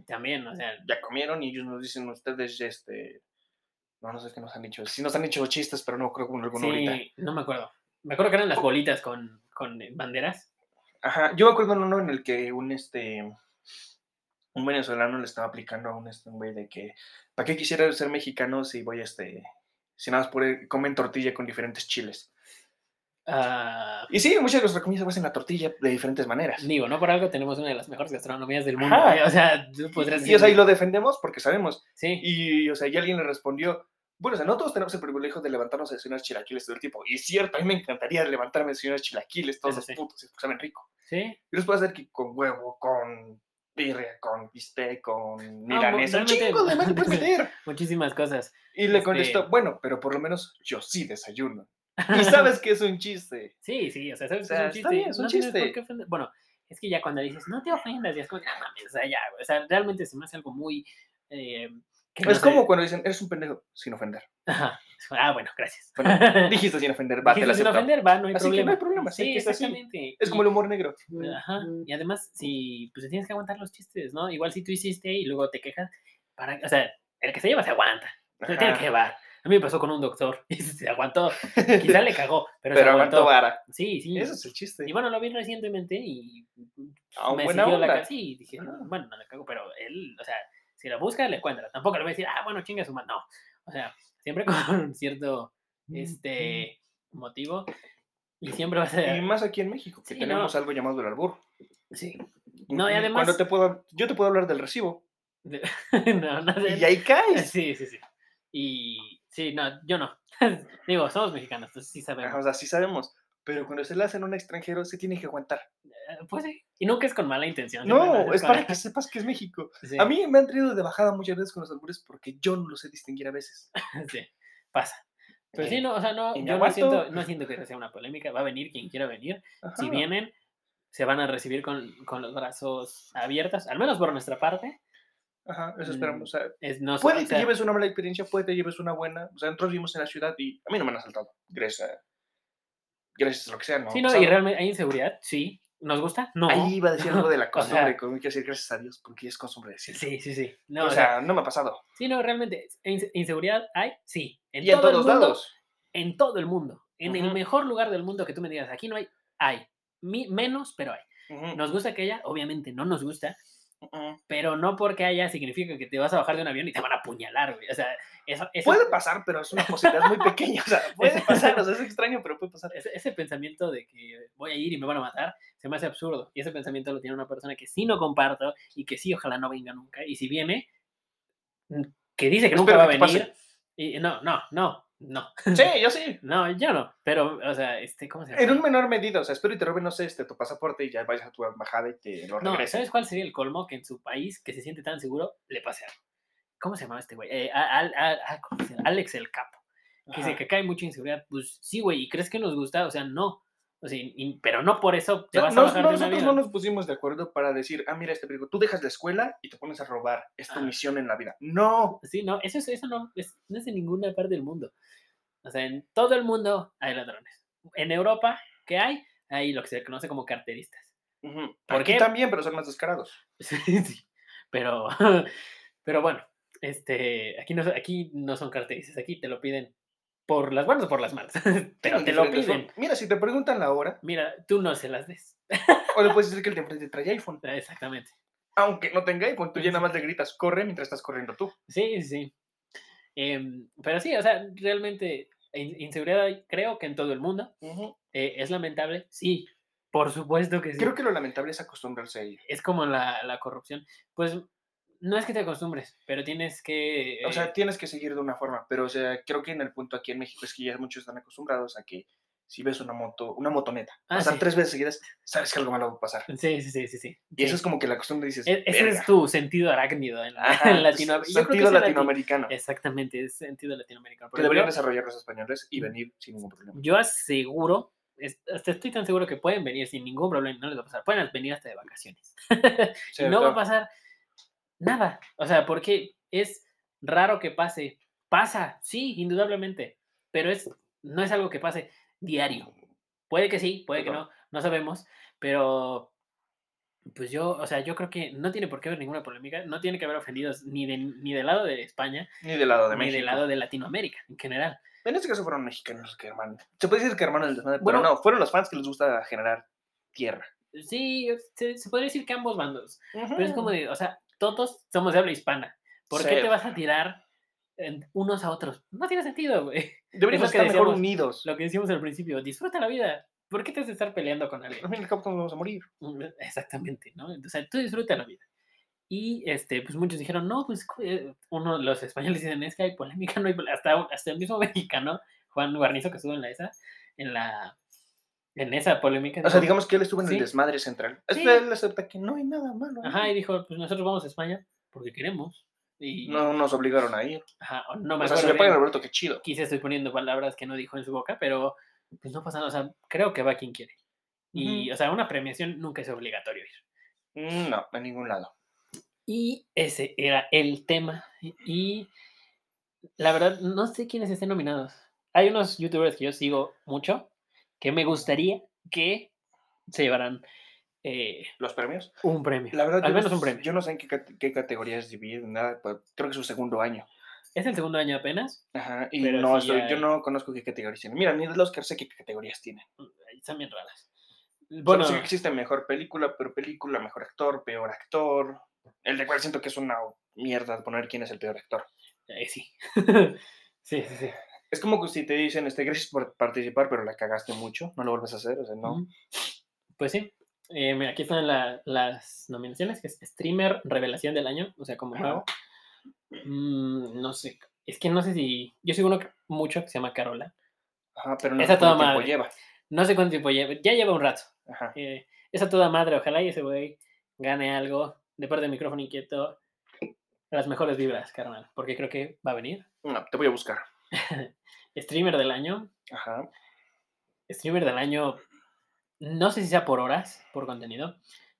también, o sea, ya comieron y ellos nos dicen, ustedes, este... No, no sé qué nos han dicho. Sí nos han dicho chistes, pero no creo que alguno ahorita. sí, no me acuerdo. Me acuerdo que eran las bolitas con, con eh, banderas. Ajá, yo me acuerdo en uno en el que un este un venezolano le estaba aplicando a un este un güey de que ¿para qué quisiera ser mexicano si voy este si nada más por comen tortilla con diferentes chiles? Ah, Y sí, muchas de nuestras comidas se hacen la tortilla de diferentes maneras. digo, no por algo tenemos una de las mejores gastronomías del mundo. Ajá. ¿eh? O sea, tú podrás Y, o sea, y decir, lo defendemos porque sabemos. sí. Y, o sea, y alguien le respondió, bueno, o sea, no todos tenemos el privilegio de levantarnos a desayunar chilaquiles todo el tiempo. Y es cierto, a mí me encantaría levantarme a desayunar chilaquiles todos Eso los sí. putos, porque saben rico. Sí. Yo los puedo hacer que con huevo, con birria, con bistec, con No, milanesa. un realmente- chingo de más le puedes meter. Muchísimas cosas. Y le contestó, Este- bueno, pero por lo menos yo sí desayuno. Y sabes que es un chiste. Sí, sí, o sea, sabes que sea, es un está chiste. bien, es un no tienes por chiste. qué ofender- Bueno, es que ya cuando dices, no te ofendas, ya es como, "Ah, mames", o sea, ya, güey, o sea, realmente se me hace algo muy. eh, que no Es sé- como cuando dicen, eres un pendejo, sin ofender. Ajá. Ah, bueno, gracias. Bueno, dijiste sin ofender, va, te Dijiste la sin acepto. ofender, va, no hay Así que no problema. hay problema, sí, sí, que es así. exactamente. Es como el humor negro. Mm. y, ajá, y además, si pues te tienes que aguantar los chistes, ¿no? Igual si tú hiciste y luego te quejas, para, o sea, el que se lleva se aguanta, se tiene que Ajá. llevar. A mí me pasó con un doctor y se aguantó, quizá le cagó, pero, se Pero aguantó. aguantó vara. Sí, sí. Ese es el chiste. Y bueno, lo vi recientemente y A un me buena siguió la onda. ca- Sí, dije, "No, bueno, no la cago, pero él, o sea, Si la busca, la encuentra. Tampoco le voy a decir, ah, bueno, chinga su mano. No. O sea, siempre con cierto este, motivo. Y siempre va a Y ser. más aquí en México, que Sí, tenemos no. algo llamado el albur. Sí. No, y Mm, además- Cuando te puedo, yo te puedo hablar del recibo. no, no sé. Y ahí caes. Sí, sí, sí. Y sí, no, yo no. Digo, somos mexicanos, entonces sí sabemos. Ajá, O sea, sí sabemos. Pero cuando se la hacen a un extranjero, se tiene que aguantar. Eh, Pues sí. Y nunca es con mala intención. siempre lo No, haces es con- para que sepas que es México. Sí, A mí me han traído de bajada muchas veces con los albures porque yo no lo sé distinguir a veces. sí, pasa. Pero sí, Eh, no, o sea, no, y me yo no siento, aguanto. no siento que sea una polémica. Va a venir quien quiera venir. Ajá. Si vienen, se van a recibir con, con los brazos abiertos, al menos por nuestra parte. Ajá, eso Mm, esperamos. o sea, Es, no sé, o puede que sea, lleves una mala experiencia, puede que lleves una buena. O sea, nosotros vivimos en la ciudad y a mí no me han asaltado. Gracias a, gracias a lo que sea, ¿no? ha Sí, no, pasado. y realmente hay inseguridad, sí. ¿Nos gusta? No. Ahí iba a decir algo de la O sea- costumbre, como hay que decir gracias a Dios porque ya es costumbre decir. Sí, sí, sí. No, o sea, no me ha pasado. sí, no, realmente, inse- inseguridad hay, sí. En y en todo el todos mundo, lados. en todo el mundo. En el Ujú. mejor lugar del mundo que tú me digas, aquí no hay, hay. Mi- menos, pero hay. Ujú, ¿Nos gusta que haya? Obviamente no nos gusta, ujú. pero no porque haya significa que te vas a bajar de un avión y te van a apuñalar, güey. O sea, eso, eso- Puede pasar, pero es una posibilidad muy pequeña. O sea, puede pasar, o sea, es extraño, pero puede pasar. ese, ese pensamiento de que voy a ir y me van a matar se me hace absurdo. Y ese pensamiento lo tiene una persona que sí no comparto y que sí, ojalá no venga nunca. Y si viene, mm, que dice que nunca Espero va a que te pase. venir. Y, no, no, no, no. Sí, yo sí. No, yo no. Pero, o sea, este, ¿cómo se llama? En un menor medida, o sea, espero y te roben, no sé, este, tu pasaporte y ya vayas a tu embajada y te lo No, regresen. ¿sabes cuál sería el colmo? Que en su país, que se siente tan seguro, le pase algo. ¿Cómo se llamaba este güey? Eh, a- al- al- al- ¿cómo se llama? Alex el Capo. Que dice Ajá. que acá hay mucha inseguridad. Pues sí, güey, ¿y crees que nos gusta? O sea, no. O sea, y- pero no por eso te O sea, vas nos- a bajar no- de un nosotros avión. no nos pusimos de acuerdo para decir, ah, mira, este periódico, tú dejas la escuela y te pones a robar, es tu Ajá. misión en la vida. No, Sí, no, eso, es- eso no, es, no es en ninguna parte del mundo. O sea, en todo el mundo hay ladrones. En Europa, ¿qué hay? Hay lo que se conoce como carteristas. Ujú. ¿Por Aquí qué? también, pero son más descarados. Sí, sí. Pero, pero bueno, este, aquí no, so- aquí no son carteristas, aquí te lo piden por las buenas o por las malas. Pero Tienen te lo diferentes piden. formas. Mira, si te preguntan la hora, Mira, tú no se las des. o le puedes decir que el de enfrente trae iPhone. Exactamente. Aunque no tenga iPhone, tú Sí. ya nada más le gritas, corre mientras estás corriendo tú. Sí, sí. Em, pero sí, o sea, realmente in- inseguridad hay, creo que en todo el mundo. Eh, ¿Es lamentable? Sí, por supuesto que sí. Creo que lo lamentable es acostumbrarse a ello. Es como la, la corrupción. Pues no es que te acostumbres, pero tienes que... O sea, eh, tienes que seguir de una forma, pero o sea, creo que en el punto aquí en México es que ya muchos están acostumbrados a que si ves una moto, una motoneta, Ah, pasar sí. tres veces seguidas, sabes que algo malo va a pasar. sí, sí, sí, sí, sí. Y eso sí. es como que la costumbre dices, E- ese "Verga". es tu sentido arácnido en, la- Ajá, pues, en Latinoamérica. Yo creo que Sentido es lati- latinoamericano. Eh, Exactamente, es sentido latinoamericano. que porque deberían yo- desarrollar los españoles Mm. y venir sin ningún problema. yo aseguro, es- hasta estoy tan seguro que pueden venir sin ningún problema, no les va a pasar. Pueden venir hasta de vacaciones. y no va a ¿Cierto? pasar nada. O sea, porque es raro que pase. Pasa, sí, indudablemente. Pero es, no es algo que pase diario. Puede que sí, puede que Claro. no, no sabemos. Pero pues yo, o sea, yo creo que no tiene por qué haber ninguna polémica, no tiene que haber ofendidos ni, de, ni del lado de España, Ni del lado de ni México. del lado de Latinoamérica en general. En este caso fueron mexicanos los que hermanos. Se puede decir que hermanos del desmadre, Bueno. pero no, fueron los fans que les gusta generar tierra. Sí, se, se podría decir que ambos bandos. Pero es como de, o sea, todos somos de habla hispana. ¿Por qué Mm. Sí. te vas a tirar en- unos a otros? No tiene sentido, güey. Deberíamos es lo que estar mejor decíamos. unidos. Lo que decíamos al principio, disfruta la vida. ¿Por qué te has de estar peleando con Al alguien? fin y al cabo todos vamos a morir. Mm, Exactamente, ¿no? O sea, tú disfruta la vida. Y este, pues muchos dijeron, no, pues cu- eh, uno, los españoles dicen, es que hay polémica, no hay pol-". hasta, un- hasta el mismo mexicano, Juan Guarnizo, que estuvo en la esa, en la, en esa polémica. O sea, dijo, digamos que él estuvo en Sí. el desmadre central. Es Sí. que Él acepta que no hay nada malo. ahí. Ajá, y dijo, pues nosotros vamos a España porque queremos. Y, No nos obligaron a ir. ajá, o no me o sea, si acuerdo le pagan a bien, Roberto, qué chido. quizá estoy poniendo palabras que no dijo en su boca, pero pues no pasa nada, o sea, creo que va quien quiere. Y, Ujú. o sea, una premiación nunca es obligatorio ir. Mm, No, en ningún lado. Y ese era el tema. Y- Y la verdad, no sé quiénes estén nominados. Hay unos youtubers que yo sigo mucho que me gustaría que se llevaran eh, Los premios. un premio. La verdad, Al yo menos no, un premio. Yo no sé en qué, cate- qué categorías dividir, nada. pero Creo que es su segundo año. Es el segundo año apenas. Ajá. Y Pero no, sí soy- hay. yo no conozco qué categorías tienen. Mira, ni del Oscar sé qué categorías tienen. Están bien raras. Bueno, sí que existe mejor película, pero película, mejor actor, peor actor. El de cual siento que es una mierda poner quién es el peor actor. Eh, sí. sí, sí, sí. Es como que si te dicen, este, gracias por participar, pero la cagaste mucho, no lo vuelves a hacer, o sea, no. Ujú. Pues sí. Eh, mira, aquí están la- las nominaciones, que es streamer revelación del año, o sea, como Ajá. nuevo. Mm, no sé, es que no sé si... Yo sigo uno que- mucho que se llama Carola. Ajá, pero no Esa sé cuánto toda tiempo madre. lleva. No sé cuánto tiempo lleva, ya lleva un rato. Ajá. Eh, es a toda madre, ojalá y ese güey gane algo de parte del micrófono inquieto. Las mejores vibras, carnal, porque creo que va a venir. No, te voy a buscar. Streamer del año. Ajá. Streamer del año, no sé si sea por horas, por contenido,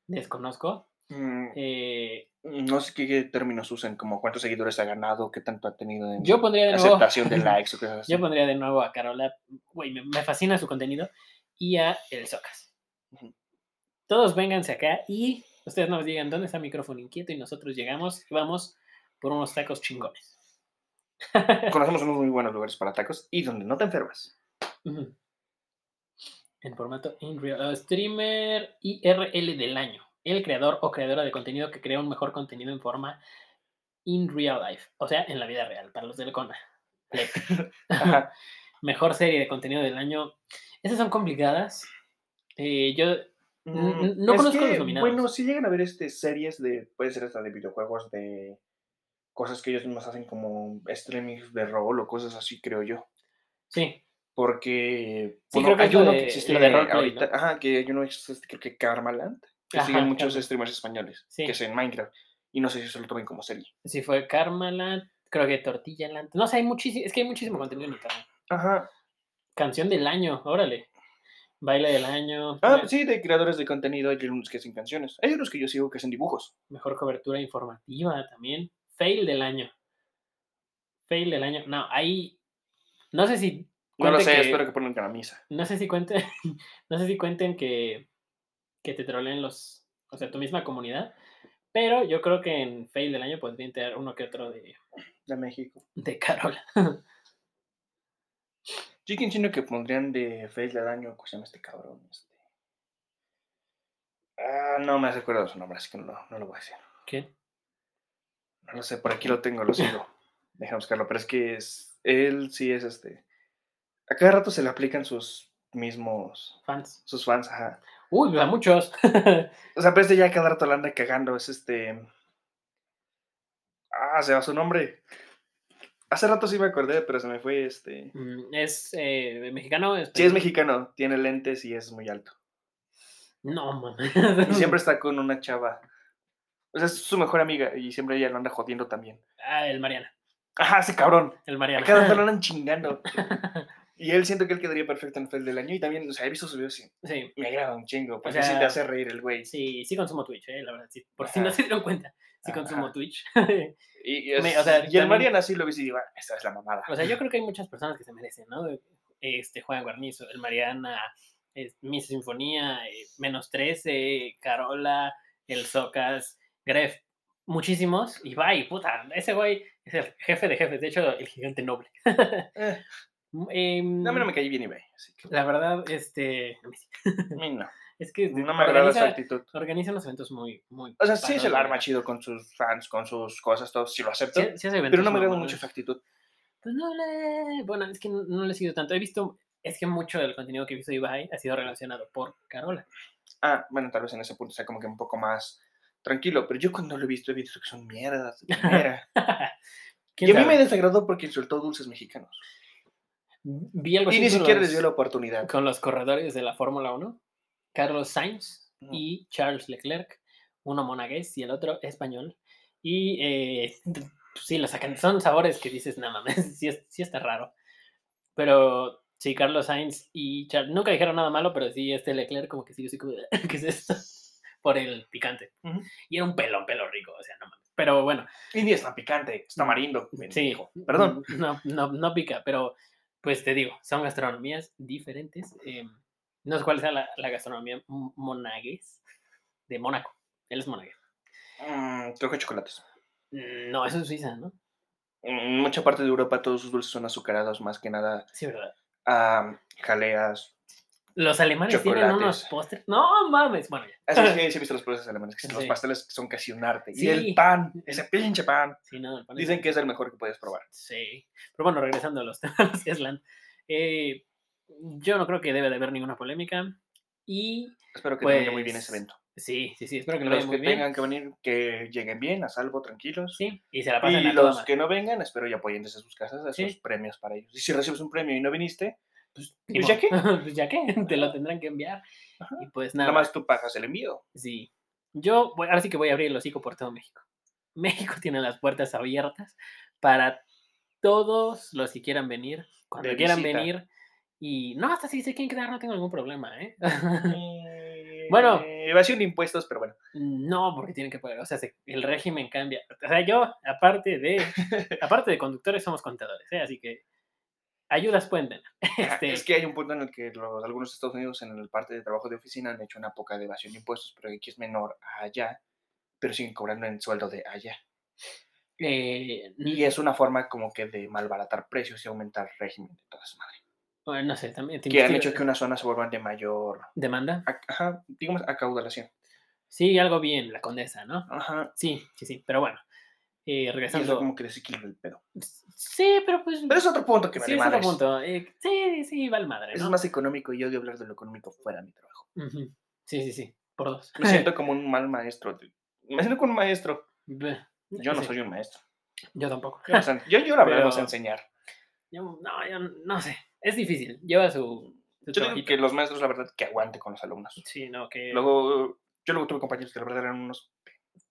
desconozco. Mm, Eh, no sé qué, qué términos usan, como cuántos seguidores ha ganado, qué tanto ha tenido en yo pondría de nuevo... aceptación de likes o cosas así. Yo pondría de nuevo a Carola, güey, me, me fascina su contenido, y a El Socas. Ujú. Todos vénganse acá y ustedes nos digan dónde está micrófono inquieto y nosotros llegamos y vamos por unos tacos chingones. Conocemos unos muy buenos lugares para tacos y donde no te enfermas. Ujú. En formato in real- uh, streamer IRL del año. El creador o creadora de contenido que crea un mejor contenido en forma in real life. O sea, en la vida real, para los del CONA. Lep. Ajá. mejor serie de contenido del año. Esas son complicadas. Eh, yo N- Mm, no es conozco que, los nominados. Bueno, sí llegan a ver este, series de, puede ser hasta de videojuegos, de cosas que ellos mismos hacen como streaming de rol o cosas así, creo yo. Sí, Porque Sí, bueno, creo que es hay lo uno de- que existe lo de roleplay, ahorita, ¿no? ajá, que hay uno que existe, creo que Karmaland, que Ajá, siguen muchos Karmaland. streamers españoles, Sí. que es en Minecraft, y no sé si se lo tomen como serie. sí fue Karmaland, creo que Tortilla Land. No sé, hay muchísimo, es que hay muchísimo contenido en internet. Ajá. Canción del año, órale. Baile del año, Ah, me- sí, de creadores de contenido hay unos que hacen canciones. Hay unos que yo sigo que hacen dibujos. mejor cobertura informativa también. Fail del año. Fail del año. No, ahí no sé si No lo cuente sé, que- espero que pongan camisa. no sé si cuenten no sé si cuenten que que te troleen los, o sea, tu misma comunidad, pero yo creo que en Fail del año podría entrar uno que otro de De México. de Carola. Yo que entiendo que pondrían de Face del año, ¿cómo se llama este cabrón? Este... Ah, no me acuerdo de su nombre, así que no, no lo voy a decir. ¿Qué? No lo sé, por aquí lo tengo, lo sigo. Déjame buscarlo, pero es que es, él sí es este. A cada rato se le aplican sus mismos. Fans. sus fans, ajá. Uy, pues a muchos. O sea, pero este ya a cada rato la anda cagando, es este. Ah, se va su nombre. Hace rato sí me acordé, pero se me fue este. Mm, es eh, mexicano. Sí, es español? mexicano, tiene lentes y es muy alto. No, mames. Y siempre está con una chava. O sea, es su mejor amiga y siempre ella lo anda jodiendo también. Ah, el Mariana. Ajá, ese cabrón. El A Mariana. cada rato lo andan chingando. Y él siento que él quedaría perfecto en el del año. Y también, o sea, he visto sus videos y sí, me agrada un chingo. Porque sí te sea, hace reír el güey. sí, sí consumo Twitch, eh, la verdad. sí, por si no Ajá. se dieron cuenta. Sí Ajá. consumo Twitch. Y, y me- es- o sea, y el también- Pues, Mariana sí lo ves y digo, "Ah, esta es la mamada. o sea, yo creo que hay muchas personas que se merecen, ¿no? Este, Juan Guarnizo, el Mariana, es- Miss Sinfonía, eh, Menos 13, Carola, el Socas, Gref. Muchísimos. Y bye, puta. Ese güey es el jefe de jefes. De hecho, el gigante noble. Eh, Em, a mí no me caí bien eBay. Así que, La verdad, este. a mí sí. a mí no. Es que No me agrada su organiza- actitud. organiza unos eventos muy, muy. O sea, sí se la padres, arma ¿verdad? chido con sus fans, con sus cosas, todo. Sí lo acepto. Sí- sí hace pero eventos no me agrada mamones. mucho su actitud. Pues no le. Bueno, es que no, no le he seguido tanto. He visto. Es que mucho del contenido que he visto de Ibai ha sido relacionado por Carola. Ah, bueno, tal vez en ese punto sea como que un poco más tranquilo. Pero yo cuando lo he visto, he visto que son mierdas. de primera. ¿Quién y a mí me sabe? desagradó porque insultó dulces mexicanos. Vi algo Y así ni con siquiera les los- dio la oportunidad. Con los corredores de la Fórmula 1, Carlos Sainz Ujú. y Charles Leclerc, uno monagués y el otro español. Y eh, sí, lo sacan. Son sabores que dices, nada mames, sí, es- sí está raro. Pero sí, Carlos Sainz y Charles nunca dijeron nada malo, pero sí, este Leclerc, como que sí, yo sí, como, ¿qué es esto? Por el picante. Ujú. Y era un pelón, pelo rico, o sea, no mames. Pero bueno, Y ni es tan picante, está marindo. Mm, Sí, pendejo. Perdón. mm, No, no, no pica, pero pues te digo, son gastronomías diferentes. em, no sé cuál sea la, la gastronomía m- monagues de Mónaco. Él es monagués. Mm, creo que chocolates. Mm, No, eso es Suiza, ¿no? En mucha parte de Europa todos sus dulces son azucarados, más que nada Sí, ¿verdad? a jaleas, Los alemanes tienen Chocolates. unos postres. No mames. Bueno, ya. Así Ah, sí, sí he visto los postres alemanes, que los Sí. pasteles son casi un arte. Sí. Y el pan, ese pinche pan. Sí, no, el pan es Dicen que es el mejor que puedes probar. Sí. Pero bueno, regresando a los temas de Island. eh, yo no creo que debe de haber ninguna polémica. Y Espero que Pues, termine muy bien ese evento. sí, sí, sí, espero que lo Los vean que muy bien. tengan que venir, que lleguen bien, a salvo, tranquilos. Sí, y se la pasen Y a toda los madre. que no vengan, espero y apoyen desde sus casas esos Sí. premios para ellos. Y si recibes un premio y no viniste, pues, Ni pues ya modo. qué. pues ya qué, te lo tendrán que enviar. Y pues nada, Nada más tú pagas el envío. Sí. Yo, voy- ahora sí que voy a abrir el hocico por todo México. México tiene las puertas abiertas para todos los que quieran venir, cuando De quieran visita. venir. Y no, hasta si se quieren quedar, no tengo ningún problema, ¿eh? bueno. Bueno. Evasión de impuestos, pero bueno. No, porque tienen que pagar. O sea, se- el régimen cambia. O sea, yo, aparte de, aparte de conductores, somos contadores, ¿eh? Así que ayudas pueden tener. Este, Ah, Es que hay un punto en el que los, algunos Estados Unidos en la parte de trabajo de oficina han hecho una poca de evasión de impuestos, pero aquí es menor a allá, pero siguen cobrando en sueldo de allá. eh, Y es una forma como que de malbaratar precios y aumentar régimen de todas maneras. bueno, no sé, también... te Que han investigo- hecho que una zona se vuelvan de mayor, ¿Demanda? ac- ajá, digamos, acaudalación. Sí, algo bien, la condesa, ¿no? Ajá. Sí, sí, sí, pero bueno. eh, y eso regresando. como que desequilibra el pedo. Sí, pero pues. Pero es otro punto que sí, vale es otro madres. punto. eh, sí, sí, va el madre, Es ¿no? más económico y odio hablar de lo económico fuera de mi trabajo. Ujú, Sí, sí, sí. Por dos. Me siento como un mal maestro. tío. Me siento como un maestro. Bleh, Yo no sí, soy un maestro. Yo tampoco. Yo, no sé- yo, yo la verdad no sé Pero- enseñar. Yo- no, yo no sé. Es difícil. Lleva su. su Yo digo trabajito. que los maestros, la verdad, que aguante con los alumnos. Sí, no, que. Luego, yo luego tuve compañeros que la verdad eran unos.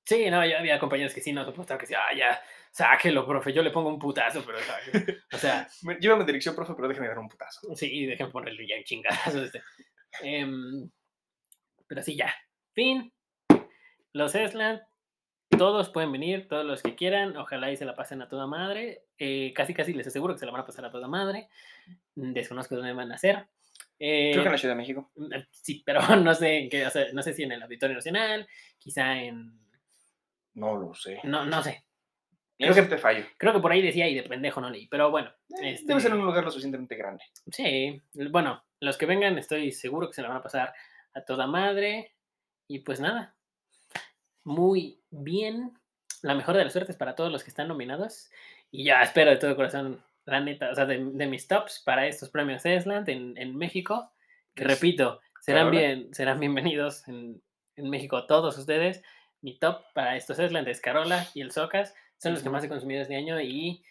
Sí, no, yo había compañeros que sí, no soportaba que sí, ah, ya, sáquelo, profe, yo le pongo un putazo, pero. sáquelo". O sea, "Me- Llévame en dirección, profe, pero déjame dar un putazo. sí, dejen ponerle ya en chingadas. este. Em, pero sí, ya. Fin. Los Esland, todos pueden venir, todos los que quieran. Ojalá y se la pasen a toda madre. eh, casi, casi les aseguro que se la van a pasar a toda madre. mm, Desconozco dónde van a hacer. Creo que en eh, la Ciudad de México. mm, Sí, pero no sé, en qué, o sea, no sé si en el Auditorio Nacional, quizá en... No lo sé. No, no sé. Creo que te fallo. Creo que por ahí decía y de pendejo no leí, pero bueno. Eh, este, Debe ser un lugar lo suficientemente grande. Sí, l- bueno, los que vengan estoy seguro que se la van a pasar a toda madre. Y pues nada, muy bien. La mejor de las suertes para todos los que están nominados. Y ya espero de todo corazón, la neta, o sea, de, de mis tops para estos premios Esland en, en México. Que Es- repito, serán, ahora- bien, serán bienvenidos en, en México todos ustedes. Mi top para estos Esland es Carola y el Socas. Son los que Ujú. más he consumido este año y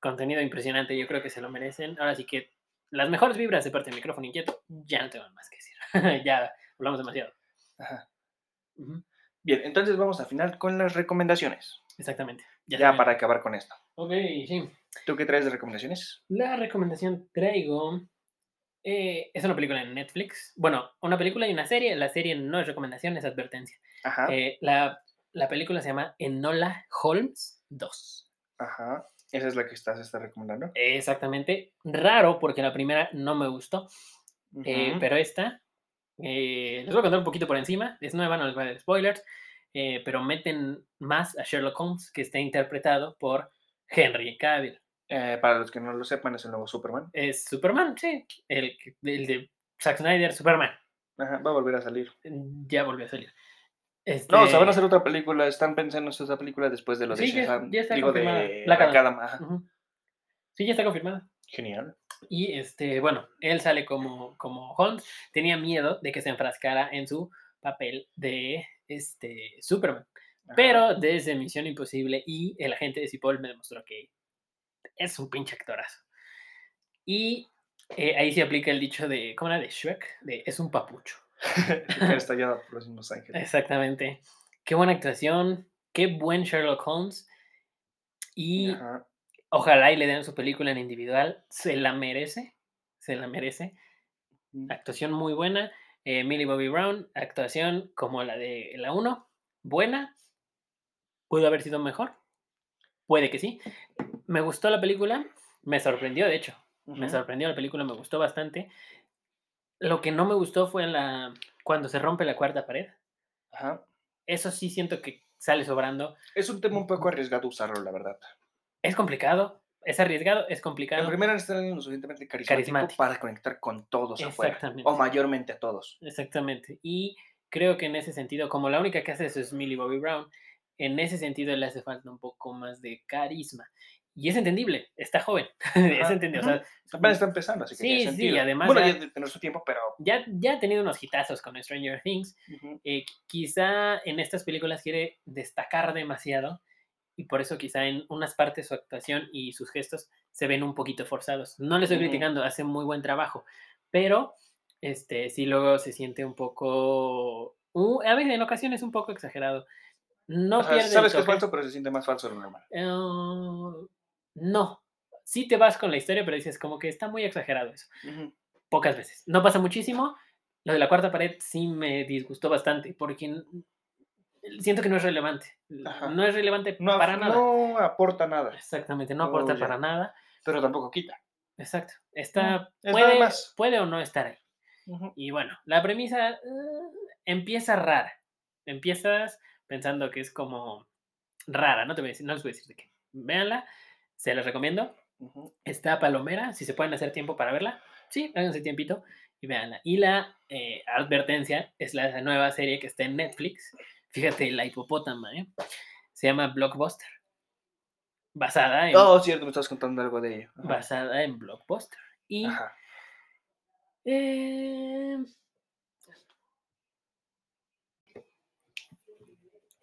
contenido impresionante. Yo creo que se lo merecen. Ahora sí que las mejores vibras de parte del micrófono inquieto. Ya no tengo más que decir. ya hablamos demasiado. Ajá. Ujú, Bien, entonces vamos al final con las recomendaciones. Exactamente. Ya, saben. para acabar con esto. Ok, sí. ¿Tú qué traes de recomendaciones? La recomendación traigo eh, es una película en Netflix. Bueno, una película y una serie. La serie no es recomendación, es advertencia. Ajá. Eh, la, la película se llama Enola Holmes 2. Ajá. Esa es la que estás está recomendando. Exactamente. Raro porque la primera no me gustó, eh, Ujú. pero esta eh, les voy a contar un poquito por encima. Es nueva, no les voy a dar spoilers, eh, pero meten más a Sherlock Holmes que está interpretado por Henry Cavill. Eh, para los que no lo sepan, es el nuevo Superman. Es Superman, sí. El, que- el de Zack Snyder, Superman. Ajá, va a volver a salir. Eh, Ya volvió a salir. No, se van Este, a hacer otra película. Están pensando en hacer otra película después de lo de Sí, ya- Shazam. ya está Digo, confirmada. de Black Adam. Black Adam, ajá. ujú. Sí, ya está confirmada. Genial. Y este, bueno, él sale como, como Holmes. Tenía miedo de que se enfrascara en su papel de este Superman. Ajá. Pero desde Misión Imposible y el agente de Cipoll me demostró que es un pinche actorazo. Y eh, ahí se aplica el dicho de, ¿cómo era? De Shrek, de es un papucho. Está estallada por los mismos ángeles. Exactamente. Qué buena actuación, qué buen Sherlock Holmes. Y Ajá. ojalá y le den su película en individual. Se la merece, se la merece. Mm. actuación muy buena. eh, Millie Bobby Brown, actuación como la de la 1, buena. Pudo haber sido mejor. Puede que sí. Me gustó la película. Me sorprendió, de hecho. Me Ujú. sorprendió la película, me gustó bastante. Lo que no me gustó fue la cuando se rompe la cuarta pared. Ajá. Eso sí siento que sale sobrando. Es un tema un poco arriesgado usarlo, la verdad. Es complicado. es arriesgado, es complicado. En primera necesitan alguien lo suficientemente carismático, Carismático. para conectar con todos afuera. Exactamente. O mayormente a todos. Exactamente. Y creo que en ese sentido, como la única que hace eso es Millie Bobby Brown, en ese sentido le hace falta un poco más de carisma. Y es entendible, está joven. es Ajá, entendible. O ujú. sea, Apenas está empezando, así que Sí, tiene sí, sentido. además Bueno, ya- ya de tener su tiempo, pero. ya, ya ha tenido unos hitazos con Stranger Things. ujú. Eh, quizá en estas películas quiere destacar demasiado y por eso quizá en unas partes su actuación y sus gestos se ven un poquito forzados. No le estoy Ujú. criticando, hace muy buen trabajo, pero este sí luego se siente un poco u- a veces en ocasiones un poco exagerado. No O sea, pierde el sabes que es toque. falso, pero se siente más falso de lo normal. Eh, no. Sí te vas con la historia, pero dices como que está muy exagerado eso Ujú. pocas veces. No pasa muchísimo. Lo de la cuarta pared sí me disgustó bastante porque n- siento que no es relevante. Ajá. No es relevante No, para nada. no aporta nada, Exactamente, no aporta Oh, ya. para nada. pero tampoco quita. Exacto. Está, Mm, es nada puede, más. puede o no estar ahí. Ujú. Y bueno, la premisa eh, empieza rara. Empiezas pensando que es como rara. No te voy a decir, no les voy a decir de qué. Véanla, se las recomiendo. Ujú. Está Palomera, si se pueden hacer tiempo para verla, sí, háganse tiempito y veanla. Y la eh, advertencia es la nueva serie que está en Netflix. Fíjate, la hipopótama, ¿eh? Se llama Blockbuster. Basada en, Oh, cierto, me estás contando algo de ello. Ajá. basada en Blockbuster. Y Ajá. eh,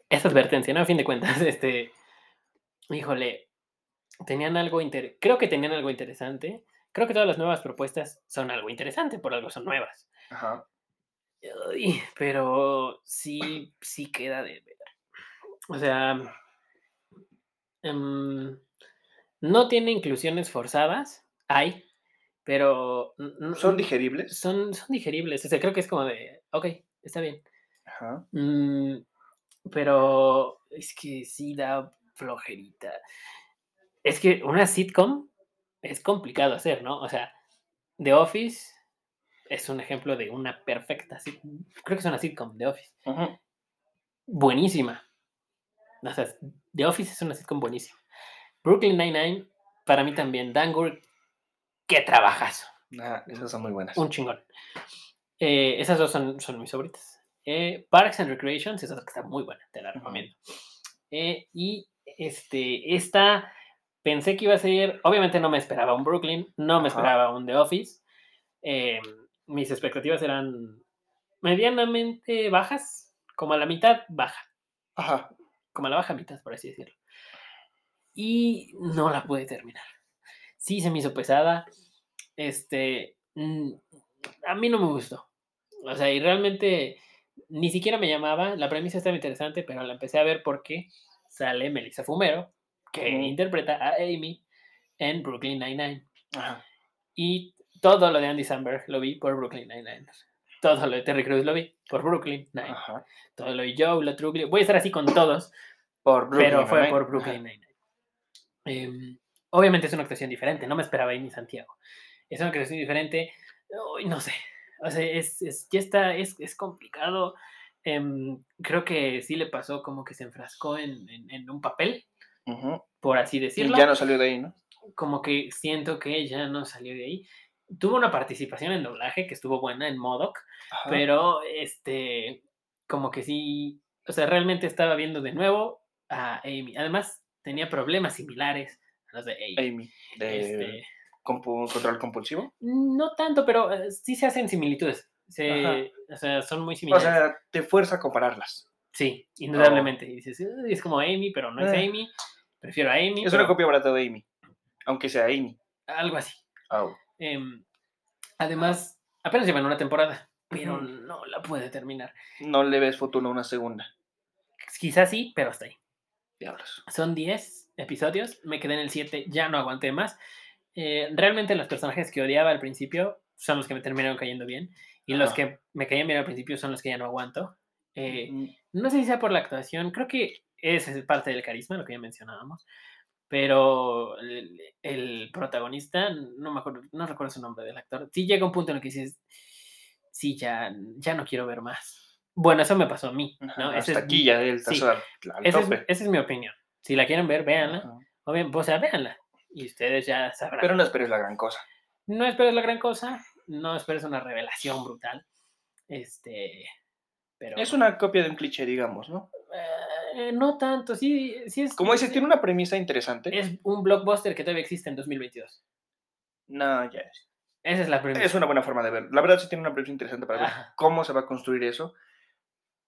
Esa advertencia, ¿no? A fin de cuentas, este. Híjole. Tenían algo inter... Creo que tenían algo interesante. Creo que todas las nuevas propuestas son algo interesante, por algo son nuevas. Ajá. Ay, pero sí, sí queda de ver. O sea. em, no tiene inclusiones forzadas. Hay. Pero. n- n- ¿Son n- digeribles? son, son digeribles. O sea, creo que es como de, ok, está bien. Ajá. Mm, pero es que sí da flojerita. Es que una sitcom es complicado hacer, ¿no? O sea, The Office es un ejemplo de una perfecta sitcom. Creo que es una sitcom, The Office. Ujú. Buenísima. O sea, The Office es una sitcom buenísima. Brooklyn Nine-Nine, para mí también. Dangur, qué trabajazo Ajá, Ah, Esas son muy buenas. un chingón. Eh, esas dos son, son mis favoritas. Eh, Parks and Recreations es otra que está muy buena, te la Ujú. recomiendo. Eh, y este, esta pensé que iba a ser, obviamente no me esperaba un Brooklyn, no me Ajá. esperaba un The Office. Eh, mis expectativas eran medianamente bajas, como a la mitad baja, Ajá. como a la baja mitad, por así decirlo. Y no la pude terminar. Sí se me hizo pesada. Este, mm, a mí no me gustó. O sea, y realmente ni siquiera me llamaba. La premisa estaba interesante, pero la empecé a ver porque sale Melissa Fumero, que Ujú. interpreta a Amy en Brooklyn Nine-Nine. Ajá. Y todo lo de Andy Samberg lo vi por Brooklyn Nine-Nine. Todo lo de Terry Crews lo vi por Brooklyn Nine. Ajá. Todo lo de Joe, lo Truglio. Voy a estar así con todos, Por pero Brooklyn fue Nine-Nine. por Brooklyn Nine-Nine. Em, obviamente es una actuación diferente, no me esperaba Amy Santiago. Es una actuación diferente, uy, no sé. O sea, es, es- ya está, es, es complicado. Em, creo que sí le pasó como que se enfrascó en, en- en un papel, Ajá. Ujú. por así Y decirlo. ya no salió de ahí, ¿no? Como que siento que ya no salió de ahí. Tuvo una participación en doblaje que estuvo buena en Modoc, Ajá. pero este, como que sí, o sea, realmente estaba viendo de nuevo a Amy. Además, tenía problemas similares a los de Amy. Amy. De Este, compu- control compulsivo. no tanto, pero eh, sí se hacen similitudes. Se- Ajá. o sea, son muy O similares. sea, te fuerza a compararlas. sí, indudablemente. Y dices, "Uy, es como Amy, pero no es Eh. Amy. Prefiero a Amy. Es una pero copia barata de Amy. Aunque sea Amy. Algo así. Au. Em, además, apenas llevan una temporada, pero Ujú. no la puede terminar. No le ves futuro a una segunda. Quizás sí, pero hasta ahí. Diablos. Son 10 episodios, me quedé en el 7, ya no aguanté más. Eh, realmente los personajes que odiaba al principio son los que me terminaron cayendo bien y los Ajá. que me caían bien al principio son los que ya no aguanto. Eh, Ujú. no sé si sea por la actuación, creo que esa es parte del carisma, lo que ya mencionábamos, pero el, el protagonista, no me acuerdo, no recuerdo su nombre del actor, sí llega un punto en el que dices, sí, ya, ya no quiero ver más. Bueno, eso me pasó a mí, Ajá, ¿no? Hasta Ese es- aquí ya él sí, al, al esa es, ¿eh? tope. esa es mi opinión. Si la quieren ver, véanla. Ajá. O bien, o sea, véanla. Y ustedes ya sabrán. Pero no esperes la gran cosa. No esperes la gran cosa, no esperes una revelación brutal. Este. Pero. Es una copia de un cliché, digamos, ¿no? eh, no tanto, sí, sí es. Como dices, tiene una premisa interesante. Es un blockbuster que todavía existe en 2022. No, ya es. Esa es la primera. Es una buena forma de verlo. La verdad sí tiene una premisa interesante para ver Ajá. cómo se va a construir eso.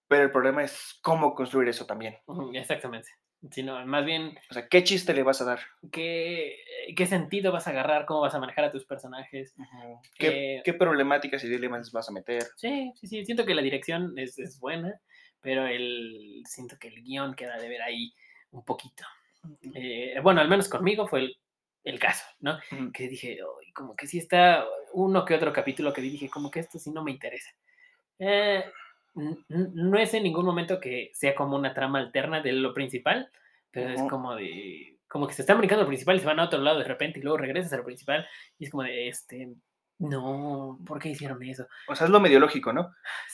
Pero el problema es cómo construir eso también. Exactamente. Sino, más bien, O sea, ¿qué chiste le vas a dar? ¿qué, ¿qué sentido vas a agarrar? ¿Cómo vas a manejar a tus personajes? ¿Qué, Eh, qué problemáticas y dilemas vas a meter? Sí, sí, sí. Siento que la dirección es, es buena, pero el siento que el guión queda de ver ahí un poquito. Eh, bueno, al menos conmigo fue el, el caso, ¿no? Ujú. Que dije, "Ay, como que sí está uno que otro capítulo que dije, como que esto sí no me interesa. Eh, n- n- no es en ningún momento que sea como una trama alterna de lo principal, pero es Ujú. como de. Como que se están brincando al principal y se van a otro lado de repente y luego regresas al principal y es como de, este. No, ¿por qué hicieron eso? O sea, es lo medio lógico, ¿no?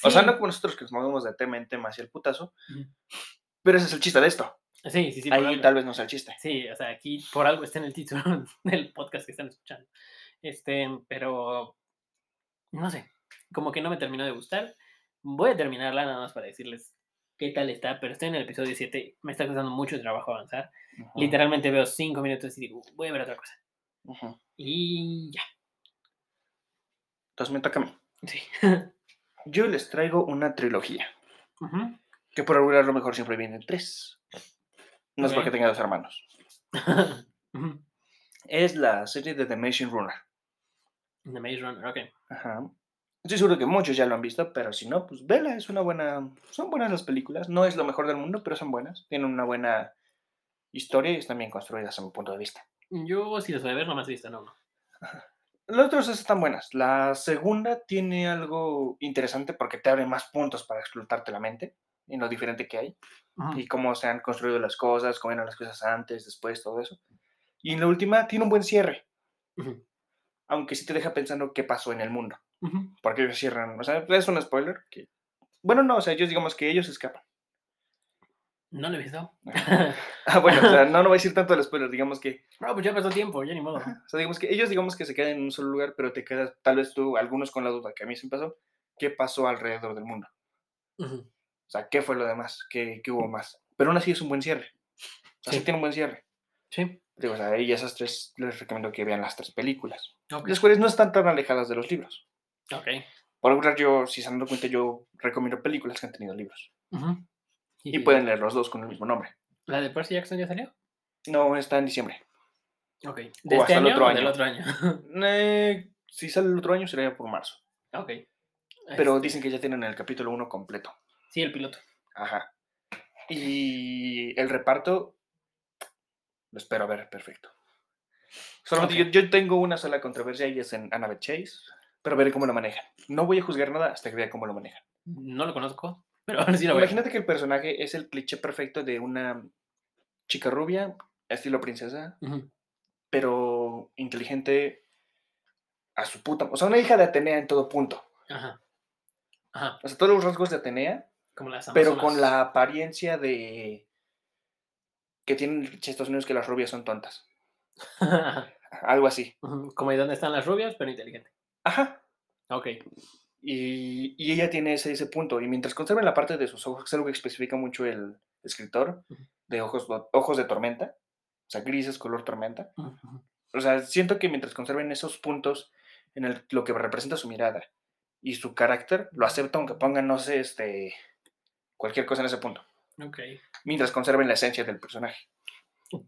O sea, Sí. no como nosotros que nos movemos de tema en tema hacia el putazo, Ujú. pero ese es el chiste de esto. Sí, sí, sí. por Ahí algo. tal vez no sea el chiste. Sí, o sea, aquí por algo está en el título del podcast que están escuchando. Este, pero no sé, como que no me terminó de gustar. Voy a terminarla nada más para decirles qué tal está, pero estoy en el episodio 7, me está costando mucho trabajo avanzar. Ujú, Literalmente veo 5 minutos y digo, voy a ver otra cosa. ujú. Y ya, Entonces me toca a mí. sí. Yo les traigo una trilogía, Ujú. que por regular lo mejor siempre vienen tres. No es Ok. porque tenga dos hermanos. Ujú. Es la serie de The Machine Runner. The Maze Runner, ok. Ajá. Estoy seguro que muchos ya lo han visto, pero si no, pues vela, es una buena... Son buenas las películas, no es lo mejor del mundo, pero son buenas. Tienen una buena historia y están bien construidas a mi punto de vista. Yo sí los voy a ver, nomás he visto, no, no. Las otras dos están buenas. La segunda tiene algo interesante porque te abre más puntos para explotarte la mente en lo diferente que hay Ujú. y cómo se han construido las cosas, cómo eran las cosas antes, después, todo eso. Y en la última tiene un buen cierre, Ujú. aunque sí te deja pensando qué pasó en el mundo. Ujú. Porque ellos cierran, o sea, es un spoiler que... Bueno, no, o sea, ellos digamos que ellos escapan. No lo he visto. Ah, bueno, o sea, no, no voy a decir tanto del spoiler, digamos que... No, pues ya pasó tiempo, ya ni modo. O sea, digamos que ellos digamos que se quedan en un solo lugar, pero te quedas, tal vez tú, algunos con la duda que a mí se me pasó, qué pasó alrededor del mundo. Ujú. O sea, ¿qué fue lo demás? ¿Qué, qué hubo más? Pero aún así es un buen cierre. O sea, sí Sí. tiene un buen cierre. Sí. Digo, o sea, y esas tres les recomiendo que vean las tres películas. Ok. Las cuales no están tan alejadas de los libros. Ok. Por regular, yo, si se han dado cuenta, yo recomiendo películas que han tenido libros. Ujú. Y pueden leer los dos con el mismo nombre. ¿La de Percy Jackson ya salió? No, está en diciembre. Ok. ¿De O hasta este el año, otro o del año. otro año? Eh, si sale el otro año, será por marzo. ok. Pero Este, dicen que ya tienen el capítulo 1 completo. Sí, el piloto. Ajá. Y el reparto lo espero ver perfecto. Solamente Ok. yo, yo tengo una sola controversia y es en Annabeth Chase, pero veré cómo lo manejan. No voy a juzgar nada hasta que vea cómo lo manejan. No lo conozco, pero ahora sí lo voy a ver. Imagínate que el personaje es el cliché perfecto de una chica rubia, estilo princesa, Ujú. pero inteligente a su puta. O sea, una hija de Atenea en todo punto. Ajá. Ajá. O sea, todos los rasgos de Atenea, Como las pero con Amazonas. la apariencia de que tienen el cliché de Estados Unidos que las rubias son tontas. Ajá. Algo así. Ujú. Como ahí donde están las rubias, pero inteligente. Ajá. Ok. Y, y ella tiene ese, ese punto. Y mientras conserven la parte de sus ojos, que es algo que especifica mucho el escritor, Ujú. de ojos, do- ojos de tormenta, o sea, grises, color tormenta. Ujú. O sea, siento que mientras conserven esos puntos en el- lo que representa su mirada y su carácter, lo acepto aunque pongan, no sé, este, cualquier cosa en ese punto. Ok. Mientras conserven la esencia del personaje.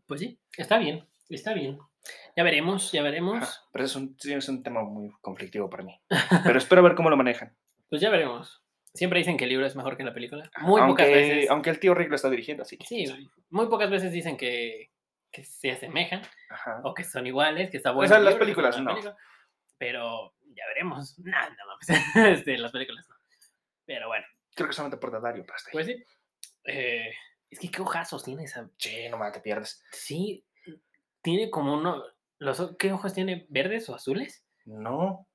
Pues sí, está bien. Está bien. Ya veremos, ya veremos. Ajá, Pero es un, sí, es un tema muy conflictivo para mí. Pero espero ver cómo lo manejan. Pues ya veremos. Siempre dicen que el libro es mejor que la película. Muy aunque, pocas veces. aunque el tío Rick lo está dirigiendo, así que. pues, Sí, muy pocas veces dicen que, que se asemejan. Ajá. o que son iguales, que está O bueno. sea, el las libro, que está películas buena la no. película, pero ya veremos. Nah, no mames. Este, las películas no. Pero bueno, Creo que solamente por Dario Pastel. pues sí. Eh, es que qué ojazos tiene esa. Sí, no mames, te pierdes. Sí, tiene como uno. Los, o- ¿Qué ojos tiene? ¿Verdes o azules? No,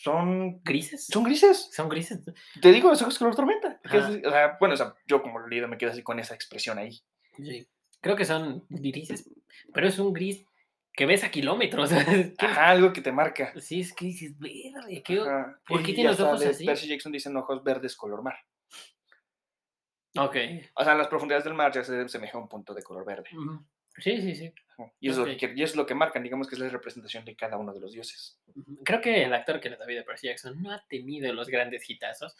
son. ¿Grises? Son grises. Son grises. Te digo, los ojos color tormenta. que es- Ajá. o sea, bueno, o sea, yo como lo leído me quedo así con esa expresión ahí. Sí. Creo que son grises, pero es un gris que ves a kilómetros. Ajá, algo que te marca. sí, es que dices, "Verga, qué o-". Ajá, ¿por qué y tiene los hasta ojos de así? Percy Jackson dicen ojos verdes color mar. Ok. O sea, en las profundidades del mar ya se semeja a un punto de color verde. ujú. Sí, sí, sí. Ajá, Y es, lo que, Ok. quiere- y es lo que marcan, digamos que es la representación de cada uno de los dioses. Ujú. Creo que el actor que le da vida a Percy Jackson no ha tenido los grandes hitazos.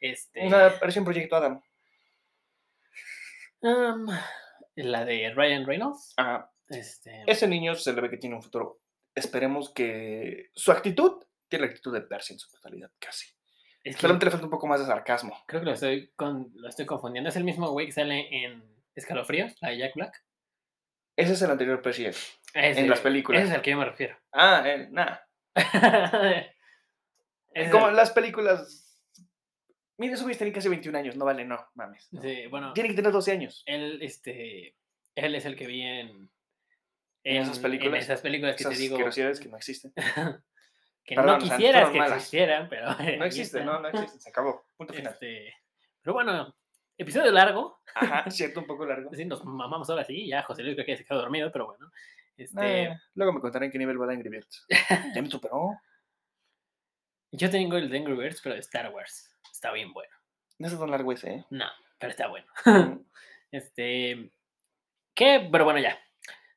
Este, Una, parece un proyecto Adam. am, um, la de Ryan Reynolds. Ajá, Este, ese niño se le ve que tiene un futuro. Esperemos que su actitud tiene la actitud de Percy en su totalidad, casi. es que Solamente le falta un poco más de sarcasmo. creo que lo estoy, con- lo estoy confundiendo. Es el mismo güey que sale en Escalofríos, la de Jack Black. Ese es el anterior Percy Jackson. Ese- En las películas. Ese es al que yo me refiero. Ah, eh, nada. Ese es Como al- las películas. Mira, esos güeyes tienen casi 21 años, no vale, no, mames. no. sí, bueno, Tienen que tener 12 años. él, este, él es el que vi en, En esas películas. esas películas que Esas te digo asquerosidades que no existen. que Perdón, no o sea, quisieras fueron que malas. existieran, pero ahí No existen, están. no, no existen. Se acabó. Punto final. Este, pero bueno, episodio largo, Ajá, cierto, un poco largo. sí, nos mamamos ahora sí, ya José Luis creo que se quedó dormido, pero bueno. Este, Eh, luego me contarán en qué nivel va Angry Birds. Ya me superó. Yo tengo el de Angry Birds, pero de Star Wars. Está bien bueno. No es tan largo ese, ¿eh? No, pero está bueno. Mm. Este, ¿qué? Pero bueno, ya.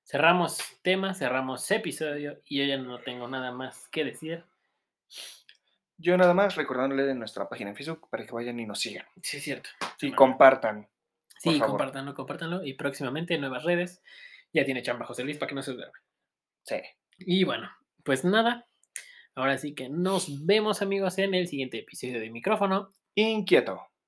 Cerramos tema, cerramos episodio y yo ya no tengo nada más que decir. Yo nada más recordándole de nuestra página en Facebook para que vayan y nos sigan. Sí, es cierto. Y Bueno. compartan. por Sí, favor. compártanlo, compártanlo. Y próximamente nuevas redes. Ya tiene chamba José Luis para que no se duerma. Sí. Y bueno, pues nada. Ahora sí que nos vemos amigos en el siguiente episodio de micrófono. Inquieto.